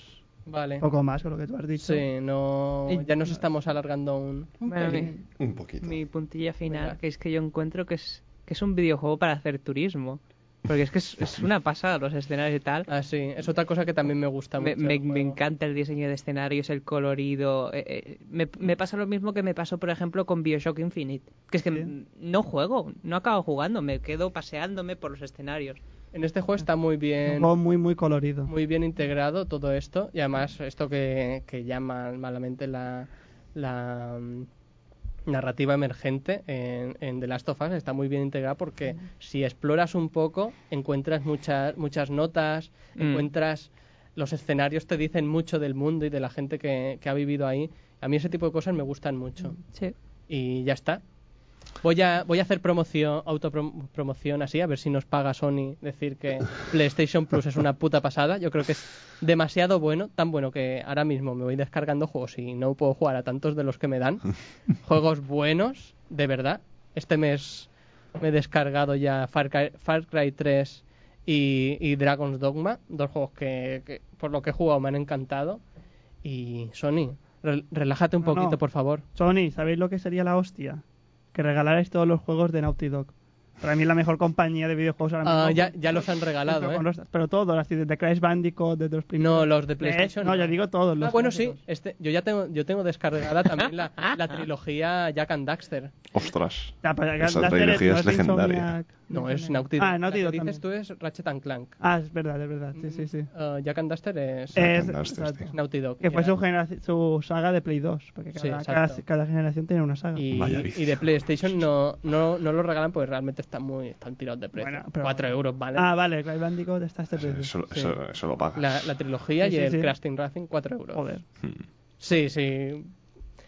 Vale. Poco más con lo que tú has dicho. Sí, no, Y- ya nos estamos alargando un... un Bueno, pelín. mi, Un poquito. mi puntilla final, Venga. que es que yo encuentro que es, que es un videojuego para hacer turismo. Porque es que es, es una pasada los escenarios y tal. Ah, sí, es otra cosa que también me gusta Me, mucho. me- del me juego. encanta el diseño de escenarios, el colorido. eh, eh, me, me pasa lo mismo que me pasó, por ejemplo, con Bioshock Infinite. Que es que Sí. no juego, no acabo jugando, me quedo paseándome por los escenarios. En este juego está muy Un bien, juego muy, muy colorido. muy bien integrado todo esto y además esto que, que llaman malamente la, la mm, narrativa emergente en, en The Last of Us está muy bien integrada porque si exploras un poco encuentras muchas muchas notas, Mm. encuentras los escenarios te dicen mucho del mundo y de la gente que, que ha vivido ahí. A mí ese tipo de cosas me gustan mucho. Sí. y ya está. Voy a, voy a hacer promoción, autopromoción así, a ver si nos paga Sony decir que PlayStation Plus es una puta pasada. Yo creo que es demasiado bueno, tan bueno que ahora mismo me voy descargando juegos y no puedo jugar a tantos de los que me dan. Juegos buenos, de verdad. Este mes me he descargado ya Far Cry, Far Cry 3 y, y Dragon's Dogma, dos juegos que, que por lo que he jugado me han encantado. Y Sony, re- relájate un No, no. poquito, por favor. Sony, ¿sabéis lo que sería la hostia? Que regalarais todos los juegos de Naughty Dog. Para mí es la mejor compañía de videojuegos ahora mismo. Ah, ya, ya los han regalado, pero, ¿eh? con los- pero todos, así, desde Crash Bandicoot, desde los primeros. No, los de PlayStation. Eh, No, yo digo todos. Los Ah, bueno, sí. clásicos. Este, yo ya tengo, yo tengo descargada también la, la trilogía Jack and Daxter. Ostras. Ya, pero ya- Esa Duster trilogía no es legendaria. Insomniac. No, es Naughty Dog. Ah, Naughty La Dog que dices también. tú es Ratchet and Clank. Ah, es verdad, es verdad. Sí, sí, sí. Uh, Jack and Daxter es Eh, Es- Fantástico, exacto. tío. Naughty Dog. Que fue Y su, era- generaci- su saga de Play 2. Porque Sí, cada, exacto. cada- cada generación tiene una saga. y, Vaya vicio. y de PlayStation no, no, no lo regalan porque realmente están muy están tirados de precio. Bueno, 4 pero- euros, ¿vale? Ah, vale, Crash Bandicoot está este precio. Eso, eso- eso lo pagas. la, la trilogía Sí, y sí, el sí. Crash Team Racing, 4 euros. Joder. Sí, sí.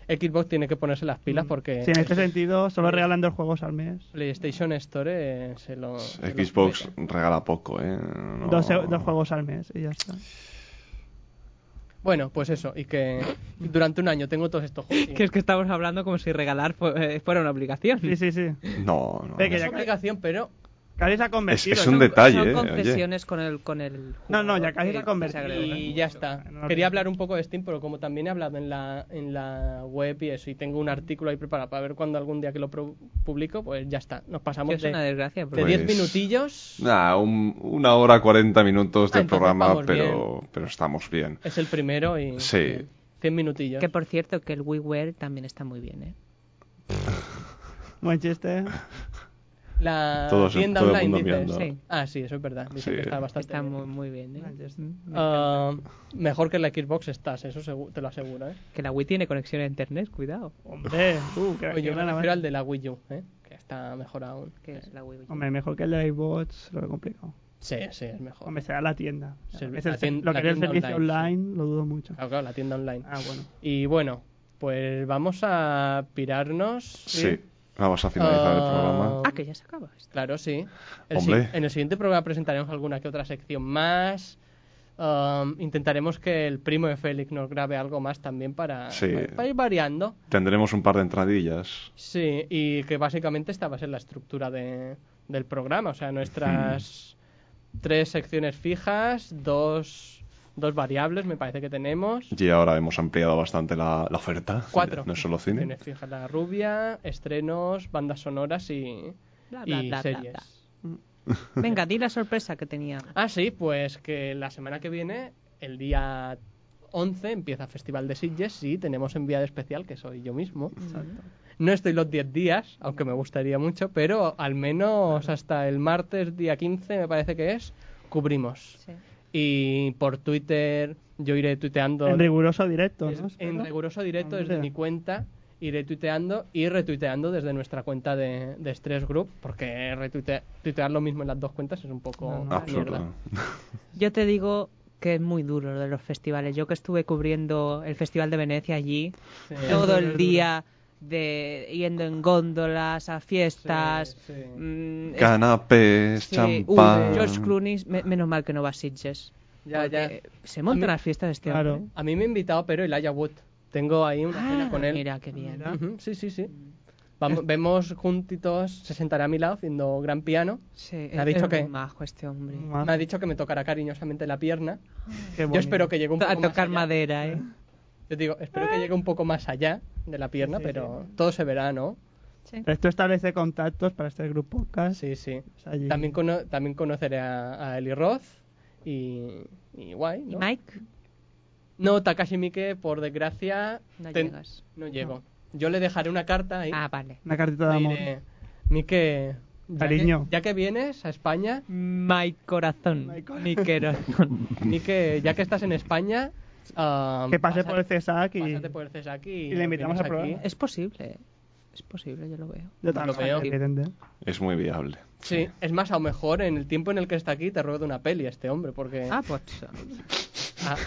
Xbox tiene que ponerse las pilas porque Sí, en este sentido, solo regalan dos juegos al mes. PlayStation Store eh, se lo... se lo Xbox peta. regala poco, ¿eh? No- Dos, e- dos juegos al mes y ya está. Bueno, pues eso, y que durante un año tengo todos estos juegos. Que es que estamos hablando como si regalar fu- eh, fuera una obligación. Sí, sí, sí. No, no. Ve que es ya- obligación, pero Cali se ha Es, convertido. es ¿no? un detalle, Son ¿eh? Oye. confesiones con el, con el No, no, ya jugador casi que- se ha convertido, que se agrega. y ya está. No, no, Quería no. hablar un poco de Steam, pero como también he hablado en la, en la web y eso, y tengo un artículo ahí preparado para ver cuando algún día que lo pro- publico, pues ya está. Nos pasamos Es una de desgracia. de porque- 10 Pues- minutillos. Nah, un- una hora cuarenta minutos Ah, de entonces programa, vamos pero, pero estamos bien. Es el primero y... Sí. 100 minutillos. Que por cierto, que el WiiWare también está muy bien, ¿eh? Buen chiste. ¿eh? La Todos- tienda todo el online, mundo dices. mirando. Ah, sí, eso es verdad. Dicen Sí. que está bastante Está bien. muy, muy bien, ¿eh? Ah, mejor que la Xbox estás, eso segu- te lo aseguro, ¿eh? Que la Wii tiene conexión a internet, cuidado. Hombre, tú, que, Oye, que yo me gran refiero al avance. de la Wii U, ¿eh? que está mejor aún. Que es la Wii U. Hombre, mejor que el de iBots, lo he complicado. Sí, sí, es mejor. Hombre, será la tienda. Servi- Es la el, tien- lo la que es el tienda servicio online, online, lo dudo mucho. Claro, claro, la tienda online. Ah, bueno. Y bueno, pues vamos a pirarnos. Sí. Vamos a finalizar el Ah, programa. Ah, que ya se acaba esto. Claro, sí. El si- Hombre. en el siguiente programa presentaremos alguna que otra sección más. Um, intentaremos que el primo de Félix nos grabe algo más también para, Sí. para- para ir variando. Tendremos un par de entradillas. Sí, y que básicamente esta va a ser la estructura de- del programa. O sea, nuestras Hmm. tres secciones fijas, dos, dos variables me parece que tenemos. Y ahora hemos ampliado bastante la, la oferta. Cuatro. No es solo cine. Secciones fijas, la rubia, estrenos, bandas sonoras y, Bla, bla, y bla, bla, series. bla. Venga, di la sorpresa que tenía. Ah, sí, pues que la semana que viene, el día 11, empieza Festival de Sitges y tenemos enviado especial, que soy yo mismo. No estoy los 10 días, aunque me gustaría mucho, pero al menos hasta el martes, día 15, me parece que es, cubrimos. Sí. y por Twitter yo iré tuiteando En riguroso directo, es- ¿no? en riguroso directo Ah, desde mira. mi cuenta iré tuiteando y retuiteando desde nuestra cuenta de, de Stress Group porque retuitear tuitear lo mismo en las dos cuentas es un poco No, no. Ah, mierda. Absurdo. Yo te digo que es muy duro lo de los festivales. Yo que estuve cubriendo el Festival de Venecia allí, Sí. todo el día de yendo en góndolas a fiestas. Sí, sí. mm, es- Canapés, sí, champán. uy, George Clooney, me- menos mal que no va a Sitges. Ya, ya. porque Se montan A mí- las fiestas este Claro. hombre. a mí me ha invitado pero Elijah Wood tengo ahí una Ah, cena con él Ah, Mira, qué bien. Ujú, sí sí sí Mm. Vamos, vemos juntitos se sentará a mi lado haciendo gran piano Sí, ¿Me ha es- dicho es que- muy majo este hombre. Ah, me ha dicho que me tocará cariñosamente la pierna qué yo bonito. espero que llegue un poco A más tocar allá. madera, ¿eh? Yo digo, espero que llegue un poco más allá de la pierna, Sí, pero todo se verá, ¿no? Esto establece contactos para este grupo podcast. Sí, sí. Es allí. También, cono- también conoceré a, a Eli Roth y, y guay, ¿Y ¿no? Mike? No, Takashi Miike, por desgracia... No ten- llegas. No llego. Yo le dejaré una carta ahí. Ah, vale. Una cartita de le amor. diré, Miike... ya Cariño. que- Ya que, vienes a España, Mike Corazón. Mike Corazón. Mi corazón. Miike, ya que estás en España... ah, Que pase pasa- por el CESAC y... Pásate por el CESAC y... y le invitamos vienes al aquí. programa. Es posible. Es posible, yo lo veo. Yo también. Lo veo. evidente. Es muy viable. Sí, es más, a lo mejor en el tiempo en el que está aquí te ruedo una peli este hombre, porque... Ah, pues.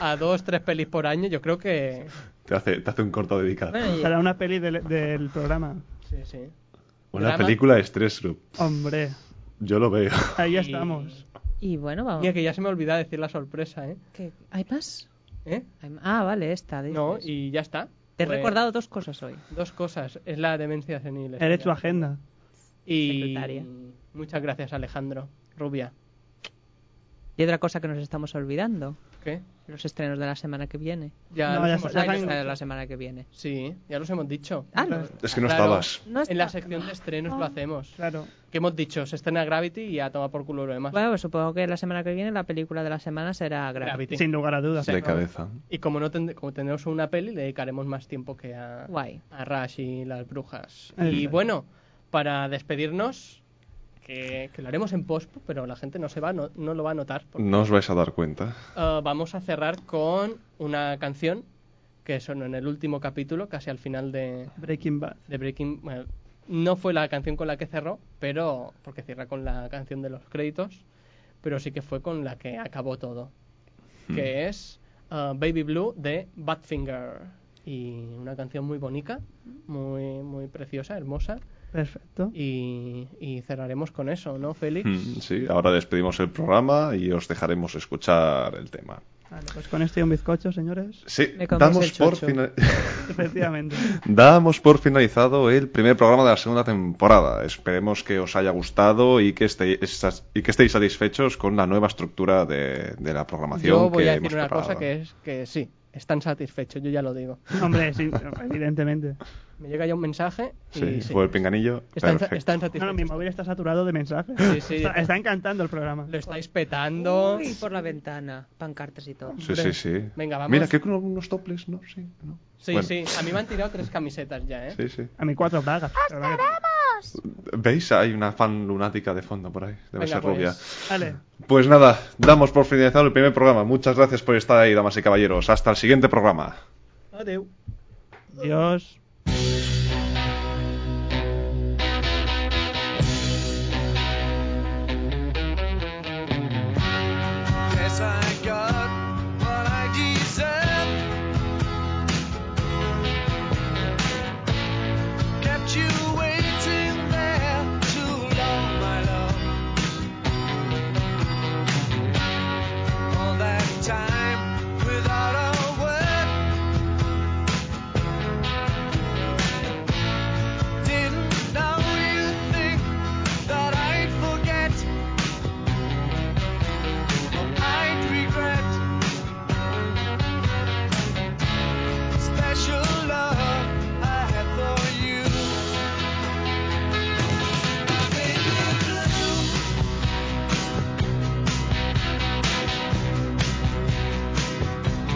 a, a dos, tres pelis por año, yo creo que. Te hace, te hace un corto dedicado. Bueno, y- Será una peli del, del programa. Sí, sí. Una drama. película de Stress Group. Hombre, Yo lo veo. ahí Y- estamos. Y bueno, vamos. Mira, que ya se me olvidaba decir la sorpresa, ¿eh? ¿Qué? ¿Hay más? ¿Eh? Hay ma- Ah, vale, esta. dices. No, y ya está. Te he Pues, recordado dos cosas hoy. Dos cosas. Es la demencia senil. esta Eres ya. tu agenda. Y. secretaria. Muchas gracias, Alejandro. Rubia. Y otra cosa que nos estamos olvidando: ¿Qué? los estrenos de la semana que viene. Pues Ya No, los ya hemos está, Ah, los ya dicho. está. estrenos de la semana que viene. Sí, ya los hemos dicho. Ah, no. Es que no Claro, estabas. No En la está- Ah. sección de estrenos lo hacemos. Claro. Que hemos dicho, se estrena Gravity y a tomar por culo lo demás. Bueno, pues supongo que la semana que viene la película de la semana será grave. Gravity. Sin lugar a dudas. De cabeza. Y como no tend- como tendremos una peli, le dedicaremos más tiempo que a, Guay. a Rush y las brujas. Ahí Y está. bueno, para despedirnos, que, que lo haremos en post, pero la gente no se va, no, no lo va a notar. porque, No os vais a dar cuenta. Mm. uh, vamos a cerrar con una canción que sonó en el último capítulo, casi al final de, Breaking Bad. de Breaking. bueno, no fue la canción con la que cerró, pero porque cierra con la canción de los créditos, pero sí que fue con la que acabó todo, que es uh, Baby Blue de Badfinger y una canción muy bonita, muy muy preciosa, hermosa Perfecto. y, y cerraremos con eso, ¿no, Félix? Mm, Sí, ahora despedimos el programa y os dejaremos escuchar el tema. Vale, pues con esto y un bizcocho, señores. Sí, Me comes damos el por, chocho. fina- Efectivamente. damos por finalizado el primer programa de la segunda temporada. Esperemos que os haya gustado y que, estéis, y que estéis satisfechos con la nueva estructura de, de la programación Yo voy que a hemos decir una cosa preparado. que es que sí, están satisfechos, yo ya lo digo. Hombre, sí, evidentemente. Me llega ya un mensaje y Sí, sí, fue el pinganillo. están, Perfecto. están No, no, satisfechos. mi móvil está saturado de mensajes. Sí, sí. Está, está encantando el programa. Lo estáis petando. Uy, por la ventana, pancartas y todo. Sí, sí, sí. Venga, vamos. Mira, que con unos toples, ¿no? Sí, ¿no? Sí, Bueno, sí, a mí me han tirado tres camisetas ya, ¿eh? Sí, sí. A mí cuatro bragas. la verdad que- ¿Veis? Hay una fan lunática de fondo por ahí. Debe Venga, ser pues. rubia. Vale. Pues nada, damos por finalizado el primer programa. Muchas gracias por estar ahí, damas y caballeros. Hasta el siguiente programa. Adeu. Dios. Guess I got what I deserved. Kept you waiting there too long, my love. All that time without a word. Didn't know you think that I'd forget. I'd regret special love I had for you. Baby blue.